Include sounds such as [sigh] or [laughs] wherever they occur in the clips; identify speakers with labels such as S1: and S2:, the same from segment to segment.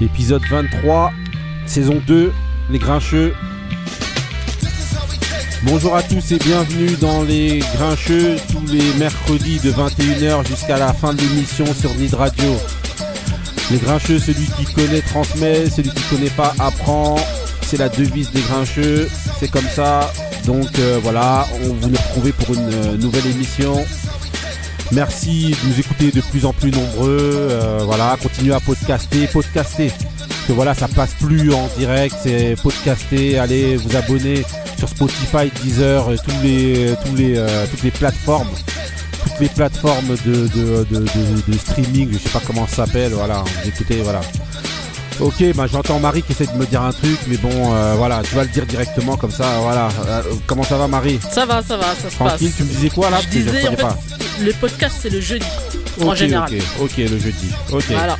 S1: Épisode 23, saison 2, les grincheux. Bonjour à tous et bienvenue dans les grincheux tous les mercredis de 21h jusqu'à la fin de l'émission sur Nid Radio. Les grincheux, celui qui connaît transmet, celui qui connaît pas apprend. C'est la devise des grincheux, c'est comme ça. Donc euh, voilà, on vous nous retrouve pour une euh, nouvelle émission. Merci de nous écouter de plus en plus nombreux. Euh, voilà, continuez à podcaster, podcaster. Parce que voilà, ça passe plus en direct, c'est podcaster. Allez vous abonner sur Spotify, Deezer, euh, tous les, tous les, euh, toutes les plateformes, toutes les plateformes de, de- de- de- de streaming. Je sais pas comment ça s'appelle. Voilà, vous écoutez, voilà. Ok, bah j'entends Marie qui essaie de me dire un truc, mais bon, euh, voilà, tu vas le dire directement comme ça, voilà. Euh, comment ça va Marie
S2: Ça va, ça va, ça se passe.
S1: Tranquille, tu me disais quoi là
S2: Je
S1: Parce que
S2: disais, en
S1: comprenais
S2: fait, le podcast, c'est le jeudi, en
S1: Ok,
S2: général.
S1: ok, ok, le jeudi. Ok.
S2: Voilà.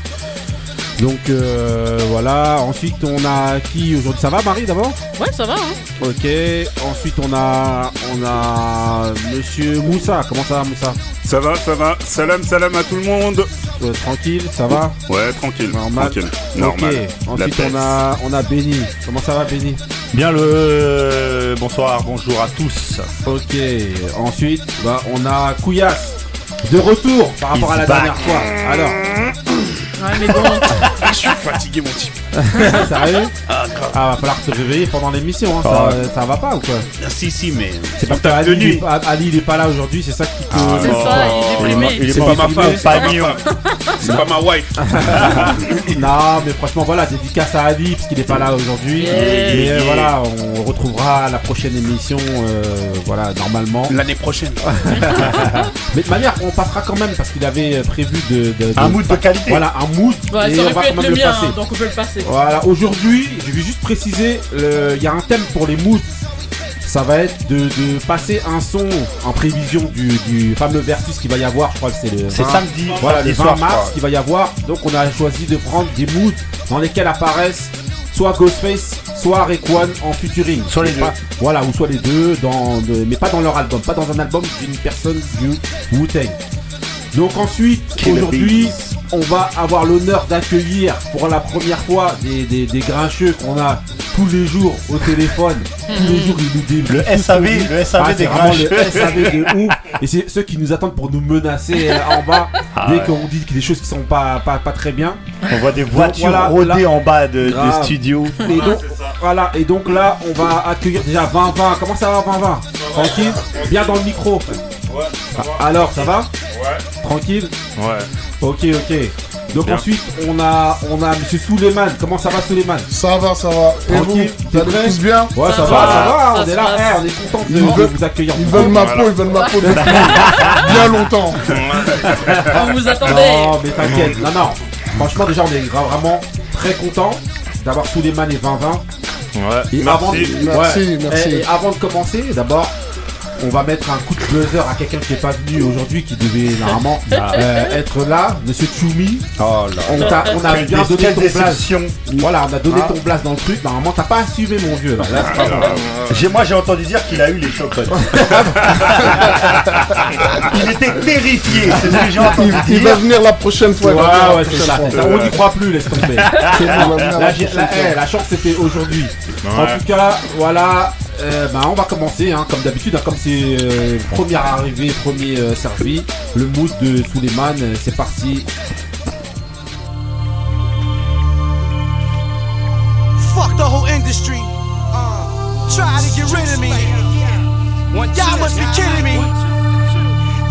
S1: Donc euh, voilà. Ensuite, on a qui aujourd'hui Ça va, Marie d'abord
S2: Ouais, ça va, hein.
S1: Ok. Ensuite, on a on a Monsieur Moussa. Comment ça, va, Moussa
S3: Ça va, ça va. Salam, salam à tout le monde.
S1: Euh, Tranquille, ça va
S3: Ouais, tranquille,
S1: Normal.
S3: tranquille. Normal.
S1: Ok.
S3: La
S1: Ensuite,
S3: peste.
S1: on a on a Benny. Comment ça va, Benny
S4: Bien le bonsoir, bonjour à tous.
S1: Ok. Ensuite, bah, on a Couillasse. De retour par rapport à la
S4: He's back.
S1: dernière fois. Alors,
S2: Ouais, mais bon,
S3: Ah, [laughs] je suis fatigué, mon type.
S1: [laughs] sérieux Ah, va falloir te réveiller pendant l'émission. Hein.
S4: Ah
S1: Ça, ça va pas ou quoi
S4: Si, si, mais.
S1: C'est parce
S4: On tape
S1: qu'Ali,
S4: de nuit.
S1: il est- Ali il est pas là aujourd'hui, c'est ça qui te.
S2: c'est
S4: non.
S2: ça, il est
S3: Oh,
S2: déprimé.
S4: Ah, il est
S3: C'est pas ma femme, c'est pas ma
S4: Compagnon.
S3: femme. C'est pas ma [laughs] wife.
S1: non, mais franchement, voilà, dédicace à Ali, parce qu'il est pas là aujourd'hui.
S2: Yeah.
S1: Mais euh,
S4: Yeah.
S1: voilà, on retrouvera la prochaine émission, euh, voilà, normalement.
S3: L'année prochaine.
S1: [laughs] Mais de manière, on passera quand même, parce qu'il avait prévu de. de- de-
S4: Un mood de qualité.
S1: Voilà, un mood.
S2: Ouais,
S1: et
S2: ça
S1: on
S2: aurait
S1: va
S2: pu
S1: quand
S2: être
S1: même
S2: le
S1: le
S2: mien,
S1: passer.
S2: hein, donc on peut le passer.
S1: Voilà, aujourd'hui, je vais juste préciser, le- il y a un thème pour les moods. Ça va être de, de passer un son en prévision du, du fameux versus qu'il va y avoir, je crois que c'est le.
S4: C'est
S1: 20.
S4: samedi.
S1: Voilà,
S4: samedi
S1: les 20
S4: soir,
S1: mars
S4: quoi.
S1: qu'il va y avoir. Donc, on a choisi de prendre des moods dans lesquels apparaissent soit Ghostface, soit Rekwan en featuring.
S4: Soit les
S1: Mais
S4: deux.
S1: pas- Voilà, ou soit les deux, dans, de- mais pas dans leur album, pas dans un album d'une personne du Wu-Tang. Donc ensuite,
S4: Killer
S1: aujourd'hui,
S4: Bees.
S1: on va avoir l'honneur d'accueillir pour la première fois des, des, des grincheux qu'on a tous les jours au téléphone. tous les jours, ils nous débriefent
S4: Hmm. Le
S1: tout ce
S4: SAV,
S1: qu'on dit.
S4: le SAV
S1: Ah, c'est
S4: des
S1: vraiment le
S4: grincheux.
S1: SAV des ouf. Et c'est ceux qui nous attendent pour nous menacer euh, en bas
S4: Ah
S1: dès
S4: ouais.
S1: qu'on dit des choses qui sont pas, pas, pas très bien.
S4: On voit des voitures
S1: voilà,
S4: rodées
S1: là.
S4: en bas de,
S1: Grave.
S4: des studios.
S1: Et donc, voilà, et donc là, on va accueillir déjà 20-20. Comment ça va, 20-20 Tranquille Bien dans le micro.
S3: Ouais,
S1: Ah, Alors, ça va
S3: Ouais.
S1: Tranquille
S3: Ouais.
S1: Euh, Ok, ok. Donc
S3: Bien.
S1: ensuite, on a, on a Monsieur Souleyman. Comment ça va, Souleyman
S5: Ça va, ça va. Et vous,
S1: Tranquille,
S5: vous allez
S1: t'es
S5: tous bien
S1: Ouais, ça,
S2: Ça
S1: va,
S2: va,
S1: ça va,
S2: ça
S1: on est
S2: se
S1: là,
S2: passe.
S1: eh, on est content de,
S5: Ils
S1: de
S5: veulent-
S1: vous accueillir.
S5: Ils veulent ma
S3: Voilà.
S5: peau, ils veulent
S3: [laughs]
S5: ma peau depuis bien longtemps.
S2: On vous attendait.
S1: Non, mais t'inquiète, non, non. Franchement, déjà, on est gra- vraiment très content d'avoir Souleyman et 20-20.
S3: Ouais.
S1: Et avant de-
S3: Merci.
S5: Merci,
S6: Eh,
S1: ouais.
S5: merci.
S1: Et, et avant de commencer, d'abord, on va mettre un coup de buzzer à quelqu'un qui n'est pas venu aujourd'hui, qui devait normalement euh, être là, Monsieur Choumi.
S4: Oh là.
S1: On, t'a- on a
S4: Quelle,
S1: bien
S4: dé-
S1: donné
S4: quelle
S1: ton place.
S4: déception.
S1: Voilà, on a donné
S4: Ah.
S1: ton place dans le truc. Normalement,
S4: [laughs]
S1: t'as pas assumé, mon vieux. Là, Là,
S3: Ah, là,
S4: J'ai- Moi j'ai entendu dire qu'il a eu les
S1: [laughs]
S4: chocottes. Il était terrifié, c'est ce que j'ai entendu
S5: Il, il va
S4: dire.
S5: venir la prochaine fois. il va venir la
S1: Ouais, ouais, c'est
S5: prochaine
S1: ça,
S5: fois.
S1: c'est ça. On n'y croit plus, laisse tomber. C'est
S5: Il va
S1: bon.
S5: venir la
S1: Là, j'ai-
S5: prochaine
S1: là,
S5: fois.
S1: eh, la chance, c'était aujourd'hui. En
S3: Ouais.
S1: tout cas, voilà. euh, bah, on va commencer, hein, comme d'habitude, hein, comme c'est euh, première arrivée, premier euh, servi. Le mood de Suleiman, euh, c'est parti.
S7: Fuck the whole industry. Uh, try to get rid of me. Y'all must be kidding me.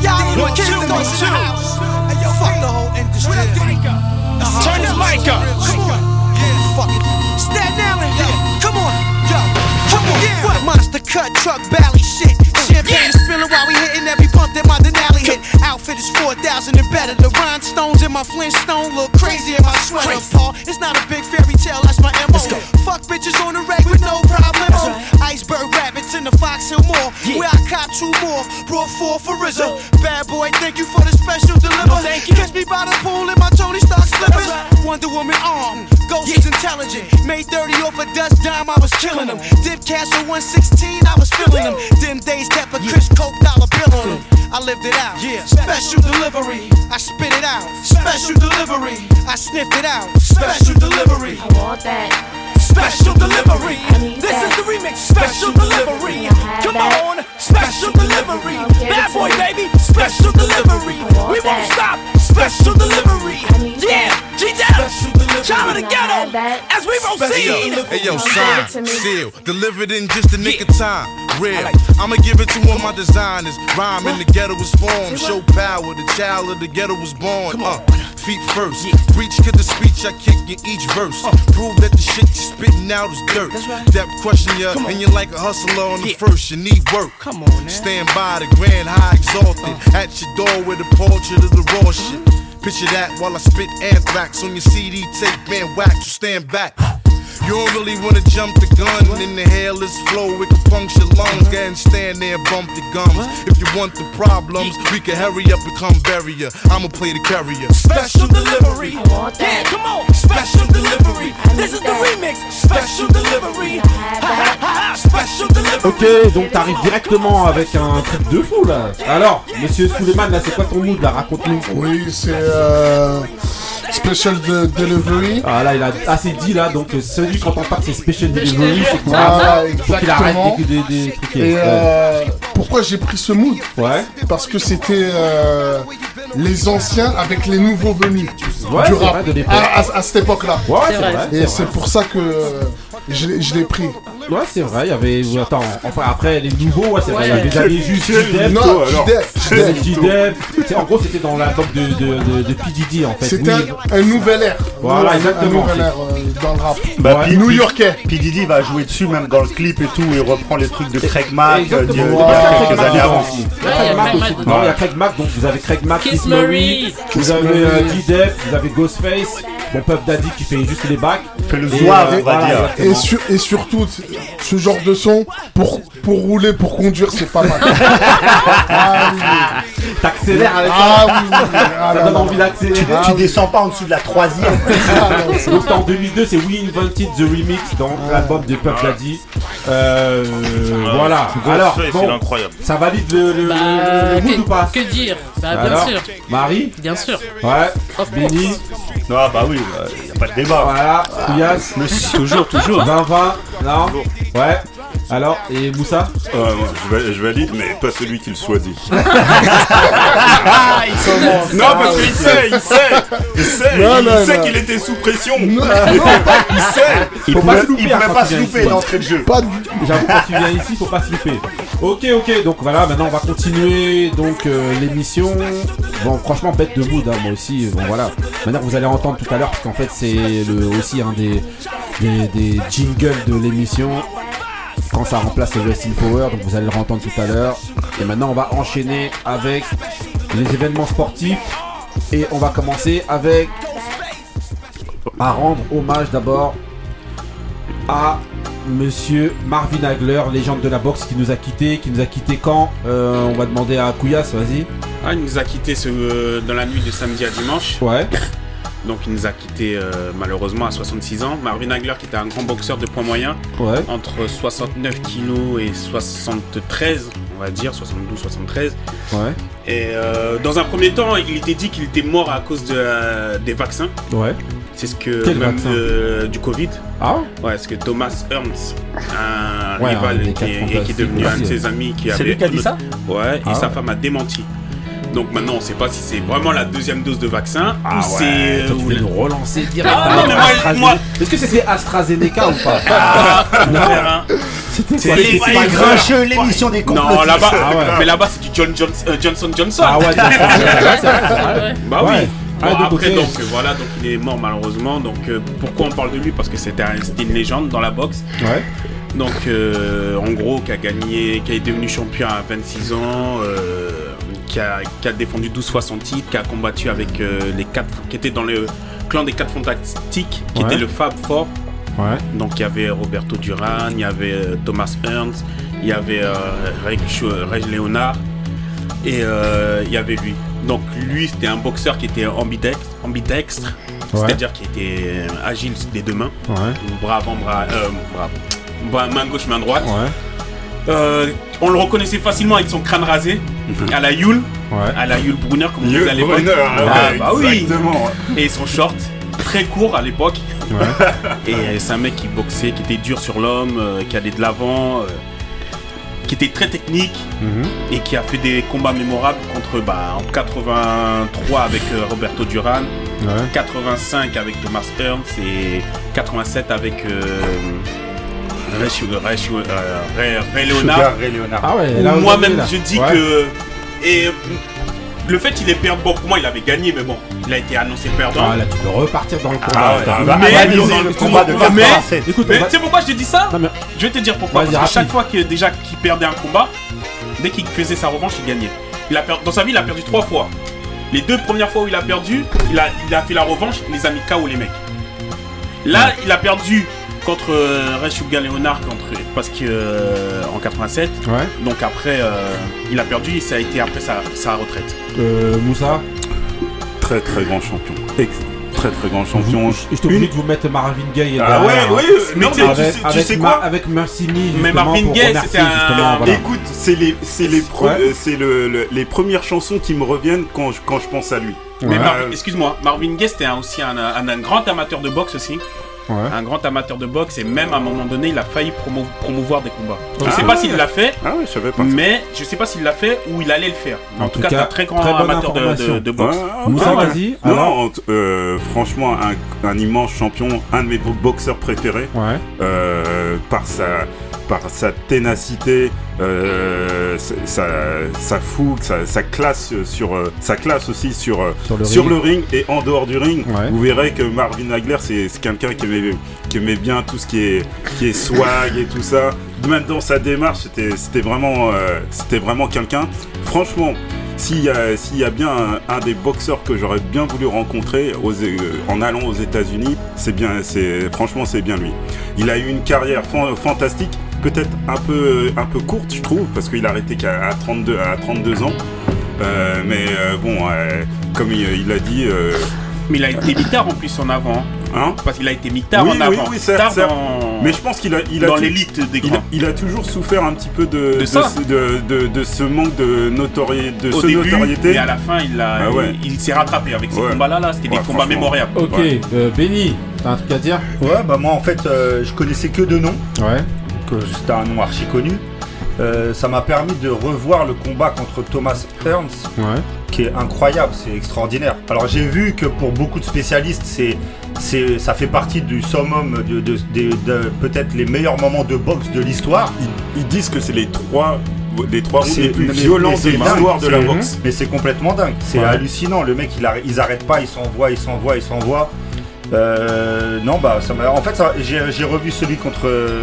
S7: Y'all ain't kidding me. Hey, yo, fuck the whole industry. Turn the mic up. Come on. Yeah, fuck it. Stand down and yo, come on. Yo, come on. What? Monster cut, truck valley shit. Champagne spilling while we hitting every pump that my Denali hit. Outfit is 4,000 and better. The rhinestones in my Flintstone look crazy in my sweater, Paul. It's not a big fairy tale, that's my MO. Fuck bitches on the reg with no problem. Iceberg rabbits in the Fox Hill Mall. Where I cop two more, brought four for Rizzo. Bad boy, thank you for the special deliver. Catch me by the pool in my Tony Stark slippers. Wonder Woman arm, Ghost is intelligent. Made 30 off a dust dime, I was killing him. Dip Castle 116, I was feeling him. Them days kept a Chris Coke dollar bill on him. I lived it out. Yeah, special delivery. I spit it out. Special delivery. I sniffed it out. Special delivery.
S6: I want that.
S7: Special delivery.
S6: I need
S7: This
S6: that.
S7: is the remix. Special delivery. Come on. Special delivery. Bad boy, baby. Special delivery. We won't stop. Special delivery. Yeah. G down. Chime in the ghetto. As we proceed.
S8: Hey yo,
S6: Give it to
S8: sign,
S6: me.
S8: seal, delivered in just the nick of time. Real, I'ma give it to all my designers. Rhyme in the ghetto was formed. Show power, the child of the ghetto was born. Uh, feet first, preach 'cause the speech I kick in each verse. Prove that the shit you spitting out is dirt. That question you, and you're like a hustler on the first. You need work. Come on, stand by the grand high exalted. At your door with a portrait of the raw shit. Picture that while I spit anthrax on your CD tape, man, wax. So stand back. You don't really wanna jump the gun in the hairless flow, it can puncture lungs. Go ahead and stand there and bump the gums. If you want the problems, we can hurry up and come bury ya. I'ma play the carrier.
S7: Special delivery.
S6: I want
S7: Yeah,
S6: that.
S7: come on. Special delivery. This is the remix. Special delivery. Ha, ha, ha, ha. Special
S3: [laughs]
S7: delivery.
S1: Ok, donc t'arrives directement avec un truc de fou là. Alors, monsieur Suleiman, là, c'est quoi ton mood là Raconte-nous.
S5: Oui, c'est euh, Special de- Delivery.
S1: Ah là, il a assez dit là, donc euh, celui quand on parle c'est Special Delivery, c'est quoi
S5: Voilà,
S1: Faut qu'il arrête
S5: Ah, exactement.
S1: des, des, des trucs.
S5: Et
S1: euh,
S5: euh, pourquoi j'ai pris ce mood
S1: Ouais.
S5: Parce que c'était euh, les anciens avec les nouveaux venus
S1: Ouais,
S5: du
S1: c'est vrai,
S5: rap
S1: de l'époque.
S5: à, à- à cette époque-là.
S1: Ouais,
S2: C'est
S1: c'est
S2: vrai.
S1: vrai.
S5: Et
S1: c'est
S5: c'est
S1: vrai.
S5: pour ça que euh, je l'ai- je l'ai pris.
S1: Ouais, c'est vrai, il y avait. ouais, Attends, enfin après les nouveaux, ouais, c'est vrai, il y avait
S2: Ouais.
S1: jamais juste J-Dep.
S5: Non,
S4: toi, alors.
S5: Jidep, Jidep.
S1: J-Dep. Tu sais, En gros, c'était dans la box de, de, de, de P. Diddy, en fait.
S5: C'était
S1: Oui.
S5: un- un nouvel air.
S1: Voilà,
S5: Un-
S1: exactement. euh,
S5: Un nouvel air euh, dans le rap.
S4: Bah,
S1: Ouais.
S4: P-
S5: New
S4: P-
S5: Yorkais.
S4: P. Diddy va jouer dessus, même dans le clip et tout. Il reprend les trucs de Craig Mack euh, d'il y a-
S1: Exactement.
S4: d'il y a
S5: Ouais.
S4: quelques années avant.
S1: aussi.
S2: Ouais,
S1: Craig
S2: il y a
S1: Mack
S2: Craig
S1: aussi
S2: Mack.
S1: dedans. Il y a Craig Mack, donc vous avez Craig Mack,
S2: Kiss
S1: Chris Murray,
S2: Murray.
S1: vous avez euh, G-Dep, vous avez Ghostface, mon peuple Daddy qui fait juste les bacs.
S4: Fait le
S1: Et,
S4: zouave,
S1: euh,
S4: on va
S1: voilà,
S4: dire.
S1: exactement.
S5: Et, sur- et surtout, t- ce genre de son, pour, pour rouler, pour conduire, c'est pas mal.
S1: [laughs]
S5: ah oui,
S1: T'accélères avec ça.
S5: ah oui, oui, ah
S1: Ça
S5: là
S1: donne
S5: là.
S1: envie d'accélérer.
S4: Tu descends pas en dessous de la troisième.
S5: Ah non, c'est-
S1: [laughs] Donc c'était en 2002, c'est We Invented the Remix dans
S5: Ah.
S1: l'album de
S4: Ah.
S1: Puff Daddy. Euh, voilà. Alors,
S3: c'est
S1: bon,
S3: incroyable.
S1: ça valide le, le,
S2: Bah,
S1: le mood ou pas
S2: que, que dire Bah, bien
S1: Alors,
S2: sûr.
S1: Marie,
S2: Bien sûr.
S1: ouais,
S2: Of
S1: Benny,
S2: course.
S4: Ah bah oui, euh, y a pas de débat.
S1: voilà, Touyas,
S3: Toujours, toujours.
S1: 20-20, non Ouais. Alors, et Moussa
S9: Euh, je, valide, mais pas celui qui le choisit. Ah,
S3: Non, parce qu'il sait, il sait. Il sait,
S5: Non,
S3: il
S5: non,
S3: sait
S5: non.
S3: qu'il était sous pression.
S9: [laughs]
S5: Non, non,
S4: Il sait Il
S1: Faut pas
S4: pouvait
S1: se louper
S4: il pouvait
S1: quand
S4: pas
S1: tu
S4: se
S1: viens
S4: louper
S1: ici.
S4: d'entrée de jeu.
S5: pas du-
S1: J'avoue, quand tu viens ici, faut pas flipper. Ok, ok, donc voilà, maintenant on va continuer donc euh, l'émission. Bon, franchement, bête de mood, hein, moi aussi. Bon, voilà. Maintenant, vous allez entendre tout à l'heure, parce qu'en fait, c'est le- aussi un des, des, des jingles de l'émission. Quand ça remplace le Wrestling Power, donc vous allez le entendre tout à l'heure. Et maintenant, on va enchaîner avec les événements sportifs. Et on va commencer avec. à rendre hommage d'abord à Monsieur Marvin Hagler, légende de la boxe qui nous a quitté, qui nous a quitté quand Euh, On va demander à Kouyas, vas-y.
S3: Ah, il nous a quittés ce- euh, dans la nuit de samedi à dimanche.
S1: Ouais.
S3: Donc, il nous a quittés euh, malheureusement à 66 ans. Marvin Hagler, qui était un grand boxeur de poids moyen,
S1: Ouais.
S3: entre 69 kilos et 73, on va dire, 72, 73.
S1: Ouais.
S3: Et euh, dans un premier temps, il était dit qu'il était mort à cause de la- des vaccins.
S1: Ouais.
S3: C'est ce que
S1: Quel
S3: même
S1: vaccin
S3: euh, du Covid.
S1: Ah
S3: Ouais, ce que Thomas Ernst, un
S1: Ouais, un
S3: rival
S1: des
S3: qui,
S1: quatre
S3: est- qui est devenu un de ses amis, qui
S4: C'est
S3: avait
S4: lui qui a dit ça
S3: Ouais,
S1: Ah
S3: et sa
S1: ouais.
S3: femme a démenti. Donc maintenant, on ne sait pas si c'est vraiment la deuxième dose de vaccin ou c'est.
S1: Ah
S3: euh,
S1: Toi, tu
S3: ou
S1: veux
S3: le-
S1: nous relancer direct.
S3: [laughs] Ah, mais moi,
S1: AstraZeneca.
S3: moi-
S1: Est-ce que c'était AstraZeneca ou pas
S3: Ah,
S1: C'était
S3: c'est-
S1: quoi
S3: c'est
S4: C'est
S3: pas
S4: pas
S3: grave.
S4: grincheux l'émission des cons.
S3: Non, là-bas,
S1: Ah ouais.
S3: mais là-bas, c'est du John Jones- euh, Johnson Johnson.
S1: Ah ouais, c'est
S3: [laughs]
S1: vrai, c'est vrai, c'est vrai.
S2: Ouais.
S3: Bah
S1: Ouais.
S3: oui.
S1: Ah,
S3: Bon,
S1: de
S3: après
S1: côté.
S3: donc euh, voilà donc il est mort malheureusement donc euh, pourquoi on parle de lui parce que c'était un- c'était une légende dans la boxe
S1: Ouais.
S3: donc euh, en gros qui a gagné qui est devenu champion à 26 ans euh, qui, a, qui a défendu 12 fois son titre qui a combattu avec euh, les quatre qui était dans le clan des quatre fantastiques qui
S1: Ouais.
S3: était le Fab Four
S1: Ouais.
S3: donc il y avait Roberto Duran, il y avait euh, Thomas Ernst, il y avait euh, Reg, Chou- euh, Reg Leonard et euh, il y avait lui. Donc lui c'était un boxeur qui était ambidextre, ambidextre
S1: Ouais.
S3: c'est-à-dire qui était euh, agile des deux mains,
S1: Ouais.
S3: bras avant, bras, euh, bras avant. Bras- main gauche, main droite.
S1: Ouais.
S3: Euh, on le reconnaissait facilement avec son crâne rasé. à la Yule,
S1: Mhm. Ouais.
S3: à la Yule Brunner comme on
S9: Yul
S3: disait à l'époque.
S9: Brunner, hein,
S3: Ah,
S9: ouais,
S3: bah oui.
S9: Exactement.
S3: Et son short très court à l'époque. Et euh, c'est un mec qui boxait, qui était dur sur l'homme, euh, qui allait de l'avant, euh, qui était très technique
S1: Mhm.
S3: et qui a fait des combats mémorables contre bah, en 83 avec euh, Roberto Duran,
S1: Ouais.
S3: 85 avec Thomas Ernst et 87 avec euh, Ray, Sugar- Ray Sugar- euh, Ray- Ray Leonard.
S4: Sugar Ray Leonard.
S1: Ah ouais,
S3: Ou
S1: là, aujourd'hui,
S3: Moi-même,
S1: là.
S3: je dis
S1: Ouais.
S3: que. Et le fait qu'il ait perdu, bon, pour moi, il avait gagné, mais bon, il a été annoncé perdant.
S1: Ah, là, tu peux repartir dans le combat.
S9: Ah ouais,
S1: t'as-
S9: bah,
S3: mais-
S1: analyser
S3: dans
S1: le
S3: le
S1: combat.
S4: combat de
S3: Mais-
S4: 87.
S1: Écoute, on
S3: mais
S1: va-
S3: tu sais pourquoi je te dis ça
S1: Non, mais-
S3: Je vais te dire pourquoi.
S1: Vas-y,
S3: Parce que
S1: rapide.
S3: chaque fois que déjà qu'il perdait un combat, dès qu'il faisait sa revanche, il gagnait. Il a per- Dans sa vie, il a perdu trois fois. Les deux premières fois où il a perdu, il a, il a fait la revanche, il les a mis KO les mecs. Là, il a perdu contre euh, Ray Sugar Leonard contre... parce que euh, en 87.
S1: Ouais.
S3: Donc après, euh, il a perdu et ça a été après sa, sa retraite.
S1: Euh, Moussa,
S9: Très très grand champion. Ex- très très grand champion.
S1: vous- je je t'ai obligé de vous mettre Marvin Gaye.
S9: Ah
S1: derrière, hein.
S3: oui, mais tu sais- tu
S1: Avec,
S3: sais- tu
S1: avec
S3: sais
S1: Ma-
S3: quoi
S1: avec Mercy Me, justement,
S3: Mais Marvin
S1: pour
S3: Gaye,
S1: remercier,
S3: c'était un-
S1: justement, voilà.
S9: Écoute, c'est les, c'est les, pro-
S1: Ouais.
S9: euh, c'est le- le- les premières chansons qui me reviennent quand je, quand je pense à lui.
S3: Mais
S1: Ouais.
S3: Mar- excuse-moi, Marvin Gaye c'était un- aussi un, un- un grand amateur de boxe aussi.
S1: Ouais.
S3: Un grand amateur de boxe et même à un moment donné il a failli promo- promouvoir des combats. Je sais pas s'il l'a fait,
S9: Ah ouais, Ah. je savais pas.
S3: mais je sais pas s'il l'a fait ou il allait le faire. En, tout, cas, c'est un très grand
S1: très bonne
S3: amateur de- de,
S1: information.
S3: de, boxe.
S9: Ah,
S1: Moussa,
S9: ah, ouais.
S1: vas-y.
S9: Non,
S1: Alors,
S9: non, en- euh, franchement, un, un immense champion, un de mes boxeurs préférés,
S1: ouais.
S9: euh, par sa par sa ténacité, euh, sa- sa, sa fougue, sa, sa classe sur euh, sa classe aussi sur euh,
S1: Sur le
S9: sur
S1: ring.
S9: le ring et en dehors du ring.
S1: Ouais.
S9: Vous verrez que Marvin Hagler c'est c'est quelqu'un qui aimait qui aimait bien tout ce qui est qui est swag et tout ça. Même dans sa démarche, c'était c'était vraiment euh, c'était vraiment quelqu'un. Franchement. S'il y, a- s'il y a bien un, un des boxeurs que j'aurais bien voulu rencontrer aux- euh, en allant aux États-Unis, c'est bien, c'est franchement c'est bien lui. Il a eu une carrière fan- fantastique, peut-être un peu, un peu courte, je trouve, parce qu'il a arrêté qu'à à 32, à 32 ans. Euh, mais euh, bon, euh, comme il, il a dit, euh,
S3: Mais il a été mis tard en plus en avant.
S9: hein.
S3: Parce qu'il a été mis tard
S9: Oui,
S3: en
S9: oui,
S3: avant.
S9: oui, certes,
S3: tard
S9: certes.
S3: dans,
S9: Mais je pense qu'il a, il a
S3: dans
S9: tout-
S3: l'élite des
S9: il a,
S3: grands.
S9: il a toujours souffert un petit peu de,
S3: De ça.
S9: ce- de, de- de ce manque de, notori- de
S3: Au
S9: ce
S3: début,
S9: notoriété.
S3: mais à la fin il, a,
S9: Ah ouais.
S3: il, il s'est rattrapé avec ces
S9: Ouais.
S3: combats-là. Là, c'était
S9: Ouais,
S3: des combats
S9: franchement.
S3: mémoriables.
S1: Ok,
S9: Ouais.
S1: euh, Benny, t'as un truc à dire
S4: Ouais, bah moi en fait, euh, je connaissais que deux noms,
S1: Ouais.
S4: que c'était un nom archi connu. Euh, ça m'a permis de revoir le combat contre Thomas Ernst,
S1: Ouais.
S4: qui est incroyable, c'est extraordinaire. Alors j'ai vu que pour beaucoup de spécialistes, c'est, c'est, ça fait partie du summum de, de- de- de- peut-être les meilleurs moments de boxe de l'histoire.
S9: Ils, ils disent que c'est les trois, les trois rounds
S4: C'est-
S9: les plus
S4: mais-
S9: violents
S4: mais
S9: de
S4: c'est
S9: l'histoire
S4: dingue,
S9: de la
S4: c'est-
S9: boxe.
S4: Mais c'est complètement dingue, c'est
S1: Ouais.
S4: hallucinant. Le mec, il arr- ils arrêtent pas, ils s'envoient, ils s'envoient, ils s'envoient. Euh, non, bah, ça m'a- en fait, ça- j'ai j'ai revu celui contre euh,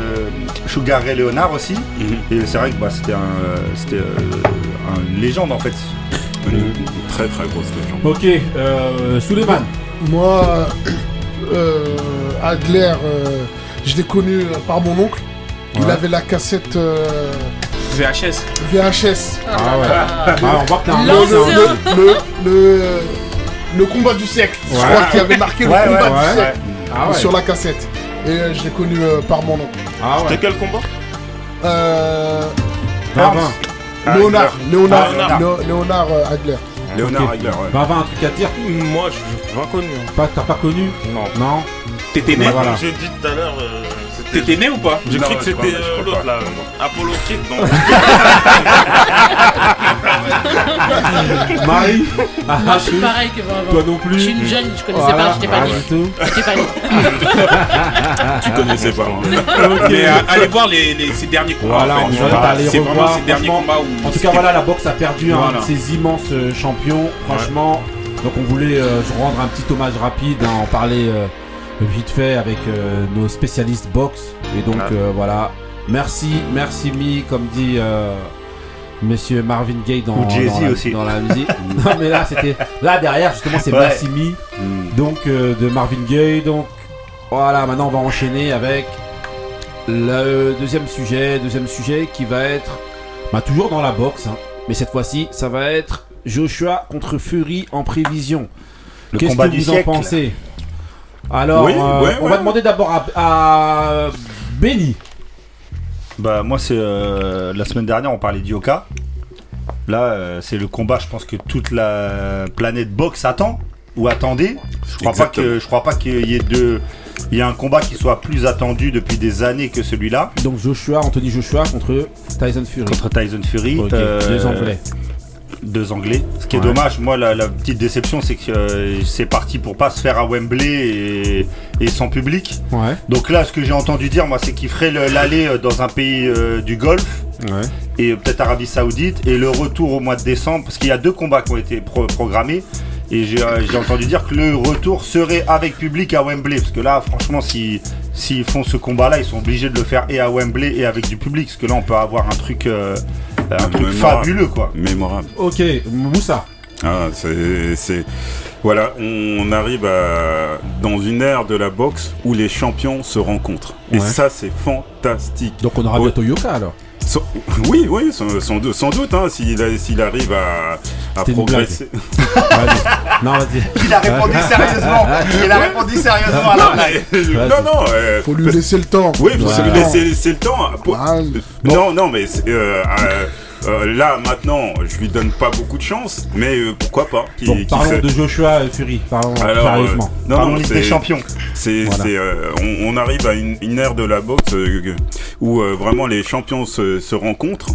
S4: Sugar Ray Leonard aussi.
S9: Mhm.
S4: Et c'est vrai que bah, c'était un, euh, c'était euh, une légende en fait.
S9: Une très très grosse légende.
S1: Ok, euh, Suleiman.
S5: Moi, euh, Adler, euh, je l'ai connu euh, par mon oncle. Il
S1: Ouais.
S5: avait la cassette euh,
S3: VHS.
S5: VHS.
S1: Ah ouais. Ah, on voit que t'as un
S5: Le,
S2: L'ancien.
S1: bon-
S5: le- le- le- le combat du siècle. Je
S1: Ouais.
S5: crois qu'il avait marqué le
S4: Ouais,
S5: combat
S1: ouais,
S5: du
S1: ouais.
S5: siècle
S1: Ah ouais.
S5: sur la cassette. Et euh, je l'ai connu euh, par mon oncle.
S1: Ah ouais.
S9: quel combat
S5: Euh,
S1: Vingt, vingt.
S5: Léonard, Léonard,
S4: Ah, Léonard.
S5: Léo- Léonard, euh, Adler.
S9: Léonard
S1: Ok.
S9: Hagler, ouais.
S1: Vingt, vingt, un truc à dire
S6: Moi, je je pas connu.
S1: Pas- T'as pas connu
S6: Non.
S1: Non
S3: T'étais né,
S1: Ouais, voilà.
S6: J'ai dit tout à l'heure, euh, c'était.
S3: t'étais né ou pas
S6: J'ai
S9: Non,
S6: cru que
S9: je crois
S6: c'était
S9: pas, je
S6: euh,
S9: crois
S6: l'autre là, Apollo Kid. Non,
S1: Marie
S2: Moi,
S1: Ah,
S2: je suis pareil que vraiment.
S1: Toi non plus
S2: Je suis une jeune, je connaissais
S1: Voilà.
S2: pas, j'étais pas
S1: Ah,
S2: née.
S1: du tout.
S2: J'étais pas née.
S1: Ah,
S9: Tu connaissais pas. hein.
S3: [laughs] Mais euh, allez voir les, les- ces derniers combats.
S1: Voilà,
S3: en
S1: on
S3: fait.
S1: va aller
S3: C'est
S1: revoir,
S3: vraiment ces derniers
S1: franchement.
S3: combats où.
S1: En tout cas, voilà, la boxe a perdu un
S3: Voilà.
S1: de ses immenses euh, champions, franchement. Donc, on voulait euh, rendre un petit hommage rapide, hein, en parler euh, vite fait avec euh, nos spécialistes boxe. Et donc, euh, voilà. Merci, merci, Mi, comme dit. euh, Monsieur Marvin Gaye dans,
S4: Ou Jay-Z
S1: dans la,
S4: aussi.
S1: dans la
S4: [laughs]
S1: musique. [laughs] non mais là c'était là derrière justement c'est
S4: Ouais.
S1: Merci Mi donc euh, de Marvin Gaye donc voilà maintenant on va enchaîner avec le deuxième sujet deuxième sujet qui va être bah, toujours dans la boxe, hein. mais cette fois-ci, ça va être Joshua contre Fury en prévision.
S4: Le
S1: Qu'est-ce
S4: combat
S1: que
S4: du
S1: vous
S4: siècle.
S1: en pensez Alors,
S9: Oui,
S1: euh,
S9: ouais,
S1: on
S9: ouais.
S1: va demander d'abord à, à Benny.
S4: Bah moi c'est euh, la semaine dernière on parlait d'Yoka. Là, euh, c'est le combat, je pense que toute la planète boxe attend ou attendait. Je crois pas
S9: Exactement.
S4: que je crois pas qu'il y ait de il y a un combat qui soit plus attendu depuis des années que celui-là
S1: Donc Joshua, Anthony Joshua contre Tyson Fury.
S4: contre Tyson Fury.
S1: Ok,
S4: euh,
S1: Deux Anglais.
S4: deux Anglais. Ce qui est
S1: Ouais.
S4: dommage, moi, la, la petite déception, c'est que euh, c'est parti pour pas se faire à Wembley et, et sans public.
S1: Ouais.
S4: Donc là, ce que j'ai entendu dire, moi, c'est qu'il ferait le- l'aller euh, dans un pays euh, du Golfe
S1: Ouais.
S4: et euh, peut-être Arabie Saoudite et le retour au mois de décembre, parce qu'il y a deux combats qui ont été pro- programmés. Et j'ai euh, j'ai entendu dire que le retour serait avec public à Wembley, parce que là, franchement, si s'ils font ce combat-là, ils sont obligés de le faire et à Wembley et avec du public, parce que là, on peut avoir un truc, euh, un truc
S9: mémorable.
S4: fabuleux, quoi.
S9: Ah, Mémorable.
S1: Ok, Moussa.
S9: Ah, c'est, c'est- Voilà, on, on arrive à- dans une ère de la boxe où les champions se rencontrent. Et
S1: Ouais.
S9: ça, c'est fantastique.
S1: Donc on aura
S9: Ouais.
S1: bientôt Yoka alors.
S9: Sans- oui, oui, sans, sans dou- sans doute, hein, s'il, a- s'il arrive à, à
S1: C'était une
S9: progresser.
S1: [laughs] Vas-y. non, vas-y.
S4: Il a répondu
S1: [laughs]
S4: sérieusement. Il a répondu sérieusement à
S9: Non,
S4: la blague.
S9: mais- non, non, euh,
S5: Faut lui laisser le temps.
S9: oui, vous
S1: Voilà.
S9: savez, laissez, laissez le temps. pour-
S5: Ah,
S9: Non, non, mais c'est, euh, euh, euh, là, maintenant, je lui donne pas beaucoup de chance, mais euh, pourquoi pas qu'il-
S1: Bon,
S9: qu'il
S1: parlons
S9: se-
S1: de Joshua et Fury. Parlons
S9: Alors, euh,
S1: sérieusement.
S9: non,
S4: Parlons
S9: non,
S4: Ligue
S9: c'est-
S4: des champions.
S9: C'est,
S1: Voilà.
S9: c'est, euh, on, on arrive à une, une ère de la boxe euh, que- où euh, vraiment les champions se, se rencontrent,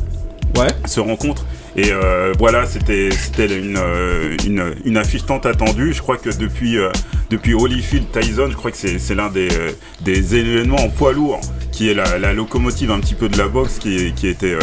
S1: Ouais.
S9: se rencontrent. Et euh, voilà, c'était, c'était une, euh, une, une affiche tant attendue. Je crois que depuis, euh, depuis Holyfield Tyson, je crois que c'est, c'est l'un des, euh, des événements en poids lourd qui est la, la locomotive un petit peu de la boxe qui, qui était. euh,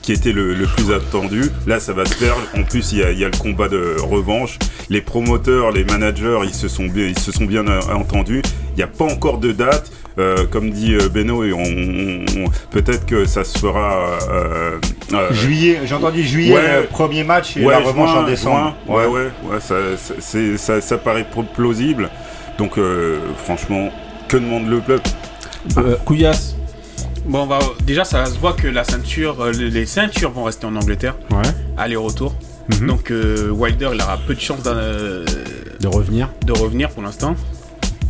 S9: qui était le, le plus attendu. Là, ça va se faire. En plus, il y a, il y a le combat de revanche. Les promoteurs, les managers, ils se sont bien, ils se sont bien euh, entendus. Il n'y a pas encore de date. Euh, comme dit euh, Beno, et on, on- on- peut-être que ça se fera. euh, euh,
S4: Juillet, j'ai entendu juillet,
S9: Ouais.
S4: euh, premier match et
S9: ouais,
S4: la revanche
S9: juin,
S4: en décembre.
S9: juin. Ouais, ouais, ouais, ça, ça- c'est- ça- ça paraît pro- plausible. Donc, euh, franchement, que demande le peuple
S1: Euh, Couillasse.
S3: Bon, on va- déjà, ça se voit que la ceinture, euh, les les ceintures vont rester en Angleterre,
S1: Ouais.
S3: aller-retour. Donc, euh, Wilder, il aura peu de chances d'un, euh,
S1: Mhm. De revenir.
S3: de revenir pour l'instant.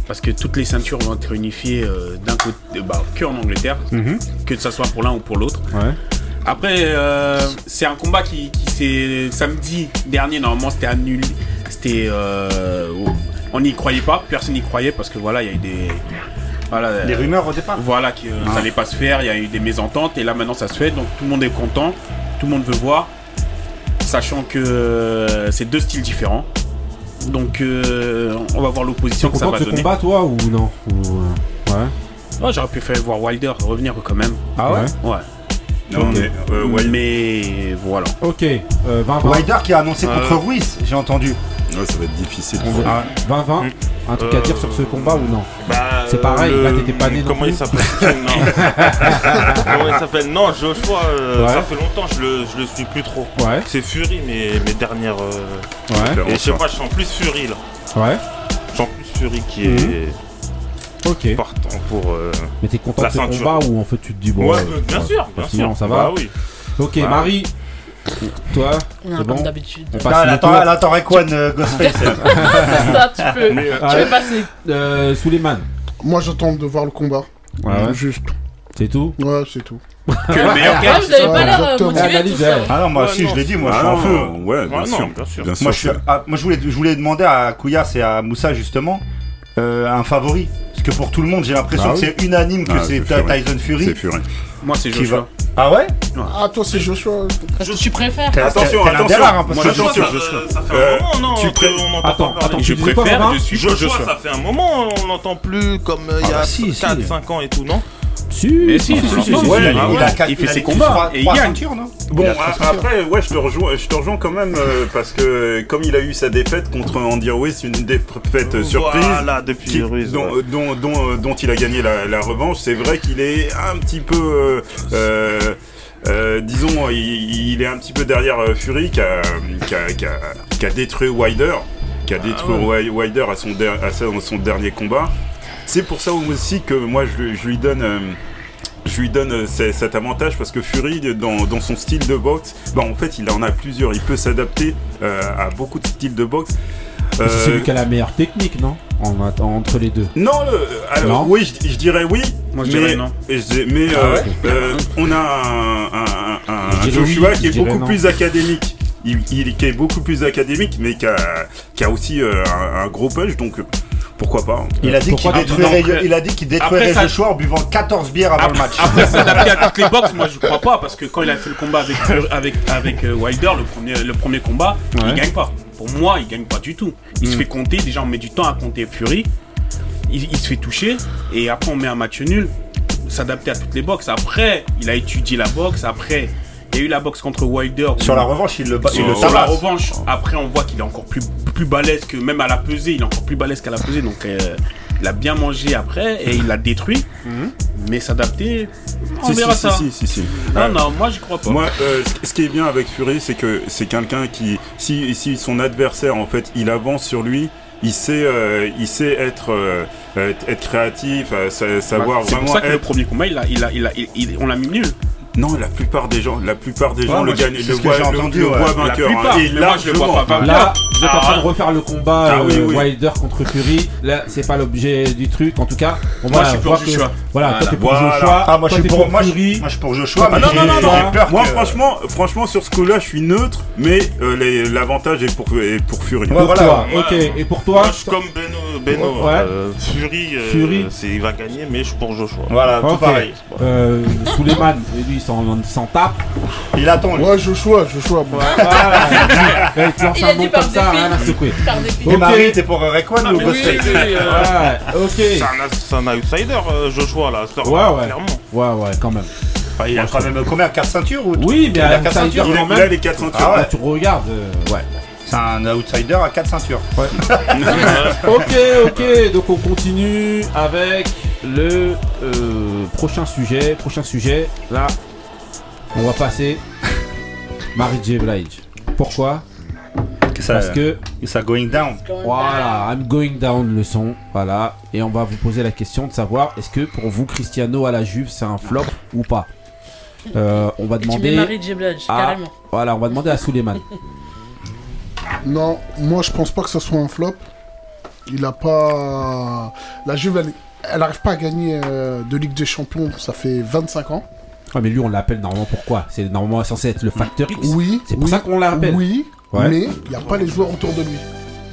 S3: Parce que toutes les ceintures vont être unifiées euh, d'un côté, euh, bah, que en Angleterre,
S4: Mhm.
S3: que ça soit pour l'un ou pour l'autre.
S1: Ouais.
S3: Après, euh, c'est un combat qui, qui s'est samedi dernier. Normalement, c'était annulé. C'était, euh, on n'y croyait pas. Personne n'y croyait parce que voilà, il y a eu des, voilà, euh,
S4: Les rumeurs au départ.
S3: voilà, que euh, ça allait pas se faire, il y a eu des mésententes et là maintenant ça se fait, donc tout le monde est content, tout le monde veut voir, sachant que euh, c'est deux styles différents. Donc euh, on va
S1: T'es
S3: voir l'opposition que ça
S1: content de
S3: va
S1: ce
S3: donner.
S1: combat toi ou non Ou, euh, Ouais.
S3: Ouais, J'aurais pu faire voir Wilder revenir quand même.
S1: Ah ouais
S3: Ouais.
S9: Non, mais, euh, ouais,
S3: Mais voilà.
S1: Ok. Euh, 20 20.
S4: Wilder qui a annoncé
S3: Euh.
S4: contre Ruiz, j'ai entendu.
S9: ouais, ça va être difficile.
S1: On veut- 20 20. Ah, Un truc à dire sur ce combat ou non
S6: Mm. Bah,
S1: C'est pareil,
S6: euh,
S1: là, t'étais pas né non
S6: Comment
S1: plus.
S6: il s'appelle Non. Comment il s'appelle Non, Joshua, euh,
S1: Ouais.
S6: ça fait longtemps, je le, je le suis plus trop.
S1: Ouais.
S6: C'est Fury, mes, mes dernières. euh,
S1: Ouais.
S6: Et je sais pas, je sens plus Fury là.
S1: Ouais.
S6: Je sens plus Fury qui
S3: Mhm.
S1: Ok.
S6: est partant pour. euh,
S1: Mais t'es [laughs] content
S6: La
S1: de ce
S6: ceinture.
S1: combat ou en fait tu te dis bon
S6: ouais,
S1: euh,
S6: bien
S1: ça-
S6: sûr, bien
S1: sinon,
S6: sûr.
S1: ça va
S6: Bah oui.
S1: Ok,
S6: Voilà.
S1: Marie. Toi,
S2: On a
S1: C'est bon
S2: comme d'habitude.
S1: on
S4: Non,
S1: passe
S4: elle
S1: le
S4: attend,
S1: tour.
S4: elle attend Rekwan, euh, Ghostface. elle.
S2: [laughs] C'est ça, tu peux,
S6: Mais, euh,
S2: tu peux passer.
S1: Euh, Souleymane.
S5: Moi, j'attends de voir le combat.
S1: Ouais, ouais.
S5: Juste.
S1: C'est tout
S5: Ouais, c'est tout.
S3: Que le meilleur
S2: Ah,
S3: gagne,
S2: vous
S3: c'est
S2: n'avez
S3: ça
S2: pas l'air euh,
S5: Exactement.
S2: motivé
S1: Analyse,
S2: tout ça.
S1: elle.
S4: Ah non, moi
S6: Ouais,
S4: si,
S6: non,
S4: je l'ai dit, moi
S9: Ah
S4: je suis en
S9: non,
S4: feu.
S9: Ouais, bien
S6: Ah non,
S9: sûr.
S6: bien sûr.
S9: Bien sûr,
S4: Moi je, suis-
S9: c'est-
S4: ah, moi, je voulais, je voulais demander à Kouyas et à Moussa justement euh, un favori. Parce que pour tout le monde, j'ai l'impression
S9: Bah
S4: que
S9: oui.
S4: c'est unanime que
S9: Ah,
S4: c'est
S9: c'est Fury.
S4: Tyson Fury.
S9: c'est Fury.
S3: Moi c'est
S4: Qui
S3: Joshua.
S4: Ah ouais
S5: Ah, toi, c'est Joshua.
S2: Parce que tu préfères.
S4: T'es-
S9: Attention,
S4: t'es- t'es l'un des
S9: attention.
S4: rares, hein, parce
S9: Moi,
S4: que-
S9: attention,
S6: Joshua, ça,
S9: Joshua.
S6: euh, ça fait
S9: Euh,
S6: un moment, non
S9: tu
S6: que
S9: pré-
S6: on n'entend
S1: Attends,
S6: pas parler.
S1: attends,
S3: Je
S1: tu disais quoi,
S3: préfère,
S1: Barbara
S3: je suis
S6: Joshua,
S3: Joshua.
S6: ça fait un moment, on n'entend plus comme euh, il y a
S4: bah si, si.
S6: 4-5 ans et tout, non
S1: Si,
S3: Mais si, si, si, si,
S6: bah
S3: si.
S4: Il a-
S3: Ah ouais,
S4: il a quatre-
S3: il fait
S4: a
S3: ses
S4: trois-
S3: combats et il
S4: trois
S3: gagne.
S4: ceintures, non
S9: Bon,
S4: Il a
S9: a- après, ouais, je te rejoins, je te rejoins quand même euh, parce que euh, comme il a eu sa défaite contre Andy Ruiz, une défaite euh, surprise.
S6: Voilà, depuis
S9: qui-
S6: Ruiz.
S9: dont,
S6: ouais.
S9: dont, dont, euh, dont il a gagné la, la revanche, c'est vrai qu'il est un petit peu, euh, euh, euh, disons, il, il est un petit peu derrière euh, Fury qui a, qui a- qui a- qui a détruit Wilder, qui a détruit Wi- Wilder à son, der- à son- son dernier combat. C'est pour ça aussi que moi je, lui- je lui donne. euh, je lui donne euh, c- cet avantage parce que Fury, dans, dans son style de boxe, bah, en fait, il en a plusieurs. Il peut s'adapter euh, à beaucoup de styles de boxe.
S1: C'est
S9: Euh,
S1: celui qui a la meilleure technique, non En att- Entre les deux.
S9: non, le- euh, alors
S1: Non.
S9: oui, je, je dirais oui.
S3: Moi, je
S9: mais,
S3: dirais non.
S9: et je dis- mais
S1: Ah
S9: euh,
S1: ouais
S9: euh, on a un, un- un- un
S1: Je dirais
S9: Joshua
S1: oui,
S9: qui est
S1: je dirais
S9: beaucoup
S1: non.
S9: plus académique. il, il- qui est beaucoup plus académique, mais qui a, qui a aussi euh, un, un gros punch, donc euh, pourquoi pas.
S4: Il a dit qu'il
S9: Pourquoi pas
S4: détruirait,
S9: Donc, euh,
S4: il a dit qu'il détruirait
S9: après, ça-
S4: Joshua en buvant 14 bières avant le match.
S3: Après s'adapter à toutes les boxes, moi je crois pas parce que quand il a fait le combat avec avec avec euh, Wilder, le premier le premier combat,
S1: Ouais.
S3: il gagne pas. Pour moi, il gagne pas du tout. Il se
S1: Mm.
S3: fait compter. Déjà, on met du temps à compter Fury. Il, il se fait toucher et après on met un match nul. S'adapter à toutes les boxes. Après, il a étudié la boxe. Après, il y a eu la boxe contre Wilder.
S4: Sur la revanche, il le, bat- il
S3: Sur,
S4: le
S3: sur la
S4: tabasse.
S3: revanche, après on voit qu'il est encore plus, plus balèze que même à la pesée, il est encore plus balèze qu'à la pesée, donc euh, il a bien mangé après et il l'a détruit, mais s'adapter, on
S9: Mhm. Si,
S3: verra
S9: si,
S3: ça.
S9: si, si, si, si.
S3: Non,
S9: Ouais.
S3: non, moi j'y crois pas.
S9: Moi, euh, ce- ce qui est bien avec Fury, c'est que c'est quelqu'un qui, si, si son adversaire, en fait, il avance sur lui, il sait, euh, il sait être, euh, être être créatif, euh, sa- savoir
S3: c'est
S9: vraiment
S3: pour ça que le
S9: être.
S3: premier combat, il a, il a, il a, il- il- on l'a mis nul.
S9: Non, la plupart des gens, la plupart des gens
S3: Ouais,
S9: le
S3: moi,
S9: gagnent,
S3: c'est
S9: le
S3: ce que
S9: voient,
S3: j'ai
S9: le-
S3: entendu,
S9: le
S3: ouais.
S9: voient
S3: La
S9: vainqueur. hein.
S3: plupart,
S9: Et
S3: mais moi, je le vois
S9: largement.
S3: pas vainqueur.
S1: Là, vous êtes en train de refaire le combat
S9: Ah, oui,
S1: euh,
S9: oui.
S1: Wilder contre Fury. Là, c'est pas l'objet du truc. En tout cas, on
S3: Moi,
S1: va
S3: je suis pour
S1: voir que-
S3: Joshua.
S1: Voilà, toi,
S3: Voilà.
S1: t'es pour
S9: Voilà.
S1: Joshua.
S4: Ah, moi, je
S1: toi,
S4: suis
S1: t'es
S4: pour, moi, je-
S1: Fury.
S4: moi, je suis pour Joshua,
S1: Ah,
S4: mais
S9: non,
S4: j'ai-
S9: non, non,
S4: j'ai
S9: non.
S4: peur
S9: Moi,
S4: que-
S9: franchement, franchement, sur ce coup-là, je suis neutre, mais euh, les- l'avantage est pour, est pour Fury.
S4: Ouais, voilà.
S1: Toi, ok. Et pour toi
S6: Moi, je suis comme Beno. Beno
S1: Ouais.
S6: euh, Fury, euh,
S1: Fury.
S6: c'est- il va gagner, mais je suis pour Joshua.
S4: Voilà, tout
S1: Ok.
S4: pareil.
S1: euh, Suleiman, lui, il s'en- il s'en tape.
S4: Il attend, lui.
S5: Ouais, Joshua, Joshua, moi.
S1: Voilà.
S4: [laughs]
S1: Là, il te lance
S2: Il
S1: un
S2: a
S1: bon
S2: dit
S1: comme
S2: par
S1: ça,
S2: défi.
S1: rien à secouer.
S2: Par dépit.
S4: Et
S1: Ok.
S4: Marie, t'es pour euh, Rekwan ou
S2: Oui, oui,
S4: Ghostface
S2: oui, euh,
S1: [laughs] Ouais, ok.
S6: C'est un, c'est un outsider, euh, Joshua, là, à cette heure,
S1: Ouais, ouais.
S6: clairement.
S1: Ouais, ouais, quand même.
S4: Enfin, Il a quand même combien 4 ceintures ou
S1: Oui, mais
S4: il a
S1: un
S4: 4
S1: outsider
S4: ceintures
S9: Il
S1: quand
S9: a,
S1: même.
S9: il a les quatre ceintures.
S4: Ah ouais.
S1: tu regardes, euh, ouais.
S4: C'est un outsider à 4 ceintures.
S5: [laughs]
S1: [laughs] Ok, ok, donc on continue avec le euh, prochain sujet. Prochain sujet, là, on va passer [laughs] Mary J. Blige. Pourquoi Parce que,
S4: Ça going down.
S1: voilà, I'm going down le son, voilà. Et on va vous poser la question de savoir, est-ce que pour vous, Cristiano à la Juve, c'est un flop ou pas Euh, On va
S2: Tu mets
S1: demander...
S2: Marie J. Blige,
S1: Ah.
S2: carrément.
S1: Voilà, on va demander à Suleiman.
S5: Non, moi je pense pas que ça soit un flop. Il a pas. La Juve, elle- elle n'arrive pas à gagner euh, de Ligue des Champions, ça fait 25 ans.
S1: Ah, mais lui, on l'appelle normalement pourquoi C'est normalement censé être le facteur X.
S5: Oui,
S1: C'est pour
S5: oui,
S1: ça qu'on l'appelle.
S5: Oui,
S1: Ouais.
S5: mais il n'y a pas les joueurs autour de lui.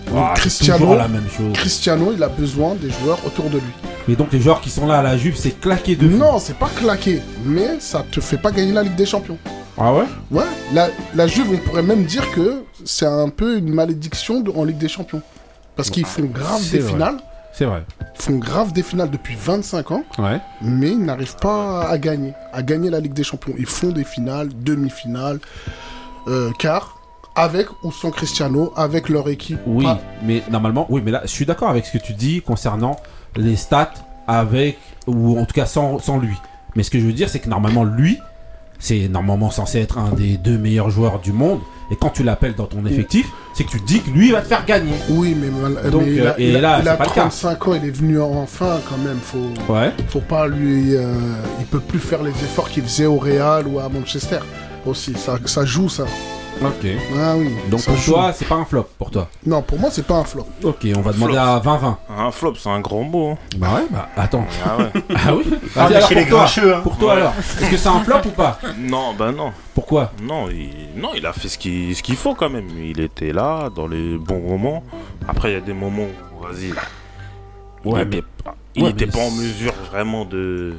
S1: Ah,
S5: Donc,
S1: c'est
S5: Cristiano,
S1: toujours la même chose.
S5: Cristiano, il a besoin des joueurs autour de lui.
S1: Mais donc les joueurs qui sont là à la Juve, c'est claqué de fou.
S5: Non, c'est pas claqué, mais ça te fait pas gagner la Ligue des Champions.
S1: Ah ouais
S5: Ouais, la, la Juve, on pourrait même dire que c'est un peu une malédiction de- en Ligue des Champions. Parce qu'ils font grave
S1: c'est
S5: des
S1: vrai.
S5: finales,
S1: C'est vrai.
S5: ils font grave des finales depuis 25 ans,
S1: Ouais.
S5: mais ils n'arrivent pas à gagner, à gagner la Ligue des Champions. Ils font des finales, demi-finales, euh, quarts, avec ou sans Cristiano, avec leur équipe.
S1: Oui,
S5: Pas-
S1: mais normalement, oui, mais là, je suis d'accord avec ce que tu dis concernant les stats avec, ou en tout cas sans, sans lui. Mais ce que je veux dire, c'est que normalement, lui, c'est normalement censé être un des deux meilleurs joueurs du monde. Et quand tu l'appelles dans ton effectif, c'est que tu te dis que lui, il va te faire gagner.
S5: Oui, mais, mal-
S1: Donc,
S5: mais il
S1: euh,
S5: a,
S1: et
S5: il a-
S1: là,
S5: il a
S1: c'est pas le cas.
S5: 35 ans, il est venu enfin quand même. Faut,
S1: Ouais.
S5: faut pas lui, euh, il peut plus faire les efforts qu'il faisait au Real ou à Manchester. Aussi, ça, ça joue ça.
S1: Ok.
S5: Ah oui.
S1: Donc
S5: ça
S1: pour
S5: joue.
S1: toi, c'est pas un flop pour toi.
S5: Non, pour moi, c'est pas un flop.
S1: Ok, on va demander
S6: Flop.
S1: à 20-20.
S6: Un flop, c'est un grand mot. hein.
S1: Bah ouais, bah attends.
S6: Ah ouais.
S1: [laughs] Ah oui
S4: Ah,
S1: Vas-y,
S4: mais
S1: alors,
S4: chez les
S1: pour toi,
S4: grincheux, hein.
S1: pour toi
S6: Ouais.
S1: alors, est-ce que c'est un flop ou pas
S6: non, bah non.
S1: Pourquoi
S6: Non, il, non, il a fait ce qu'il ce qu'il faut quand même. Il était là, dans les bons moments. Après, il y a des moments où, vas-y,
S1: Ouais,
S6: il
S1: mais- ah,
S6: était pas- il
S1: ouais,
S6: était
S1: mais
S6: pas en
S1: c'est-
S6: mesure vraiment de...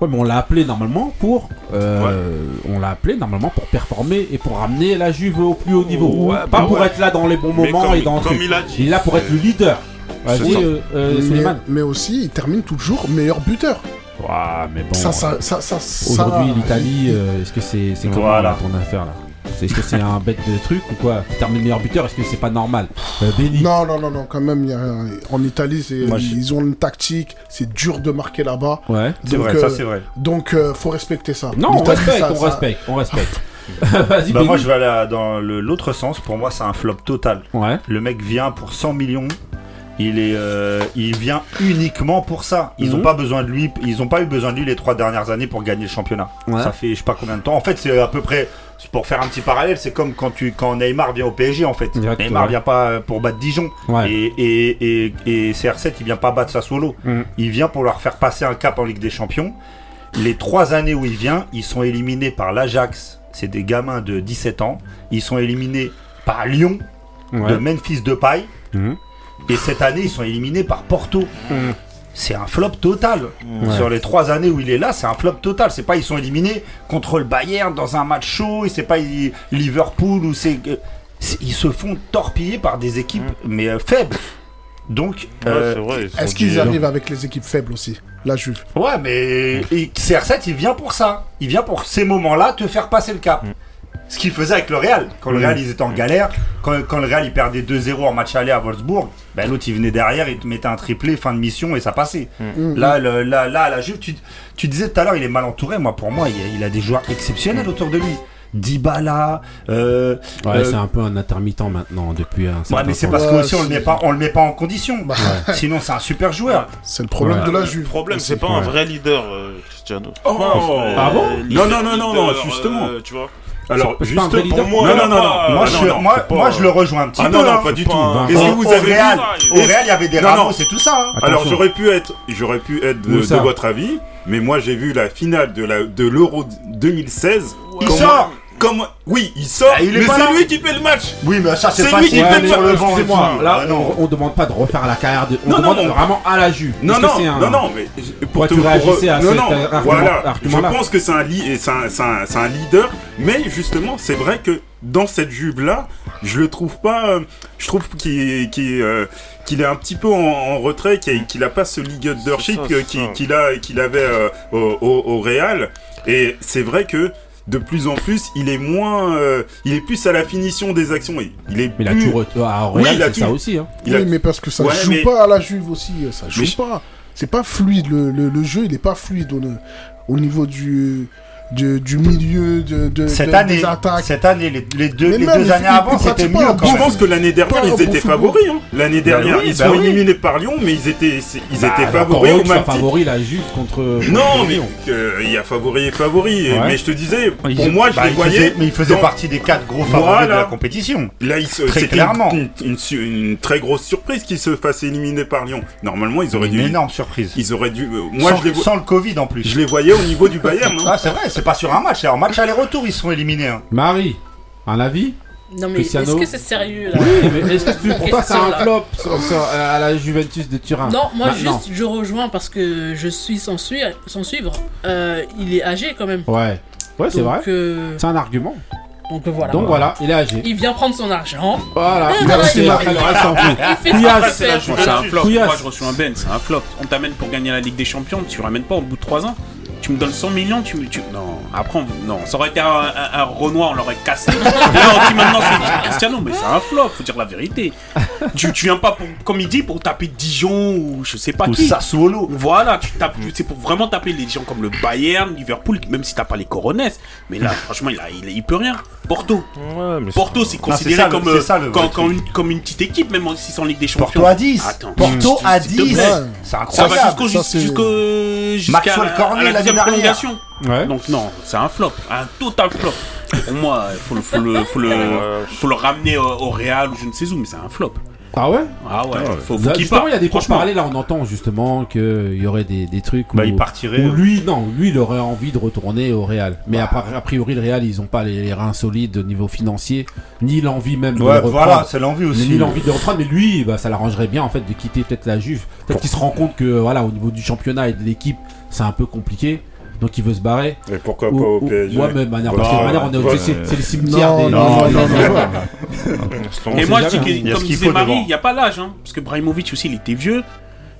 S1: Ouais, mais on l'a appelé normalement pour. euh, On l'a appelé normalement pour performer et pour ramener la Juve au plus haut niveau.
S6: Ouais,
S1: pas
S6: bah
S1: pour
S6: ouais.
S1: être là dans les bons
S6: Mais
S1: moments
S6: comme-
S1: et dans le
S6: comme
S1: truc.
S6: il a dit,
S1: Il est là pour
S6: c'est-
S1: être le leader. Vas-y,
S6: C'est ça.
S1: euh, euh,
S5: mais,
S1: Suleiman.
S5: mais aussi, il termine toujours meilleur buteur.
S1: Ouah, mais bon. euh,
S5: ça, ça, ça, ça, ça-
S1: Aujourd'hui, l'Italie, euh, est-ce que c'est c'est comment
S4: Voilà.
S1: là, ton affaire là C'est- Est-ce que c'est un bête de truc ou quoi Tu termines meilleur buteur, est-ce que c'est pas normal euh, Benny.
S5: Non, non, non, non, quand même, il y a- euh, en Italie, c'est-
S4: Moi, je-
S5: ils ont une tactique, c'est dur de marquer là-bas.
S1: Ouais.
S4: C'est
S5: Donc,
S4: vrai,
S5: euh,
S4: ça c'est vrai.
S5: Donc, euh, faut respecter ça.
S1: Non, on
S5: L'Italie,
S1: respecte,
S5: ça-
S1: on
S5: ça-
S1: respecte, on
S5: [laughs]
S1: respecte. Vas-y,
S4: Bah,
S1: Benny.
S4: moi, je vais aller à- dans le- l'autre sens. Pour moi, c'est un flop total.
S1: Ouais.
S4: Le mec vient pour 100 millions. Il, est, euh, il vient uniquement pour ça. Ils n'ont
S1: Mhm.
S4: pas besoin de lui. Ils ont pas eu besoin de lui les trois dernières années pour gagner le championnat.
S1: Ouais.
S4: Ça fait je sais pas combien de temps. En fait, c'est à peu près. c'est Pour faire un petit parallèle, c'est comme quand tu quand Neymar vient au PSG en fait.
S1: Exact,
S4: Neymar
S1: ouais.
S4: vient pas euh, pour battre Dijon.
S1: Ouais.
S4: Et, et, et, et CR7, il vient pas battre Sassuolo.
S1: Mhm.
S4: Il vient pour leur faire passer un cap en Ligue des Champions. Les trois années où il vient, ils sont éliminés par l'Ajax, c'est des gamins de 17 ans. Ils sont éliminés par Lyon, de Memphis Depay.
S1: Mm.
S4: Et cette année, ils sont éliminés par Porto. C'est un flop total.
S1: Ouais.
S4: Sur les trois années où il est là, c'est un flop total. C'est pas ils sont éliminés contre le Bayern dans un match chaud, et c'est pas ils- Liverpool ou c'est c'est- ils se font torpiller par des équipes mais euh, faibles. Donc euh,
S6: Mm. c'est vrai. ils sont
S5: Est-ce qu'ils
S6: des-
S5: arrivent avec les équipes faibles aussi La Juve.
S4: Ouais, mais et CR7, il vient pour ça. Il vient pour ces moments-là te faire passer le
S6: Mm.
S4: cap. Ce qu'il faisait avec le Real. Quand le Real, ils étaient en galère, quand, quand le Real, il perdait 2-0 en match aller à Wolfsburg, ben, l'autre, il venait derrière, il te mettait un triplé, fin de mission, et ça passait.
S6: Mm.
S5: Mm.
S4: Là, Ah, le- là, là, à la Juve, tu, tu disais tout à l'heure, il est mal entouré. Moi, pour moi, il, a- il a des joueurs exceptionnels autour de lui. Dybala, euh,
S1: Ouais,
S4: euh,
S1: c'est un peu un intermittent maintenant depuis un certain
S4: ouais, mais c'est
S1: temps.
S4: parce
S5: Ouais,
S4: que aussi, on le
S5: c'est-
S4: met pas, on le met pas en condition.
S5: Ouais.
S4: [laughs] Sinon, c'est un super joueur.
S5: C'est le problème
S1: Ouais.
S5: de la
S6: Le
S5: Juve.
S6: problème, c'est pas un vrai leader, euh, Cristiano.
S9: Oh,
S6: Euh,
S9: ah bon
S6: leader-
S9: Non, non, non, non, non,
S6: leader,
S9: justement.
S6: euh, tu vois.
S9: Alors,
S1: C'est
S9: juste
S1: pas un vrai leader.
S9: pour moi,
S6: Non,
S9: non, non,
S6: non, pas-
S9: non,
S4: moi,
S9: ah,
S4: je,
S9: non,
S4: suis-
S9: non,
S4: moi,
S9: c'est pas-
S4: moi, je le rejoins un petit
S9: Ah
S4: peu.
S9: non,
S4: hein.
S9: non, pas du tout.
S1: pas un-
S9: Est-ce que
S4: Au-
S9: vous
S4: au
S9: avez vu
S4: Real,
S6: ça,
S4: au
S6: et-
S4: Real, il y avait des
S9: Non,
S4: Ramos
S9: non.
S4: et tout ça. hein.
S9: Alors
S1: Attention.
S9: j'aurais pu être, j'aurais pu être
S1: Où
S9: de,
S1: ça
S9: de votre avis, mais moi j'ai vu la finale de la de l'Euro 2016.
S4: Il
S9: Comment-
S4: sort.
S9: Comment Oui, il sort.
S4: Bah, il est
S9: mais
S4: pas là.
S9: c'est lui qui fait le match.
S4: Oui,
S1: Ah,
S4: mais ça, c'est
S9: C'est
S4: pas
S9: lui qui
S1: Ouais,
S9: fait
S1: mais
S9: sur le vent,
S1: excusez-moi,
S9: excusez-moi.
S1: là,
S4: Ah, non.
S1: on, on demande pas de refaire la carrière de. On
S9: Non, non,
S1: demande
S9: non.
S1: vraiment à la Juve.
S9: Non,
S1: Est-ce
S9: non,
S1: que c'est un-
S9: non, non, mais
S1: Pourquoi tu réagissais à
S9: non,
S1: cet
S9: non,
S1: argument-
S9: voilà,
S1: argument-là
S9: je pense que c'est un, li- et c'est un, c'est un- c'est un leader, mais justement, c'est vrai que dans cette juve là, je le trouve pas, euh, je trouve qu'il qu'il, euh, qu'il est un petit peu en, en retrait, qu'il qu'il a pas ce leadership
S6: C'est ça,
S9: euh,
S6: c'est
S9: qu'il
S6: ça.
S9: qu'il a, qu'il avait euh, au, au- au Real, et c'est vrai que de plus en plus, il est moins, euh, il est plus à la finition des actions, il, il est
S1: Mais la
S9: plus-
S1: Juve euh, à
S9: Oui,
S1: Real,
S9: il a
S1: c'est
S9: tout-
S1: ça aussi. Hein.
S9: il a-
S5: Oui, mais parce que ça
S9: Ouais,
S5: joue
S9: mais-
S5: pas à la Juve aussi. euh, Ça joue
S9: Mais je-
S5: pas. C'est pas fluide. Le, le- le jeu, il est pas fluide au, au niveau du, du, du milieu, de, de-
S4: Cette
S5: de-
S4: année,
S5: des attaques.
S4: cette année, les, les deux,
S5: Mais
S4: les
S5: même,
S4: deux
S5: il-
S4: années
S5: il-
S4: avant,
S5: il
S4: c'était
S5: pratique
S4: mieux
S5: pas
S4: quand
S9: Je
S5: Ouais.
S4: même.
S9: pense que l'année dernière,
S5: Pas un
S9: ils
S5: bon
S9: étaient
S5: football.
S9: favoris. hein. L'année dernière,
S4: oui,
S9: ils
S4: bah
S9: sont
S4: oui.
S9: éliminés par Lyon, mais ils étaient, ils
S1: Bah,
S9: étaient
S1: alors,
S9: favoris
S1: Corot,
S9: au
S1: tu sois
S9: même titre.
S1: favori la Juve contre.
S9: Non,
S1: contre
S9: mais
S1: Lyon.
S9: euh, il y a favori et favori.
S1: Ouais.
S9: Mais je te disais,
S1: Ils-
S9: pour moi, je
S4: Bah,
S9: les
S4: il
S9: voyais.
S4: faisait- mais il faisait
S9: dans-
S4: partie des quatre gros favoris
S9: Voilà.
S4: de la compétition.
S9: Là, ils se-
S4: Très
S9: c'était
S4: clairement.
S9: une, une- une su- une très grosse surprise qu'ils se fassent éliminer par Lyon. Normalement, ils auraient
S4: Une
S9: dû.
S4: énorme surprise.
S9: Ils auraient dû. euh, moi,
S4: sans,
S9: je les, vo-
S4: sans le Covid en plus.
S9: je les voyais au niveau du Bayern. hein.
S4: Ah, c'est vrai, c'est pas sur un match, c'est en match aller-retour, ils sont éliminés. hein.
S1: Marie, un avis
S2: Non, mais
S1: Cristiano.
S2: est-ce que c'est sérieux là
S1: Oui, [laughs] mais est-ce que tu, pour toi c'est
S2: Question,
S1: un
S2: là.
S1: flop sur- sur- euh, à la Juventus de Turin Bah,
S2: Non, moi
S1: Maintenant.
S2: juste, je rejoins parce que je suis sans suivre. Sans suivre. Euh, il est âgé quand même.
S1: Ouais, ouais, c'est
S2: Donc,
S1: vrai.
S2: euh,
S1: C'est un argument.
S2: Donc euh, voilà.
S1: Donc voilà, il est âgé.
S2: Il vient prendre son argent.
S1: Voilà,
S2: Ah,
S1: merci
S2: ouais.
S1: Marie, le reste s'en fout.
S2: Il fait
S1: Couillasse.
S2: ce
S3: c'est la
S2: qu'il
S3: Juve,
S2: fait.
S3: c'est un flop.
S1: Couillasse.
S3: Moi, je reçois un Ben, c'est un flop. On t'amène pour gagner la Ligue des Champions, tu ramènes pas au bout de 3 ans. Tu me donnes 100 millions, tu me. tu- Non, après, on- non, ça aurait été un, un- un Renoir, on l'aurait [laughs] cassé. Là, on dit maintenant, c'est Cristiano, mais c'est un flop, faut dire la vérité. Tu, tu viens pas, pour, comme il dit, pour taper Dijon ou je sais pas
S4: Ou
S3: qui.
S4: Sassuolo.
S3: Voilà, tu tapes, c'est pour vraiment taper les gens comme le Bayern, Liverpool, même si t'as pas les Coronets. Mais là, franchement, il, a, il, il peut rien. Porto.
S6: Ouais, mais c'est-
S3: Porto, c'est considéré
S4: ça le-
S3: comme,
S4: c'est
S3: euh,
S4: ça le vrai
S3: comme, comme
S4: truc.
S3: une, comme une petite équipe, même si c'est en Ligue des Champions.
S4: Porto à 10.
S3: Attends.
S4: Porto
S3: S'il
S4: à
S3: te
S4: 10.
S3: plaît.
S5: Ouais.
S4: C'est
S3: Ça va
S4: incroyable.
S3: jusqu'au
S5: ça, c'est-
S3: jusqu'au- jusqu'à
S4: Maxwell Cornet,
S3: la- à la
S4: l'année
S3: deuxième
S4: dernière.
S3: prolongation.
S1: Ouais.
S3: Donc non, c'est un flop, un total flop. Pour moi, il faut le, faut le, faut le, faut le ramener au, au Real ou je ne sais où, mais c'est un flop.
S1: Ah ouais
S3: Ah ouais, faut, faut
S1: Là, Bah,
S3: qu'il
S1: Justement,
S3: parte.
S1: il y a des
S3: Franchement.
S1: pourparlers là, on entend justement qu'il y aurait des, des trucs où,
S4: Bah, il partirait.
S1: où lui, non, lui, il aurait envie de retourner au Real. Mais a par- a priori, le Real, ils ont pas les, les reins solides au niveau financier, ni l'envie même de
S4: Ouais,
S1: le
S4: voilà,
S1: reprendre.
S4: c'est l'envie
S1: Ni-
S4: aussi.
S1: Ni l'envie de reprendre, mais lui, bah, ça l'arrangerait bien en fait de quitter peut-être la Juve. Peut-être qu'il se rend compte que voilà, au niveau du championnat et de l'équipe, c'est un peu compliqué, donc il veut se barrer.
S9: Et pourquoi
S1: Ou-
S9: pas au
S1: ou-
S9: PSG
S1: Ouais, mais de manière, parce que
S9: Ouais,
S1: de manière, on est au-
S9: ouais.
S1: c'est c'est le cimetière
S5: Non,
S1: des.
S5: non,
S1: des-
S5: non,
S1: des-
S5: non.
S1: joueurs.
S3: Et
S1: sait
S3: moi,
S1: jamais,
S3: je dis
S1: hein.
S3: que,
S4: Il y a
S3: comme
S4: ce qu'il
S3: disait
S4: faut
S3: Marie,
S4: devant.
S3: il n'y a pas l'âge, hein, parce que Brahimovic aussi, il était vieux.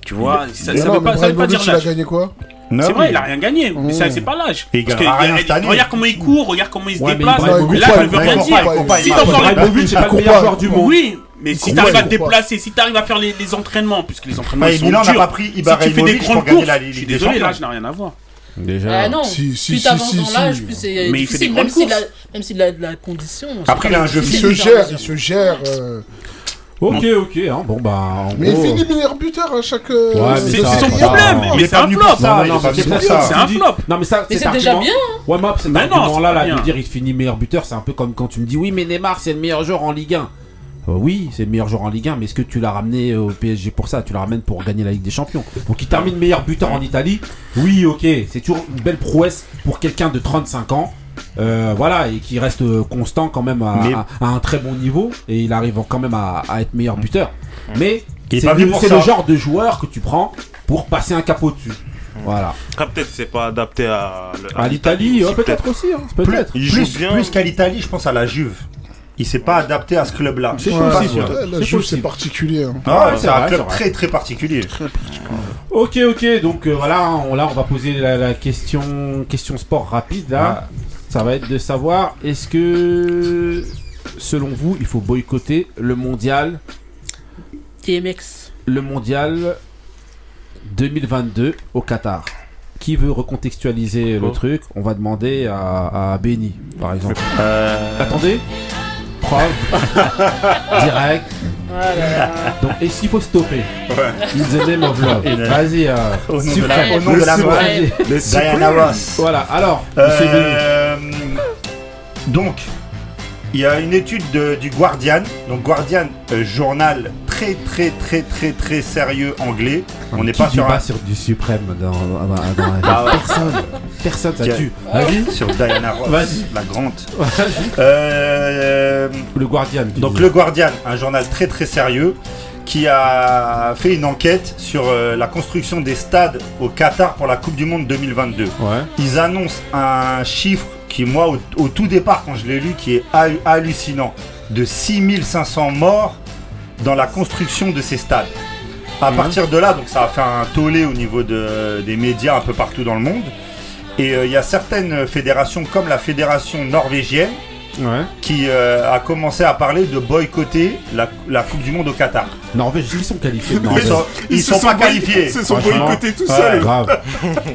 S3: Tu vois, ça
S5: Mais
S3: ne
S5: non,
S3: veut
S5: mais
S3: pas, ça veut pas
S5: Ibrahimovic,
S3: dire
S5: il a
S3: l'âge.
S5: gagné quoi
S3: C'est vrai, il a rien gagné, mais ça, c'est pas l'âge.
S4: Et il
S3: Parce
S4: gagnera
S3: que
S4: rien
S3: il-
S4: cette année.
S3: Regarde comment il court, regarde comment il se
S1: Ouais, mais
S3: déplace.
S1: Ibrahimovic,
S3: Là,
S5: il
S3: je ne veux
S5: court
S3: rien
S5: pas, il
S3: dire.
S5: court pas, il
S3: Si
S5: marche
S3: t'entends
S5: pas.
S1: Ibrahimovic, c'est pas le
S5: Courtois.
S1: meilleur joueur du monde.
S3: Oui, mais si
S5: Courtois,
S3: t'arrives à
S5: il
S3: te
S5: court pas.
S3: déplacer, si t'arrives à faire les, les entraînements, puisque les entraînements
S4: Ouais,
S3: ils sont
S4: Milan n'a
S3: durs.
S4: pas pris
S3: si tu fais des
S4: Ibrahimovic pour
S3: grandes
S4: gagner
S3: courses,
S4: la
S3: je
S4: Ligue
S3: suis
S4: des
S3: désolé,
S4: Champions.
S3: l'âge n'a rien à voir.
S1: Déjà.
S2: Ah non,
S5: Si, si,
S2: plus
S5: si,
S2: t'avances
S5: si,
S2: dans
S5: si.
S2: l'âge, plus c'est
S3: Mais il fait des
S2: difficile,
S3: grandes
S2: même s'il a,
S3: courses.
S2: même s'il a de la condition.
S4: Après,
S2: c'est
S4: il a
S2: pas
S4: un jeu
S5: Il
S2: difficile
S5: se
S2: de faire
S5: gère,
S2: des
S5: il
S2: jeux.
S5: se gère. euh,
S1: Ok, ok, hein, bon bah. En
S5: Mais
S1: gros,
S5: il finit meilleur buteur à chaque. euh,
S1: Ouais, mais
S5: saison.
S3: C'est
S1: ça,
S3: c'est son
S1: ça,
S3: problème,
S1: ça,
S3: mais
S4: est
S3: c'est
S4: pas
S3: un
S4: venu
S3: flop.
S4: pour ça, il
S1: Non, non,
S4: est pas
S1: mais
S4: venu
S1: c'est
S4: pour ça.
S1: ça.
S3: C'est un flop.
S1: Non, mais ça,
S2: Mais
S1: cet
S2: c'est déjà
S1: argument-
S2: bien. hein.
S1: Ouais, moi, c'est
S3: Mais non,
S1: argument
S3: c'est
S1: là,
S3: pas
S1: là,
S3: bien.
S1: de dire il finit meilleur buteur, c'est un peu comme quand tu me dis oui, mais Neymar, c'est le meilleur joueur en Ligue 1. Euh, oui, c'est le meilleur joueur en Ligue 1, mais est-ce que tu l'as ramené euh, au PSG pour ça Tu le ramènes pour gagner la Ligue des Champions. Donc il termine meilleur buteur en Italie. Oui, ok, c'est toujours une belle prouesse pour quelqu'un de 35 ans. euh, voilà, et qui reste euh, constant quand même à,
S4: Mais-
S1: à- à un très bon niveau, et il arrive quand même à, à être meilleur buteur. Mais
S4: Mm. Il est
S1: c'est
S4: pas venu
S1: le,
S4: pour
S1: c'est
S4: ça.
S1: le genre de joueur que tu prends pour passer un capot dessus. Voilà.
S6: Hmm. Après, peut-être c'est pas adapté à, le-
S1: À l'Italie,
S6: aussi,
S1: euh, peut-être aussi, hein, peut-être.
S6: Il joue
S4: Plus,
S6: bien.
S4: plus qu'à l'Italie, je pense à la Juve. Il s'est pas adapté à ce club-là.
S1: C'est
S5: Ouais,
S1: possible.
S5: ouais,
S1: C'est
S5: La Juve,
S1: possible.
S5: c'est particulier. hein.
S4: Ah,
S1: Ouais,
S4: c'est
S1: c'est
S4: un
S1: vrai,
S4: club
S1: c'est vrai.
S4: très très particulier.
S1: Ok, ok, donc euh, voilà, on, là on va poser la, la question, question sport rapide là. Ça va être de savoir est-ce que selon vous il faut boycotter le mondial,
S2: TMX.
S1: le mondial 2022 au Qatar. Qui veut recontextualiser le
S6: Oh.
S1: truc On va demander à, à Benny par exemple.
S4: Euh.
S1: Attendez, preuve [laughs] direct.
S2: Oh là là.
S1: Donc est-ce qu'il faut stopper In the name of
S4: [laughs]
S1: love. Vas-y. euh,
S4: Au nom de la-
S1: Suprême.
S4: au nom
S1: Le
S4: de la
S1: Suprême.
S2: morale.
S9: Les
S4: Diana
S9: Supremes.
S4: Ross.
S1: Voilà, alors, monsieur Benny.
S4: Euh, donc, il y a une étude de- du Guardian. Donc, Guardian, euh, journal très très très très très sérieux anglais. On n'est
S1: Qui
S4: pas
S1: dit
S4: sur un-
S1: sur du suprême dans, dans- dans-
S4: Ah ouais.
S1: personne. Personne, ça
S4: Tiens.
S1: tue. Vas-y.
S4: sur Diana Ross,
S1: Vas-y.
S4: la grande. Euh,
S1: Le Guardian. tu
S4: donc
S1: dis.
S4: le Guardian, un journal très très sérieux, qui a fait une enquête sur euh, la construction des stades au Qatar pour la Coupe du Monde 2022.
S1: Ouais.
S4: Ils annoncent un chiffre qui, moi, au, au tout départ, quand je l'ai lu, qui est ha- hallucinant, de 6500 morts dans la construction de ces stades.
S9: Mhm.
S4: À partir de là, donc ça a fait un tollé au niveau de- des médias un peu partout dans le monde. Et euh, il y a certaines fédérations, comme la fédération norvégienne,
S1: Ouais.
S4: qui euh, a commencé à parler de boycotter la, la Coupe du Monde au Qatar.
S1: Norvège, ils sont qualifiés. de
S4: Ils
S1: Norvège.
S4: sont, ils
S9: se
S4: sont pas
S9: boy-
S4: qualifiés.
S9: Ils se sont
S1: Franchement.
S9: boycottés tout
S4: Ouais.
S9: seuls.
S1: Grave.